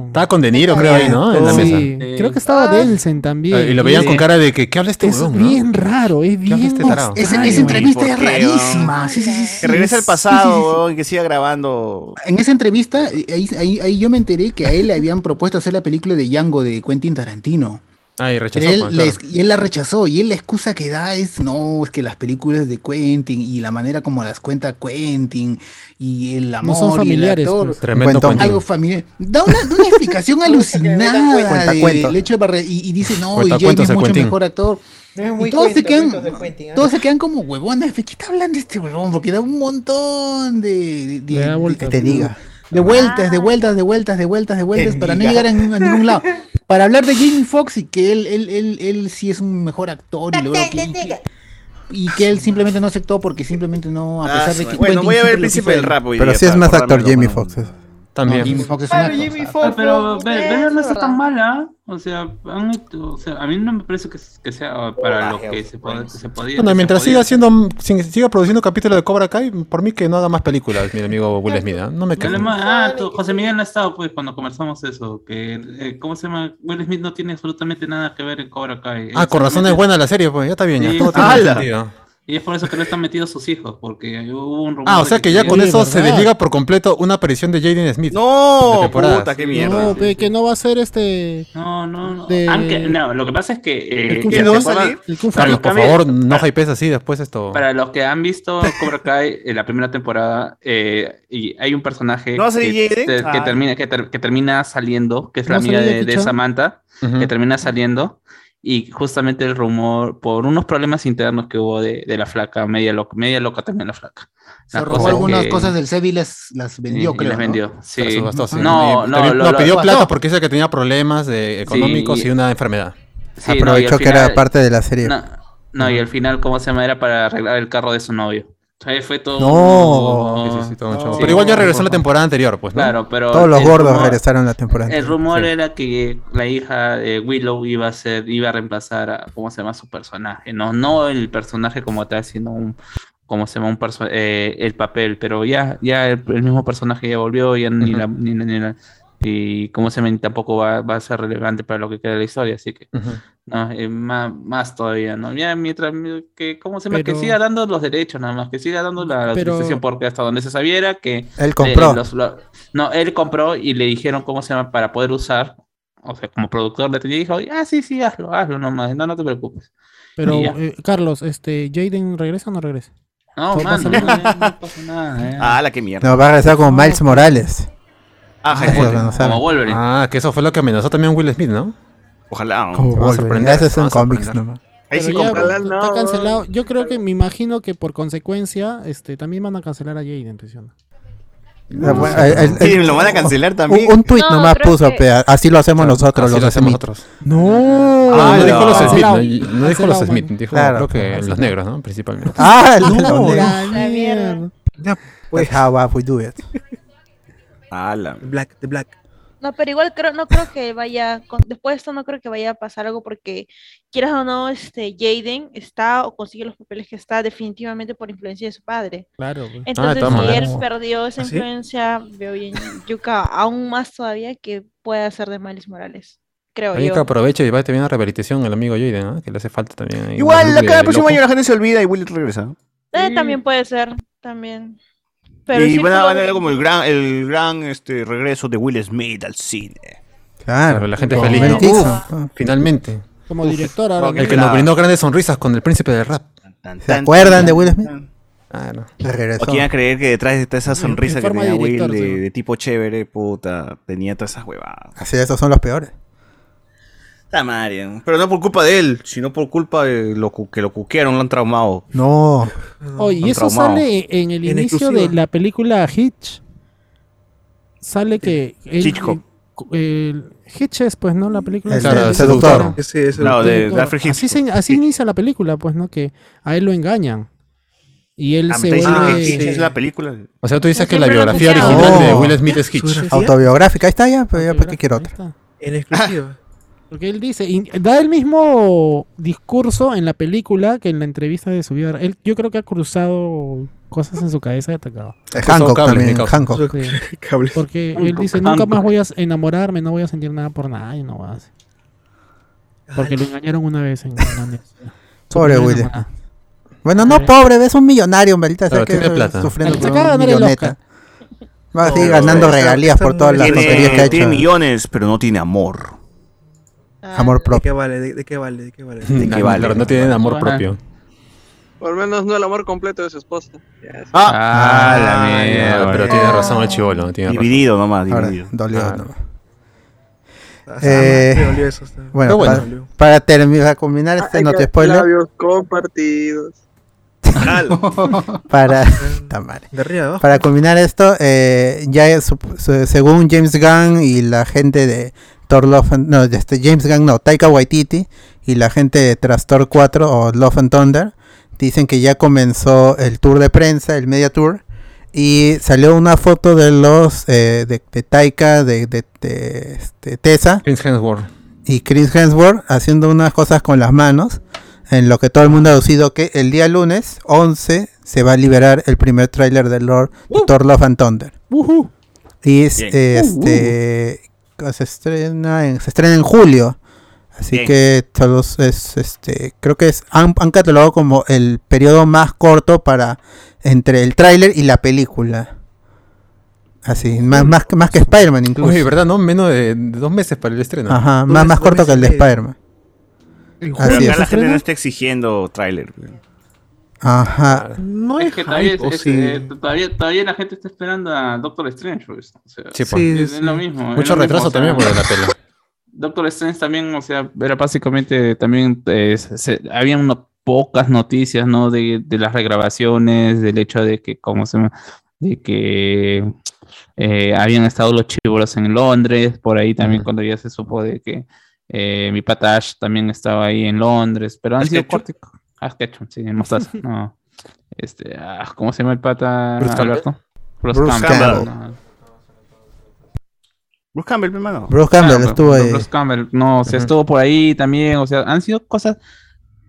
Estaba con De Niro, creo, ahí, ¿no? En la mesa.
Sí, creo que estaba
Ah.
Denzel también.
Ah, Y lo veían con cara de que, ¿qué habla este
Es
huevón, no?
bien raro, es bien
este tarado?
extraño.
Esa- esa entrevista
¿por
es
qué,
rarísima. Sí, sí, sí, sí,
Que regrese al
sí,
pasado,
sí, sí, sí.
weón, y que siga grabando.
En esa entrevista, eh, ahí, ahí- ahí yo me enteré que a él le habían propuesto hacer la película de Django de Quentin Tarantino.
Ah, y rechazó.
Pero él,
pues,
la
claro.
es- y él la rechazó y él la excusa que da es no, es que las películas de Quentin y la manera como las cuenta Quentin y el amor
son familiares,
y el actor,
pues.
Tremendo Cuentón. Quentin.
algo familiar. Da una, da una explicación alucinada
Cuenta
de-
cuentos.
del hecho de Barre- y, y dice no, y
Cuenta
Jamie
cuentos
es
de
mucho
Quentin.
mejor actor.
Es muy
y todos se
cuento,
quedan,
cuentos de Quentin, ah.
todos se quedan como huevones, ¿qué está hablando este huevón? Porque da un montón de, de- de-
Le da vueltas.
de-
Te diga.
de
Ah.
vueltas, de vueltas, de vueltas, de vueltas, de vueltas,
Te
para no
diga.
llegar a, ningún- a
[laughs]
ningún lado. Para hablar de Jamie Foxx y que él, él, él, él sí es un mejor actor y logra que- que- y que él simplemente no aceptó porque simplemente no, a
Ah,
pesar de
sí,
que
bueno,
Quentin
voy a ver el
siempre
príncipe del
lo quiso a él.
rap hoy
Pero
día
sí es
para
más actor
acordármelo,
Jamie
weón.
Foxx. eso.
También.
Jamie Foxx es un
Claro,
actor,
Jimmy
o sea.
Fox.
Pero
Fox,
Bel
eh,
Air no
es
está tan
verdad.
mala. O sea, han hecho- o sea, a mí no me parece que, que sea para lo que se, pod- que se podía.
Bueno,
que
mientras
se podía.
siga haciendo, sin- siga produciendo capítulos de Cobra Kai, por mí que no haga más películas, mi amigo Will Smith, ¿ah? no me
Yo le
quejo.
ma- ah, tú- José Miguel no ha estado pues cuando conversamos eso, que eh, ¿cómo se llama? Will Smith no tiene absolutamente nada que ver en Cobra Kai.
Ah, con razón es
bueno
buena la serie, pues ya está bien, ya
Sí.
todo tiene
¡Hala!
sentido.
Y es por eso que no están metidos sus hijos, porque hubo un rumor.
Ah, o
de
sea que ya con
querían-
eso se desliga por completo una aparición de Jaden Smith.
No,
puta, qué mierda. No, pe, eh, que no va a ser este.
No, no, no.
De...
Aunque- no, lo que pasa es que. eh,
¿El Kung
que
Fu no
¿se
va a
acuerdan?
salir? El Kung Fu.
Carlos, por
Cambia-
favor, no hypes así después esto.
Para los que han visto Cobra Kai en la primera temporada, eh, y hay un personaje
¿No va a ser
que,
Jaden?
te- que
Ah.
termina, que, ter- que termina saliendo, que es
¿No
la
va a
amiga
salir
de,
Jackie
de
Chan?
Samantha,
Ujú.
que termina saliendo. Y justamente el rumor, por unos problemas internos que hubo de, de la flaca, media loca, media loca también la flaca.
Se
Una
robó
cosa
algunas
que-
cosas del SEBI y las, las vendió,
y- y
creo.
las
¿no?
vendió. Sí.
Las subastó, sí.
No,
Y
no,
también-
lo- lo-
pidió
lo-
plata porque dice que tenía problemas de- económicos
y-
y una enfermedad.
Sí, no, y
Aprovechó
al
que era
final-
parte de la serie.
No, no, y al final, ¿cómo se llama? Era para arreglar el carro de su novio. O sea, fue todo.
No.
Sí, sí, sí, todo un show. Pero igual ya regresó en la temporada anterior, pues, ¿no?
Claro, pero
Todos los
el
gordos
rumor-
regresaron la temporada.
El rumor era que la hija de Willow iba a ser, iba a reemplazar a, ¿cómo se llama? Su personaje, no, no el personaje como tal, sino un, ¿cómo se llama? Un perso- eh, el papel, pero ya, ya el, el mismo personaje ya volvió, ya ni la, ni, la- ni la- y ¿cómo se llama? Ni tampoco va, va a ser relevante para lo que queda de la historia, así que,
Ujú.
no, eh, más, más todavía, ¿no? Ya mientras, que, ¿cómo se llama?
Pero-
Que siga dando los derechos nada más, que siga dando la, la
Pero-
autorización, porque hasta donde se sabiera que...
Él compró.
eh, los- lo- no, él compró y le dijeron cómo se llama para poder usar. O sea, como productor le tenía dijo, ah, sí, sí, hazlo, hazlo nomás, no, no te preocupes.
Pero,
Y ya.
eh, Carlos, este, ¿Jaden regresa o no regresa?
No,
¿Qué
mano,
pasa?
no, no, [laughs] no pasa nada. eh.
Ah, la que mierda.
No, va a regresar con Miles Morales.
Ah,
Eso no saben.
Wolverine.
Ah, que eso fue lo que amenazó también Will Smith, ¿no?
Ojalá.
Como
Te va a
Wolverine.
sorprender,
Ese es
te
un
va a
cómics
sorprender.
nomás.
Pero ya, Está cancelado. Yo creo que me imagino que por consecuencia, este, también van a cancelar a Jaden, pues, ¿sí o ¿no?
Ah, bueno, el- el-
Sí,
el-
lo van a cancelar
un-
también.
Un tweet
No,
nomás
creo
puso,
que-
pe, así lo hacemos
Claro,
nosotros.
así
los
lo hacemos
Smith.
nosotros.
No.
Ah, no dijo los
Claro.
Smith, no, no dijo los
Cancelado,
Smith,
mano.
dijo
Claro.
creo que los negros, ¿no? Principalmente.
Ah,
No,
los negros.
la
mierda.
Ya, pues. That's how we do it.
Ala.
Black, the black.
No, pero igual creo, no creo que vaya, con- después de esto no creo que vaya a pasar algo porque quieras o no, este Jaden está o consigue los papeles que está definitivamente por influencia de su padre.
Claro, pues. Ah, de
Entonces,
todas
si él
maneras.
perdió esa
¿Ah, sí?
influencia, veo bien Yuka aún más todavía que puede hacer de Miles Morales, creo
Oye,
yo.
que aproveche y va a tener una rehabilitación el amigo Jaden, ¿no? Que le hace falta también. ahí,
Igual,
una
acá el
de
próximo
loco.
año la gente se olvida y Will regresa.
Eh, También puede ser, también. Pero
y
sí
van a
pudo
van a
haber-
ver como el gran, el gran este, regreso de Will Smith al cine.
Claro, la gente
Como
feliz.
Mel
¿no?
Gibson.
Uf, finalmente.
Como director ahora.
El que nos brindó grandes sonrisas con el príncipe del rap. Ah,
¿Se acuerdan de Will Smith? Regresó.
O quién iba a creer que detrás de toda esa sonrisa
en
que
forma
tenía
de director,
Will de,
seguro.
de tipo chévere, puta, tenía todas esas huevadas.
Así, esos son los peores.
Está Mario. Pero no por culpa de él, sino por culpa de lo cu- que lo cuquearon, lo han traumado.
No.
Oye, y
Tan
eso
traumado.
sale en el
En
inicio
exclusiva.
de la película Hitch. Sale que. él-
Hitchcock.
el- Hitch es, pues, ¿no? La película.
El- el seductor.
Sí, es el-
No, de,
Todo.
de Alfred
Así,
Hitchcock.
se- así inicia la película, pues, ¿no? Que a él lo engañan. Y él
Ah, me
se
está diciendo
vuelve...
que Hitch es la película.
O sea, tú dices
No,
que la
siempre lo
biografía
puteaban.
original de
No.
Will Smith es Hitch.
¿Biografía?
Autobiográfica, ahí está ya, pero ya, ¿para qué quiero otra?
En exclusiva.
Ah. Porque él dice, y da el mismo discurso en la película que en la entrevista de su vida. Él, yo creo que ha cruzado cosas en su cabeza y atacado.
Eh, Hancock también, Hancock.
Sí. Porque él dice, nunca más voy a enamorarme, no voy a sentir nada por nada y no va a hacer. Porque lo engañaron una vez en
Pobre
Su primera
Will.
enamorada.
Bueno, no, pobre, es un millonario, maldita. sea
Claro,
que
tiene plata.
sufriendo
Se
por
acaba de
un
ganar el
milloneta. Va a seguir ganando
Está-
regalías por todas las
Tiene-
tonterías que ha
Tiene
hecho.
millones, pero no tiene amor.
Amor
¿De
propio.
qué vale? ¿De, de qué vale? ¿De qué vale?
¿De qué vale?
Claro, no tienen amor
Ajá.
propio.
Por menos no el amor completo de su esposa. Ya, sí.
Ah, la mierda. Pero tiene razón Ah. el chivolo.
Dividido nomás,
Ahora,
dividido.
dolió nomás.
Eh,
Ah,
Eh,
me dolió eso, está.
bueno,
Pero
para,
bueno.
para terminar, combinar
Ah,
este
Ay,
no te
que
spoiler.
Labios compartidos.
[laughs]
[laughs] Para, puta
[laughs]
madre.
Ah, De arriba abajo.
para combinar esto, eh, ya es sup- se- según James Gunn y la gente de Thor Love and- no, de este, James Gunn no, Taika Waititi y la gente de Tras Thor 4 o Love and Thunder, dicen que ya comenzó el tour de prensa, el media tour, y salió una foto de los eh, de, de Taika, de, de, de, este, Tessa
Chris Hemsworth.
y Chris Hemsworth haciendo unas cosas con las manos, en lo que todo el mundo ha deducido que el día lunes 11 se va a liberar el primer tráiler de, Lord, de Thor Love and Thunder.
Ujú.
Y es, uh.
Bien.
este se estrena en, se estrena en julio Así que Talos es, este, creo que es, han, han catalogado como el periodo más corto para entre el tráiler y la película. Así, más, más, que- más que Spider-Man incluso.
Uy, ¿verdad? No, menos de de dos meses para el estreno.
Ajá, más,
Dos meses,
más
dos
corto que el de
meses y medio.
Spider-Man.
Pero
Así
acá
es.
la gente no está exigiendo tráiler. güey.
Ajá.
No es, que todavía,
hype,
es-
o
es-
sí.
eh, todavía, todavía la gente está esperando a Doctor Strange. pues. O sea,
Sí,
es,
pues. Sí,
es
sí.
lo mismo. es
Mucho
lo mismo,
retraso
o sea,
también por la peli.
Doctor Strange también, o sea, era básicamente también eh, se- se- había unas pocas noticias, ¿no? De, de las regrabaciones, del hecho de que, ¿cómo se llama? De que eh, habían estado los chivolos en Londres, por ahí también cuando ya se supo de que eh, mi pata Ash también estaba ahí en Londres, pero han sido cortos. Ash Ketchum, sí, en Mostaza, no. Este, ah, ¿cómo se llama el pata
Bruce Campbell.
Alberto? Bruce
Bruce
Campbell.
Campbell.
no.
Bruce Campbell, mi hermano.
Bruce Campbell estuvo ahí.
Bruce Campbell, no, o sea,
Ujú.
estuvo por ahí también, o sea, han sido cosas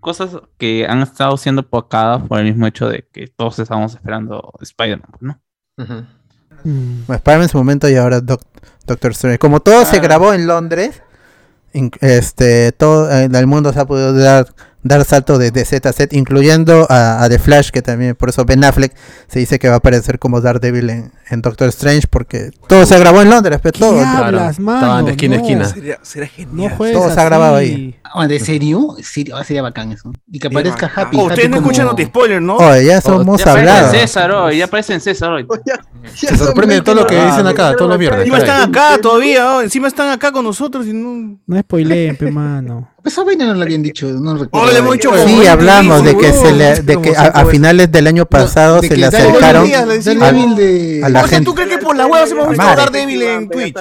cosas que han estado siendo pocadas por el mismo hecho de que todos estábamos esperando Spider-Man, ¿no?
Bueno, Spider-Man en su Mm, momento y ahora Doc- Doctor Strange. Como todo
Ah.
se grabó en Londres, in- este, todo eh, el mundo se ha podido dar, dar salto de, de Z a Z, incluyendo a, a The Flash, que también, por eso Ben Affleck se dice que va a aparecer como Daredevil en, en Doctor Strange, porque todo se grabó en Londres, pero todo.
hablas, mano?
estaban de esquina a
No,
esquina.
sería-
Será genial.
No juegues
Todo se ha grabado ahí.
Ah, ¿De serio? Sí, ah, sería bacán eso. Y que aparezca
bacán.
Happy.
Oh, ustedes no escuchan Notispoiler, ¿no?
Oh, ya somos
ya
hablados.
aparece César hoy, ya aparece en César hoy.
Se sorprende de todo lo que dicen acá, todo lo viernes.
Encima están acá todavía, oh, encima están acá con nosotros y no...
No spoileen, pe, mano.
Esa vaina no la habían dicho, no recuerdo.
Oh, le hemos dicho como
Sí,
veinte
hablamos de
veces,
que, se
huevón.
le, de que a, a
Como
finales del año pasado
de
se
que
le
Daredevil
acercaron
día le decimos.
al- a la
O sea,
gente.
¿tú crees que por la hueva se hemos visto
Madre.
Daredevil en Twitch?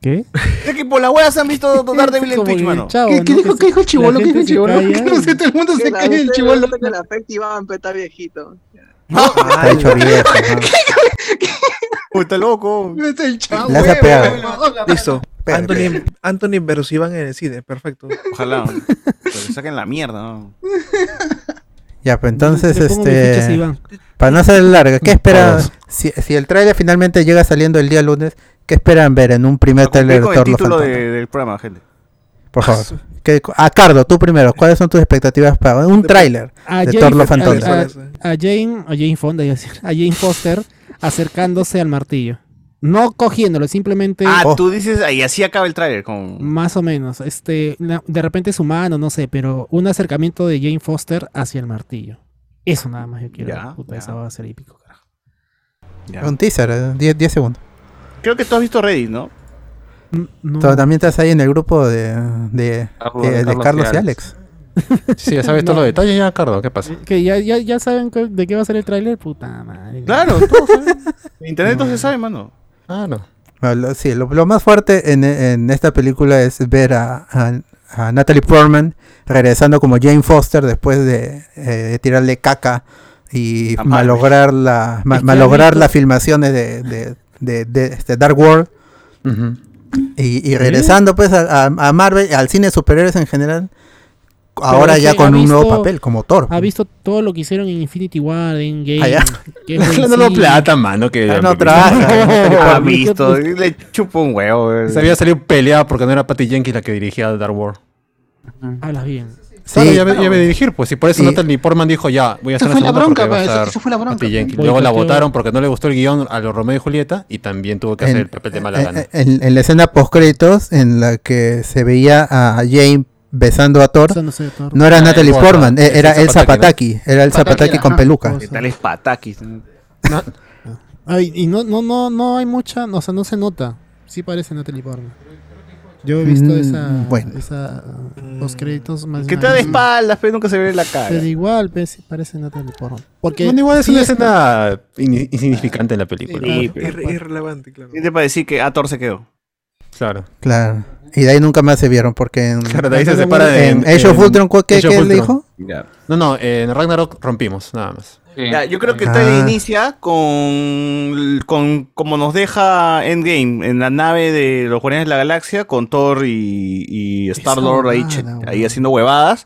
¿Qué?
¿Crees que por la hueva se
[laughs]
han visto Daredevil en
Como
Twitch,
el
mano?
chavo,
¿Qué,
¿no?
qué dijo,
Que
¿Qué dijo el
se-
chivolo?
la
¿Qué dijo el
gente
chivolo? [laughs]
se calla.
No sé, todo el mundo se
Que la
cae el
gente
chivolo.
nota que la afecta Iván, pero está viejito.
Está hecho viejo,
[laughs]
ajá.
Puta loco.
Está el chavo.
Le has
huevo,
apeado.
huevo.
Listo.
Espera,
Anthony, Anthony versus Iván en el cine, perfecto. [laughs]
Ojalá. Pero saquen la mierda, ¿no?
Ya, pues entonces,
le pongo mis fichas a
este.
Iván. Mm,
Para no ser larga, ¿qué esperan?
Todos.
Si, si el tráiler finalmente llega saliendo el día lunes, ¿qué esperan ver en un primer
Ve
tráiler de
Ah, con el
Thor Los
título
Fantasmas?
de- del programa, gente.
Por
[laughs]
favor. ¿Qué- a Cardo, tú primero, ¿cuáles son tus expectativas para un tráiler
Ah,
a
de
Jane-
Thor Los
a- a,
Fantasmas?
a Jane, a Jane Fonda, iba a decir, a Jane Foster acercándose al martillo. No cogiéndolo, simplemente
Ah,
Oh.
tú dices, ahí así acaba el tráiler con...
más o menos. Este, la- de repente su mano, no sé, pero un acercamiento de Jane Foster hacia el martillo. Eso nada más yo quiero.
Ya,
Puta, esa va a ser épico, carajo.
Un teaser, eh, 10 10 segundos.
Creo que tú has visto Reddit, ¿no?
No.
Tú también estás ahí en el grupo de, de,
Carlos-
de- de
Ah, Carlos y
Carlos y Alex.
Alex.
[laughs]
Sí, ya sabes todos
No.
los detalles ya, Cardo, ¿qué pasa?
Que ya, ya, ya saben cu- de qué va a ser el tráiler, puta madre.
Claro, todo sabe. En internet todo se sabe, mano.
Claro.
Ah, lo- Sí, lo, lo más fuerte en, en esta película es ver a, a- a Natalie Portman regresando como Jane Foster después de, eh, de tirarle caca y
A Marvel.
malograr, la, ma-
Es que
malograr
ahorita-
las filmaciones de,
Ah,
de- de- de este Dark World. y, y regresando pues a, a- a Marvel, al cine de superhéroes en general,
Pero
ahora
es
ya
que
con
ha
un nuevo
visto-
papel como Thor.
Ha visto todo lo que hicieron en Infinity War, en Game.
Ah, ya.
[laughs]
Ah,
No, no, plata, mano, que...
Ah,
no
[laughs]
trabaja.
Ha visto, le chupo un huevo. eh. güey.
Se había salido peleado porque no era Patty Jenkins la que dirigía Dark World.
Hablas bien.
Claro, ya, me- ya me dirigir, pues, y por eso
Sí.
Natalie Portman dijo, ya, voy a
Esa
hacer
fue
una
la
segunda
bronca,
porque va a
pues, esa-
estar
esa fue la bronca.
Patty Jenkins.
Boicoteó.
Luego la votaron porque no le gustó el guión a los Romeo y Julieta y también tuvo que hacer
En- eh,
el papel de mala gana.
En, en- en la escena post créditos en la que se veía a Jane besando a Thor,
Besándose a Thor.
no era
Ah,
Natalie
Elsa
Portman, eh,
Pataki,
era
¿no?
Elsa Pataki, era Elsa
Pataki,
Pataki con
ajá.
peluca.
¿Qué tal es Patakis?
Ay, y no, no, no, no hay mucha, no, o sea, no se nota. Sí parece Natalie Portman. Yo he visto
Mm,
esa,
bueno.
esa, uh, los créditos más.
Que
más-
está de espaldas, pero nunca se ve la cara.
Pero igual, pe, sí parece Natalie Portman. Porque
Bueno, igual es
sí
una escena in- insignificante en la película.
Sí, pero-
Irrelevante, claro.
¿Quién te para decir que Ator se quedó?
Claro.
Claro. Y de ahí nunca más se vieron porque en,
Claro, de ahí se separa de.
en Age of Ultron, ¿cu- ¿qué,
Age of
qué le
Ultron.
dijo?
No, no, en Ragnarok rompimos, nada más.
Ya, yo creo que
Ah.
esta inicia con, con como nos deja Endgame en la nave de los Guardianes de la Galaxia con Thor y, y Star Lord ahí, che- ahí haciendo huevadas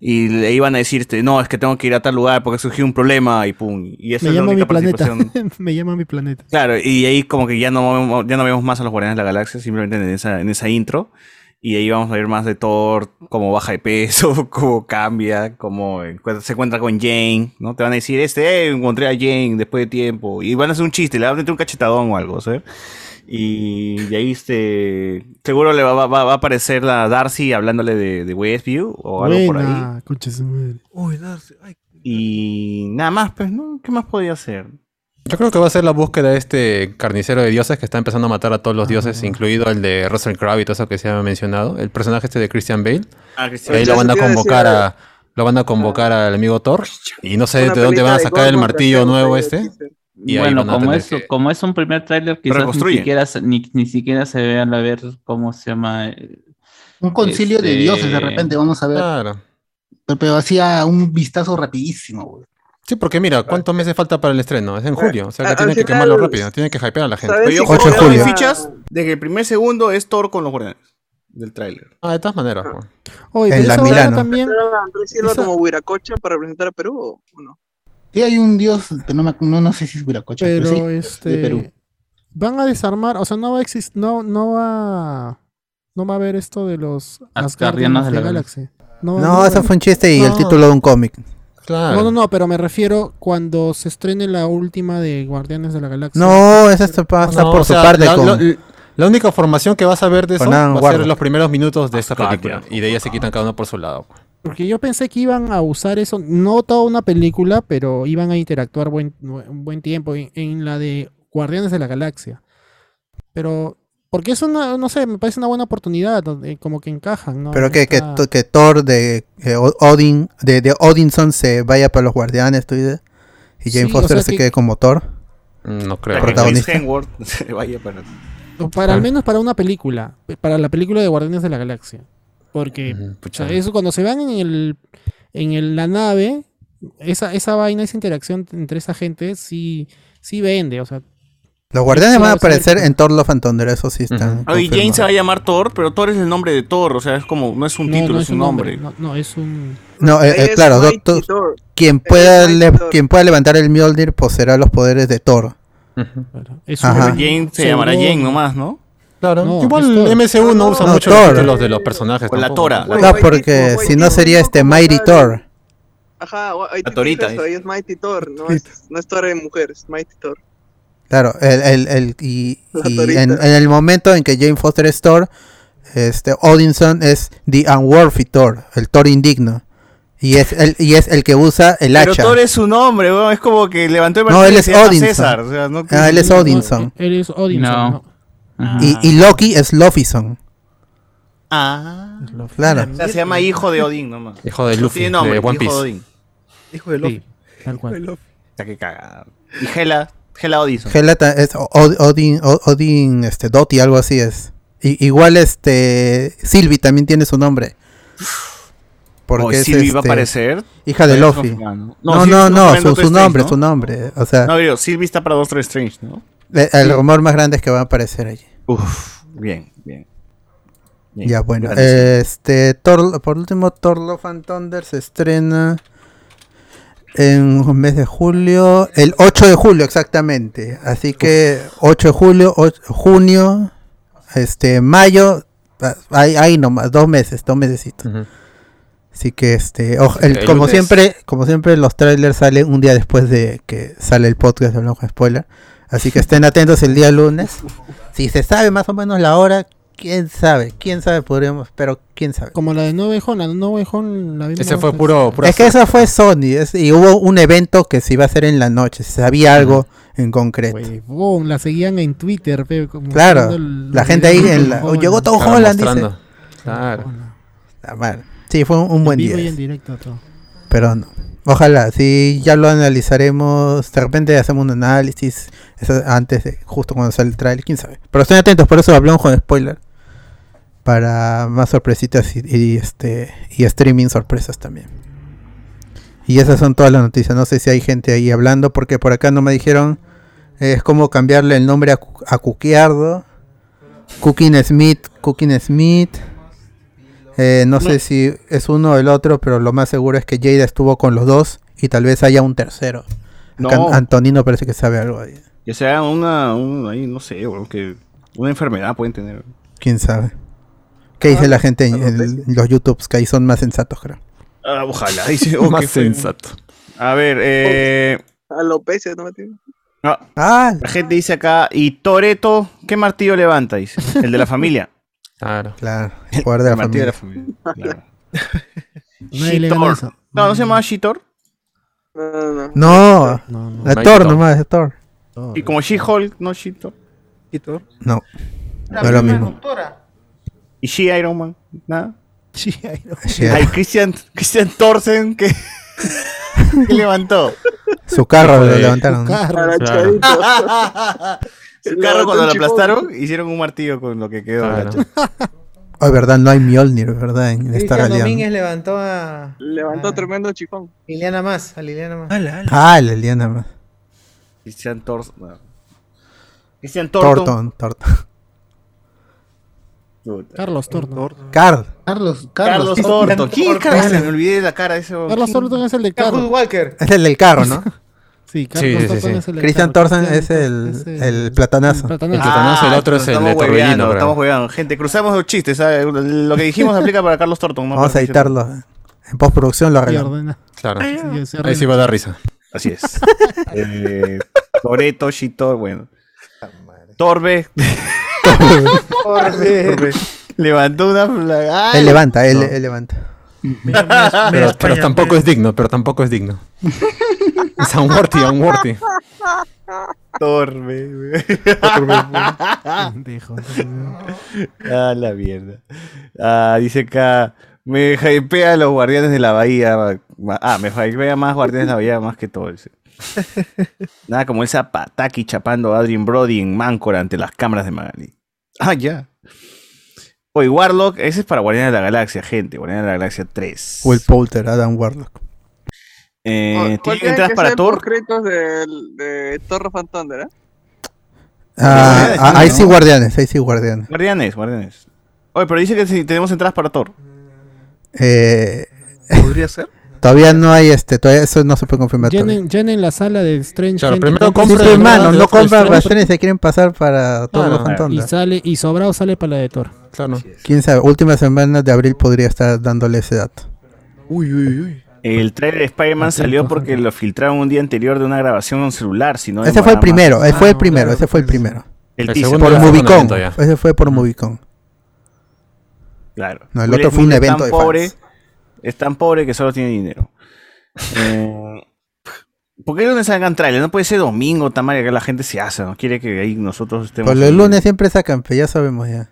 y le iban a decirte no es que tengo que ir a tal lugar porque surgió un problema y pum y esa
me
es la
llama mi
única
planeta.
participación
[laughs] me llama mi planeta.
claro y ahí como que ya no ya no vemos más a los Guardianes de la Galaxia simplemente en esa en esa intro Y ahí vamos a ver más de Thor, cómo baja de peso, [laughs] cómo cambia, cómo encuentra- se encuentra con Jane, ¿no? Te van a decir, este, eh, encontré a Jane después de tiempo. Y van a hacer un chiste, le van a meter un cachetadón o algo, ¿sabes? Y de ahí, este, seguro le va, va- va- va a aparecer la Darcy hablándole de, de Westview o algo por ahí.
Buena, concha de su madre.
Uy, Darcy, ay,
Y nada más, pues, ¿no? ¿Qué más podía hacer?
Yo creo que va a ser la búsqueda de este carnicero de dioses que está empezando a matar a todos los dioses, incluido el de Russell Crowe y todo eso que se ha mencionado. El personaje este de Christian Bale.
Ah, Christian
Y ahí lo
Bale.
van a
Eso te iba a
convocar
decir,
a. Lo van a convocar al amigo Thor. Y no sé de dónde van a sacar el martillo nuevo este. Y ahí
bueno,
van a
como
tener
es, como es un primer tráiler, quizás ni
Reconstruye.
siquiera, se- ni, ni siquiera se vean a ver cómo se llama. eh,
Un concilio de
este,
dioses de repente, vamos a ver.
Claro.
Pero, pero hacía un vistazo rapidísimo, güey.
Sí, porque mira, ¿cuántos meses falta para el estreno? Es en julio. O sea,
Ah,
Al-
que tienen
al
que quemarlo
final-
rápido. Tienen que hypear a la gente.
Pero yo juego de mis fichas de que el primer segundo es Thor con los guardianes del tráiler.
Ah, de todas maneras, Juan.
Oye,
En
pero
la
esa huevada
Milano.
también.
¿Era Andrés Silva
esa-
como Huiracocha para representar a Perú o o no?
Sí, hay un dios, pero no, me, acu- no, no sé si es Viracocha, pero,
Pero
sí,
este.
de Perú.
Van a desarmar, o sea, no va a existir, no, no va. No va a haber esto de los
Asgardianos de la
Galaxy.
No, eso fue un chiste y el título de un cómic.
No, no, no, pero me refiero cuando se estrene la última de Guardianes de la Galaxia.
No, este, esa está, pasa
No,
por
o
su
sea,
parte
la,
con...
la- la única formación que vas a ver de eso
Con Adam
va a
Warlock.
ser los primeros minutos de
Ah,
esta película. Y de ahí ya se quitan cada uno por su lado.
Porque yo pensé que iban a usar eso, no toda una película, pero iban a interactuar buen, un buen tiempo en, en la de Guardianes de la Galaxia. Pero, porque es una, no sé, me parece una buena oportunidad, donde como que encajan, ¿no?
Pero que, que,
Está-
to- que Thor de eh, O- Odin, de, de Odinson se vaya para los guardianes, tú dices, y Jane
Sí, o
Foster
sea
se
que-
quede como Thor.
Mm, No
Para que
Protagonista.
Chris Hemsworth [laughs] se vaya para...
O Para al menos para una película. Para la película de Guardianes de la Galaxia. Porque o sea, eso cuando se van en el en el- la nave, esa, esa vaina, esa interacción entre esa gente sí, sí vende. O sea,
Los guardianes
Sí,
van a
va a ser-
aparecer en Thor Love and Thunder, eso sí están.
Ah, y Jane
confirmados.
se va a llamar Thor, pero Thor es el nombre de Thor, o sea, es como, no es un
no,
título,
no
es un nombre.
No, no, es un.
No, eh, eh, claro, doctor- quien pueda le- quien pueda levantar el Mjolnir poseerá los poderes de Thor.
Es
Ajá.
Jane se llamará Jane nomás, ¿no?
Claro,
No,
igual
es Thor.
MCU no usa
No,
mucho
Thor.
los títulos de los personajes.
O la
tampoco.
Tora, la
No, porque si no sería este Mighty Thor.
Ajá, o- ahí
La
te
Torita,
fijas, ahí es Mighty Thor, no es, no es Thor de mujer, es Mighty Thor.
Claro, el, el- el- y,
La
y
torita.
en, en el momento en que Jane Foster es Thor, este Odinson es The Unworthy Thor, el Thor indigno. Y es el, y es el que usa el
Pero
hacha.
Thor es su nombre, weón, es como que levantó el
No, él
martillo y
es
se llama
Odinson.
César, o sea, no-
Ah, él es Odinson.
Él es Odin.
No.
Y, y Loki es Lofison.
Ah,
Claro.
o sea, se llama hijo de Odín nomás.
Hijo de Luffy,
Tiene nombre,
de One
hijo
Piece.
de Odín.
Hijo de Loki.
tal cual.
O sea, que caga. Y Hela, Hela Odinson.
Gelata es O- Od- Odin, O- Odin, este, Doti, algo así es. I- igual este Sylvie también tiene su nombre.
Oh,
Porque es,
Sylvie va a
este,
aparecer.
Hija de
Todavía no
Lofi.
confirmado. No,
No,
Sylvie
no,
está
no,
para
su,
Doctor
su nombre,
Strange,
su nombre. O sea,
No, digo, Sylvie está para Doctor Strange, ¿no?
le- el rumor más grande es que va a aparecer allí.
Uf, bien, bien. Bien,
Ya, bueno.
grande, sí.
Este, Thor- por último, Thor Love and Thunder se estrena en un mes de julio. El 8 de julio, exactamente. Así que 8 de julio, 8 junio, este, mayo. ah, Ahí, ahí nomás, dos meses, dos mesecitos. Así que este, o- el-
El
como
lunes.
siempre, como siempre los trailers salen un día después de que sale el podcast de Hablamos con Spoiler. Así que estén atentos el día lunes. Si se sabe más o menos la hora, quién sabe, quién sabe podríamos, pero quién sabe.
Como la de No Way Home, la de No Way Home la vimos
Ese fue
antes.
puro. pura
es que eso fue Sony es- y hubo un evento que se iba a hacer en la noche, se sabía algo en concreto.
Huevón, la seguían en Twitter. pe, como
Claro,
haciendo el-
la
los
gente ahí
videos de
en la-
Tom Holland.
llegó Tom
Claro,
Holland, dice.
mostrando. Claro.
Ah, mal. Sí, fue un, un buen
En vivo
día.
y en directo todo.
Pero no. Ojalá, sí, ya lo analizaremos. De repente hacemos un análisis eso antes de, justo cuando sale el trailer, quién sabe. Pero estén atentos, por eso hablamos con spoiler. Para más sorpresitas y, y, este y streaming sorpresas también. Y esas son todas las noticias. No sé si hay gente ahí hablando, porque por acá no me dijeron. eh, es como cambiarle el nombre a, Cu- a Cuquiardo. Cooking Smith, Cooking Smith. Eh, no, sé si es uno o el otro, pero lo más seguro es que Jada estuvo con los dos y tal vez haya un tercero.
No.
Acá Antonino parece que sabe algo ahí.
Que sea una, un, ahí, no sé, weón, que una enfermedad pueden tener.
Quién sabe. ¿Qué dice la gente en en los YouTubes? Que ahí son más sensatos, creo.
Ah, ojalá.
[laughs]
Dice, oh, qué feo. A ver, eh,
Alopecia, no me tiene.
ah, la gente dice acá, y Toreto, ¿qué martillo levanta? Dice, el de la familia.
Claro.
Claro, el poder de la
Martillo
familia.
de la
Nadie le gana eso.
Shitor. No, no se llama Shitor.
No, la Thor nomás, la Thor.
Y como She-Hulk, no Shitor.
Oh,
Shitor.
No, no es lo mismo.
Y She Iron Man, nada.
She Iron
She-
Ay, Christian, Christian Thorsen [laughs] que, que levantó.
Su carro lo
Joder.
levantaron. ¿no?
Claro. Su carro cuando
Levantó
lo
un
aplastaron, hicieron un martillo con lo que quedó. agachado.
Ay, verdad, no hay Mjolnir, ¿verdad? En en esta
Cristian
realidad.
Domínguez levantó a.
Levantó tremendo chifón.
Liliana más, a Liliana más.
Ah, la Eliana más.
Christian Thorsen. no. Christian Thornton.
Torton, Torton.
[laughs]
Carlos Torto.
Carl.
Carlos,
Carlos Thornton. ¿Quién es Carlos? Me olvidé de la cara. de ese
Carlos
¿Quién?
Thornton es el de
Carlos
[laughs]
Carlos.
Walker.
Es el del carro, ¿no?
[laughs] Sí, Carlos Sí, sí, Thornton sí. es el del
Christian
carro.
Thorsen es
Christian
el,
Thorsten es
el platanazo.
platanazo.
platanazo, el otro es
entonces
el de
Ah, estamos
Torbellino,
hueveando,
creo.
Estamos hueveando. Gente, cruzamos los chistes. ¿sabe? Lo que dijimos [laughs] aplica para Carlos Thornton. no
Vamos a
para Christian.
editarlo. En postproducción lo arreglamos.
Claro.
Sí, sí,
Ahí sí va a dar risa.
Así es. [laughs] eh, Toreto, Shito, bueno.
[laughs]
Torbe.
Torbe.
Levantó una flaga.
Él levanta, él, él levanta.
Pero, pero tampoco es digno, pero tampoco
[laughs]
es digno. Es a un Worthy, a un Worthy.
Torbe. güey. Ah, la mierda. Ah, dice acá. Me hypea los guardianes de la bahía. Ah, me hypea más guardianes de la bahía más que todo.
[laughs]
dice. Nada como esa pataki chapando a Adrien Brody en Mancora ante las cámaras de Magali. Ah, ya. Oye, Warlock, ese es para Guardianes de la Galaxia, gente. Guardianes de la Galaxia 3.
Will Poulter, Adam Warlock.
Eh,
Oh, ¿Cuál
¿Tiene
tiene
entradas
que
para
ser
Thor?
los créditos del- de Thor of and Thunder, ¿eh?
Ah, ah, ahí
¿no?
sí guardianes, ahí sí guardianes.
Guardianes, Guardianes. Oye, pero dice que si tenemos entradas para Thor.
Eh,
¿Podría ser?
todavía no hay este, todavía eso no se puede confirmar. todavía.
Llenen, llenen la sala de Strange.
Claro,
gente.
primero
Entonces,
Sí,
sí,
pues, hermano, no
Doctor
compran
Strange.
bastones, se quieren pasar para todos los
Claro. Y
fantasmas.
sale, y sobrado sale para la de Thor.
Claro.
Quién sabe, última semana de abril podría estar dándole ese dato.
Uy, uy, uy.
El trailer de Spider-Man salió porque lo filtraron un día anterior de una grabación en un celular. Si no
ese fue el
demoraba
primero,
más.
ese fue el primero, ese fue el
pues.
primero.
El
El
teaser.
segundo
Por
era un
Movicon,
evento ya.
ese fue por Movicon.
Claro.
No, el
Will
otro fue un
Smith es
evento
tan
de
pobre, Es tan pobre que solo tiene dinero. Eh, ¿Por qué no le salgan trailers? No puede ser domingo, tan mal que la gente se hace. No quiere que ahí nosotros estemos.
Por los
ahí.
lunes siempre sacan, pero ya sabemos ya.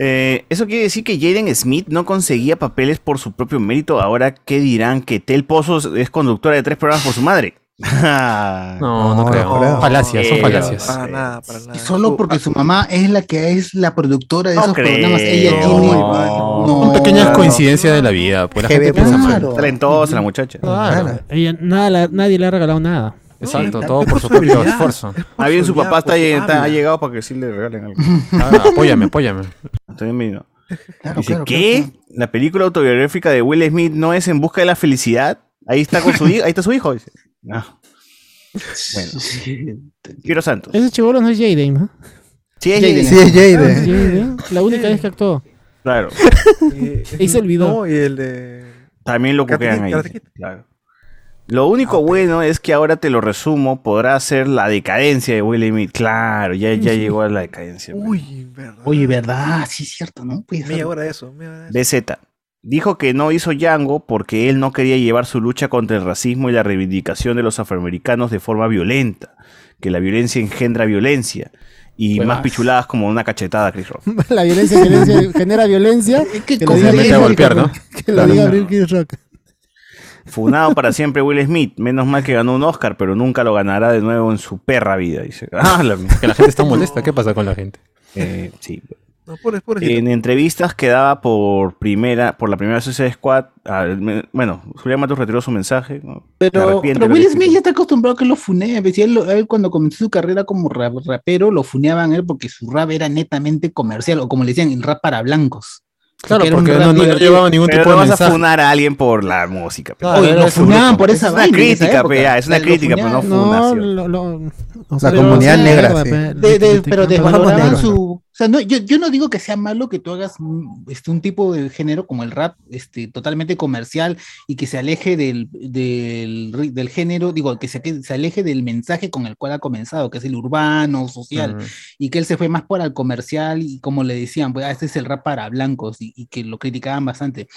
Eh, Eso quiere decir que Jaden Smith no conseguía papeles por su propio mérito. Ahora, ¿qué dirán? Que Tel Pozos es conductora de tres programas por su madre.
No, no, creo. Falacias, son
Eh,
falacias.
Para nada, para nada.
Y solo porque su mamá es la que es la productora de
No
esos
creo.
programas. Ella tiene.
No.
No.
Son pequeñas
No.
coincidencias de la vida. Pues la gente
Claro.
piensa mal.
Talentosa la muchacha.
Claro. Ella- nada, la- nadie le ha regalado nada.
Exacto, todo por su propio esfuerzo.
Ah, bien, su papá está,
responsabilidad,
está- ha
habla.
llegado para que sí le regalen
[laughs]
algo.
Ah, apóyame, apóyame.
Estoy vino.
Claro,
Dice,
claro,
¿qué? ¿La película autobiográfica de Will Smith no es en busca de la felicidad? Ahí está con su hijo, ahí está su hijo. dice. No.
[laughs]
Bueno. Piero Santos.
Ese chivolo no es Jaden, ¿no? Ah,
Sí, es
Jaden.
Jaden.
Sí, es Jade.
Jaden, La única vez que actuó.
Claro.
Y se olvidó.
Eh, No, y el de.
También lo
Karate
cuquean
Kid,
ahí.
Karate Kid.
Claro. Lo único bueno es que ahora te lo resumo, podrá ser la decadencia de Will Smith. Claro, ya, ya llegó a la decadencia.
Uy, verdad.
Oye, ¿verdad? Sí, es cierto, ¿no? Pues,
Media hora de eso, media hora de eso.
BZ. Dijo que no hizo Django porque él no quería llevar su lucha contra el racismo y la reivindicación de los afroamericanos de forma violenta. Que la violencia engendra violencia. Y
Pues
más
más.
pichuladas como una cachetada, Chris Rock.
[laughs] La violencia genera, genera violencia.
que
Que lo
como
diga
Se mete a
Bill-
golpear, ¿no?
[laughs] Que lo diga Bill Kiss Rock.
Funado para siempre Will Smith. Menos mal que ganó un Oscar, pero nunca lo ganará de nuevo en su perra vida.
[laughs]
Dice. Ah, la mierda.
Que la gente está molesta. ¿Qué pasa con la gente?
Eh, sí.
No, pobre, pobre.
En entrevistas que daba por primera, por la primera Suicide Squad, al men- bueno, Julián Matos retiró su mensaje. ¿no? Me
Pero,
arrepiento de
pero
lo
Will
que
Smith
hice.
ya está acostumbrado a que lo funeen. pues, y Él, él cuando comenzó su carrera como ra- rapero, lo funeaban a él porque su rap era netamente comercial, o como le decían, el rap para blancos.
Claro,
era un
porque
rap
no, no- no
divertido.
llevaba ningún
Pero
tipo
no
de
vas a
mensaje.
funar a alguien por la música. pe.
Claro,
Oye,
era
lo
su
funaban
grupo.
por esa
Es una
vaina en esa
crítica, pues,
época.
pe, ya, es una
Lo
crítica, pero
funeaban.
Fue una
No,
acción.
lo, lo-
La comunidad negra, sí.
De- de- pero
Bajamos
desvaloraban
negro.
su. O sea, no, yo, yo no digo que sea malo que tú hagas un, este, un tipo de género como el rap, este, totalmente comercial y que se aleje del, del, ri- del género, digo, que se, que se aleje del mensaje con el cual ha comenzado, que es el urbano, social,
Ujú.
y que él se fue más por al comercial y como le decían, pues, "Ah, este es el rap para blancos y, y que lo criticaban bastante.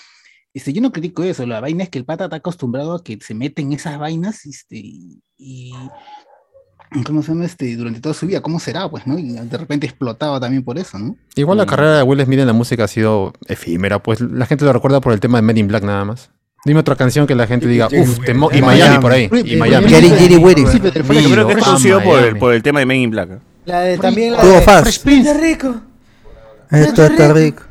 Este, yo no critico eso, la vaina es que el pata está acostumbrado a que se meten esas vainas este, y- y ¿Cómo se llama este? Durante toda su vida, ¿cómo será? Pues, ¿no? Y de repente explotaba también por eso, ¿no?
Igual la carrera de Will Smith en la música ha sido efímera, pues la gente lo recuerda por el tema de Men in Black nada más. Dime otra canción que la gente diga, uff, y Miami, por ahí. Y Miami.
Sí, pero te fue- Yo creo que es conocido por el, por el tema de Men in Black. ¿ah?
La de también la
Tuvo
de
fast.
Fresh Prince. Qué rico.
Esto está rico.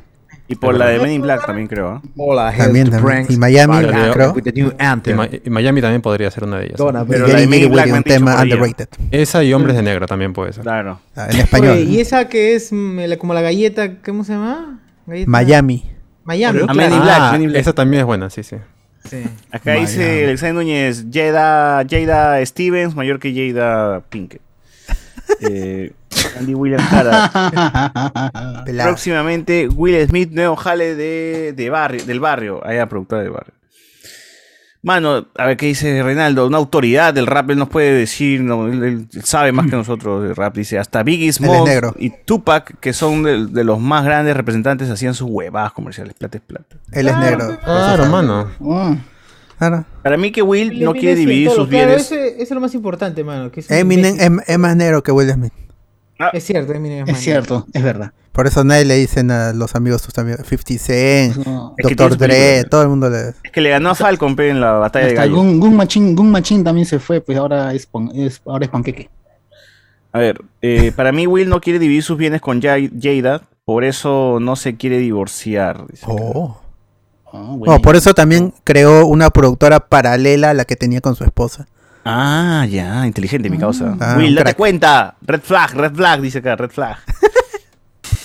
Y por la de Men in Black también creo. ¿ah?
Hola,
También, también. Y Miami, creo.
Y Ma- y Miami también podría ser una de ellas.
Donna,
Pero la de Men in Black me han dicho por ahí, ¿eh?
Esa y Hombres de Negro también puede ser.
Claro.
Ah, En español.
Oye, y esa que es mm, la- como la galleta, ¿cómo se llama? Galleta-
Miami.
Miami.
Ah,
claro.
Men in Black. Esa también es buena, sí, sí.
Acá
Vaya.
dice Alexander Núñez, Jada, Jada Stevens, mayor que Jada [laughs] Pinkett. Eh, Andy William Jara.
Pelado.
Próximamente Will Smith, nuevo jale de, de barrio, del barrio. Allá, productora del barrio. Mano, a ver qué dice Reinaldo, una autoridad del rap, él nos puede decir, no, él, él sabe más que nosotros del rap, dice, hasta Biggie Smalls
Mm. negro.
y Tupac, que son de, de los más grandes representantes, hacían sus huevadas comerciales, plata es plata.
Él es negro.
Claro, mano.
Claro.
Para mí que Will no
Eminem
quiere
sí,
dividir
todo,
sus
claro,
bienes.
ese- Eso es lo más importante, mano. que es un
Eminem em-
imbécil.
es, es más negro que Will Smith.
Es cierto, Eminem [laughs]
Es cierto, es verdad.
Por eso nadie le dicen a los amigos, sus amigos, 50 Cent,
No.
Es que tiene
Dr.
su película.
Dre, todo el mundo le...
Es que le ganó a Falcon pe, en la batalla de
Hasta
gallo.
Gun, Gun Machín, Gun Machín también se fue, pues ahora es, pan- es- ahora es panqueque.
A ver, eh, para mí Will no quiere dividir sus bienes con Ja- Jada, por eso no se quiere divorciar. dice.
Oh, por eso también creó una productora paralela a la que tenía con su esposa.
Ah, ya, inteligente mi causa.
Ah,
Will,
un
date
crack.
cuenta. Red flag, red flag, dice acá, red flag.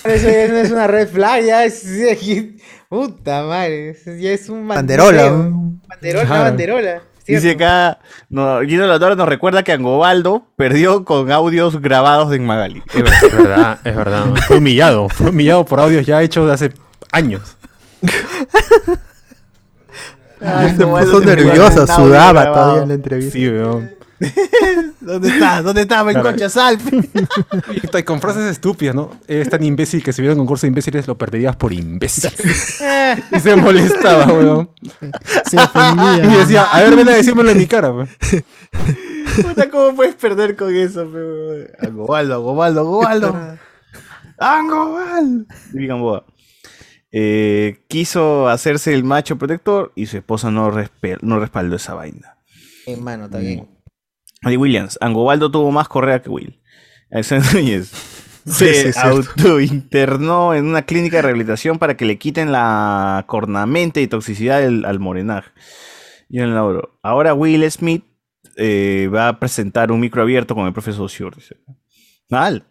Eso ya no es una red flag, ya es. es- Puta madre, es- ya es un
Banderola,
bandero.
un-
Banderola,
Claro.
banderola.
Dice acá, no, Gino Latorre nos recuerda que Angobaldo perdió con audios grabados en Magali.
Es ver- es verdad, es verdad. Ah, Fue humillado, fue humillado por audios ya hechos de hace [laughs] años.
Ah,
se puso nerviosa, sudaba todavía en la entrevista.
Sí, weón.
¿Dónde estás? ¿Dónde estás? Ven
Claro.
concha sal.
Y con frases estúpidas, ¿no? Eres tan imbécil que si hubiera un concurso de imbéciles lo perderías por [laughs] imbécil. y se molestaba, weón.
[laughs]
Se ofendía.
Y decía, a ver, ven a decírmelo en mi cara, weón.
[laughs] Puta, ¿cómo puedes perder con eso, pe, weón? Angobaldo, Angobaldo, Angobaldo. Angobal. Vivi Gamboa. Eh, quiso hacerse el macho protector y su esposa no, respe- no respaldó esa vaina.
Hermano, Eh, está bien.
Andy Williams, Angobaldo tuvo más correa que Will. [laughs] Alexander Núñez.
Sí, sí,
Se
es cierto.
autointernó en una clínica de rehabilitación para que le quiten la cornamenta y toxicidad del- al morenaje. Y en Lauro. Ahora Will Smith eh, va a presentar un micro abierto con el profesor Sure. dice. Mal.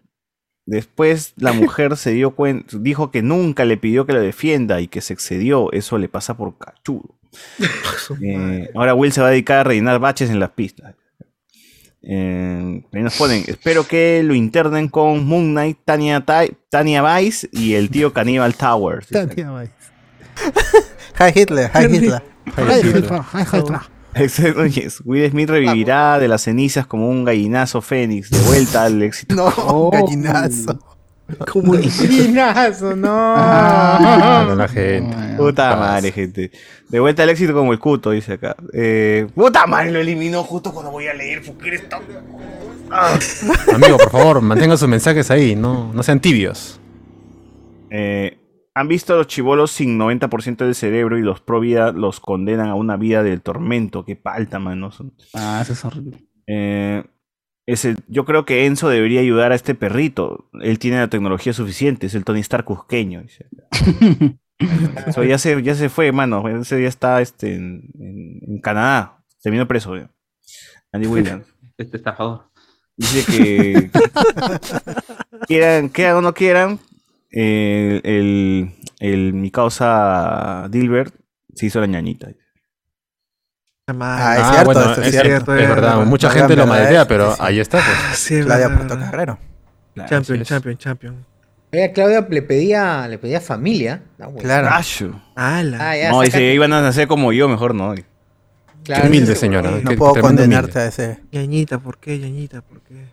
Después
[laughs]
la mujer se dio cuenta, dijo que nunca le pidió que la defienda y que se excedió. Eso le pasa por
[laughs]
cachudo. Eh, ahora Will se va a dedicar a rellenar baches en las pistas. Eh, ahí nos ponen, espero que lo internen con Moon Knight, Tania, Tai- Tania Vice y el tío Cannibal Towers. [laughs]
[laughs] Hi Hitler, hi Hitler.
Ay, jefa, ay, jefa.
Exacto, yes. Will Smith revivirá de las cenizas como un gallinazo fénix, de vuelta al éxito.
No, gallinazo.
Como
Gallinazo, no.
Ah, no, la gente. Puta madre, gente. De vuelta al éxito como el cuto, dice acá. Eh, puta madre, lo eliminó justo cuando voy a leer. porque eres tan- Ah.
[laughs] Amigo, por favor, mantengan sus mensajes ahí, no, no sean tibios.
Eh, ¿Han visto a los chivolos sin 90% del cerebro y los pro vida los condenan a una vida del tormento? Qué palta, mano. Son-
Ah, eso es horrible.
Eh, ese- yo creo que Enzo debería ayudar a este perrito. Él tiene la tecnología suficiente, es el Tony Stark cusqueño. dice. Enzo ya, se, ya se fue, mano. Ese ya está este, en, en- en Canadá. Se vino preso. eh.
[laughs]
Andy Williams.
Este estafador.
Dice que. quieran, quieran o no quieran, eh, el, el- mi causa Dilbert se hizo la ñañita.
Ah, es cierto, esto es cierto, eh.
es
es
verdad.
verdad.
Mucha
No
gente lo
hagan verdad,
maldea,
es-
pero
eh, sí.
ahí está. Pues.
Sí, es
Claudia
verdad,
Puerto
verdad.
Cabrero.
Claro, Champion, champion, champion.
Oye, Claudia le pedía, le pedía familia. Ah, bueno.
Ashu.
Ah, ya,
no,
saca-
dice, iban a nacer como yo, mejor no.
Claro, humilde,
sí, sí. señora, No qué- puedo tremendo condenarte humilde. a ese.
Yañita, ¿por qué, Yañita? ¿Por qué?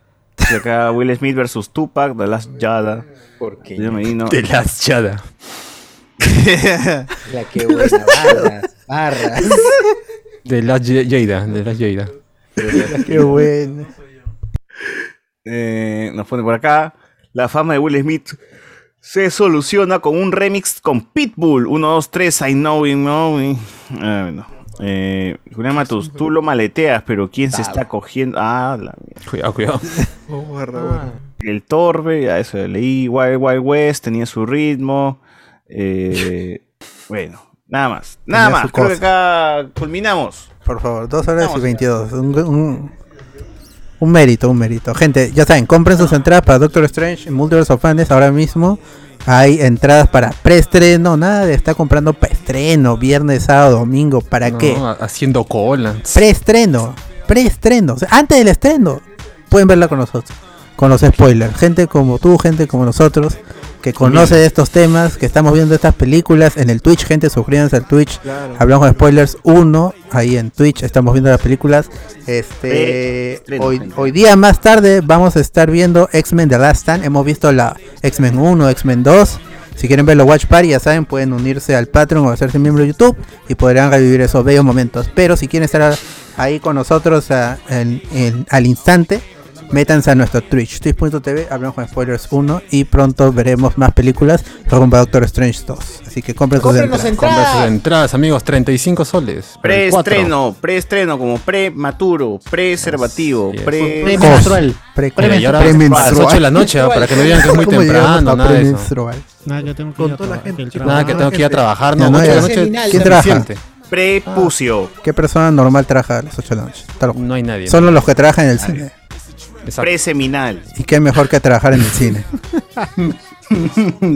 Y acá Will Smith versus Tupac, The Last Yada.
¿Por qué?
The Last Yada.
[laughs] La que buena, barras, barras.
De la Yeida, de la Yeida.
[laughs]
Qué bueno.
Eh, nos pone por acá. La fama de Will Smith se soluciona con un remix con Pitbull. 1, 2, 3, I know, I know. I- Ah, bueno. Eh, Julián Matus, tú lo maleteas, pero ¿quién se está cogiendo? Ah, la mierda.
Cuidado, cuidado.
Oh, guarda,
El Torbe, ya eso ya leí. Wild Wild West tenía su ritmo.
[laughs]
Eh, bueno, nada más. Nada
Tenía
más.
su
Creo que
cosa.
acá culminamos.
Por favor, 2 horas y 22. Un, un- un mérito, un mérito. Gente, ya saben, compren sus entradas para Doctor Strange y Multiverse of Madness ahora mismo. Hay entradas para preestreno, nada de estar comprando preestreno, viernes, sábado, domingo, ¿para
No,
qué?
ha- Haciendo cola.
Preestreno, preestreno, o sea, antes del estreno, pueden verla con nosotros, con los spoilers. Gente como tú, gente como nosotros, que conoce de estos temas, que estamos viendo estas películas en el Twitch, gente, suscríbanse al Twitch.
Claro.
Hablamos de spoilers 1, ahí en Twitch estamos viendo las películas. eh, Este,
Estreno,
hoy,
gente.
hoy día más tarde vamos a estar viendo X-Men The Last Stand. Hemos visto la X-Men 1, X-Men 2. Si quieren ver los Watch Party, ya saben, pueden unirse al Patreon o hacerse miembro de YouTube y podrán revivir esos bellos momentos. Pero si quieren estar ahí con nosotros a- en- en- al instante, métanse a nuestro Twitch, twitch.tv, hablamos con Spoilers 1 y pronto veremos más películas rumbo a Doctor Strange 2. Así que compren sus entradas.
Compren sus entradas, amigos. 35 soles. por el cuatro.
Preestreno, preestreno, como prematuro, preservativo, pre...
Premenstrual. Pre- y ahora a las 8 de la noche, ¿ah? para que no digan que es muy
¿Cómo llegamos
temprano,
a
nada de eso.
premenstrual?
Nada, que tengo que ir a trabajar, que el
Nada, que tengo que ir a trabajar, no,
Ya, no,
8 de
ya.
la noche.
Seminal. ¿Quién trabaja?
Prepucio.
¿Qué persona normal trabaja a las 8 de la noche? Tal-
No hay nadie.
Solo los que trabajan en el cine.
Preseminal.
Y qué mejor que trabajar en el cine.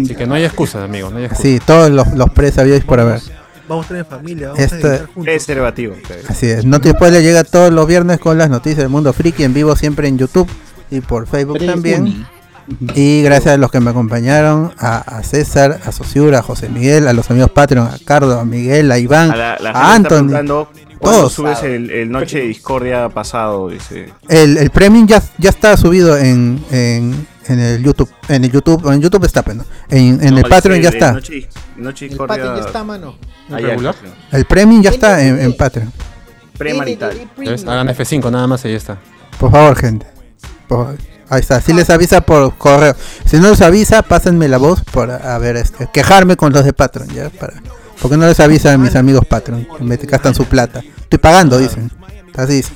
Así que no hay excusas, amigos. No hay excusas.
Sí, todos los, los pre sabíais por haber.
Vamos a tener familia, vamos
Esto-
a editar juntos.
Preservativo.
Este Así es. No te spoiler llega todos los viernes con las noticias del mundo friki en vivo siempre en YouTube y por Facebook también. Y gracias a los que me acompañaron, a, a César, a Sosiura, a José Miguel, a los amigos Patreon, a Cardo, a Miguel, a Iván,
A la, la
a
gente está
Ah, Anthony.
preguntando cuándo
Todos.
subes el, el Noche de Discordia pasado, dice.
El, el premium ya, ya está subido en, en, en el YouTube. En el YouTube, en YouTube está, pero no. En, en
No,
el
dice
Patreon ya
el
está.
Noche, Dis- Noche de Discordia.
Patreon ya está, mano.
Ah, ya,
¿Regular?
claro.
El premium ya está en, en Patreon.
Premarital.
¿Ves? Hagan F5 nada más y ya está.
Por favor, gente. Por favor. Ahí está. Si les avisa por correo. Si no les avisa, pásenme la voz para a ver este, quejarme con los de Patreon, ya para. Porque no les avisa a mis amigos Patreon, que me gastan su plata. Estoy pagando, dicen. Así dicen.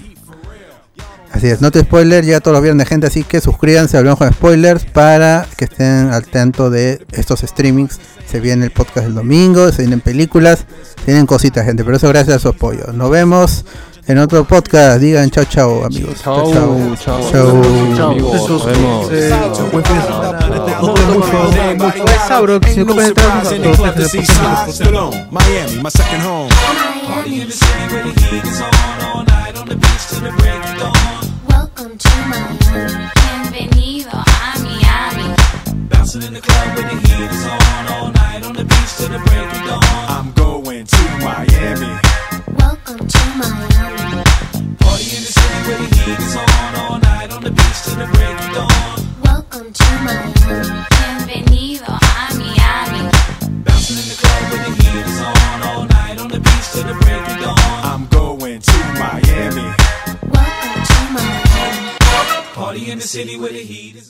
Así es, no te spoiler, llega todos los viernes gente, así que suscríbanse a Hablamos con Spoilers para que estén al tanto de estos streamings. Se viene el podcast del domingo, se vienen películas, tienen cositas gente, pero eso gracias a su apoyo. Nos vemos en otro podcast, digan chao chao amigos.
Chau, chau.
Chao.
Amigos, nos vemos.
Ain't no surprise in the club to see Sly Stallone. Miami, my second home. Party in the city where the heat is on. All night on the beach till the break of dawn.
Welcome to Miami. Bienvenido a Miami.
Bouncing in the club where the heat is on. All night on the beach till the break of dawn. I'm going to Miami.
Welcome to Miami.
Party in the city where the heat is on. All night on the beach till the break of dawn.
Welcome to Miami. Bienvenido a Miami.
Bouncing in the club where the heat is on. All night on the beach till the break of dawn. I'm going to Miami.
Welcome to Miami.
Party in the city where the heat is on.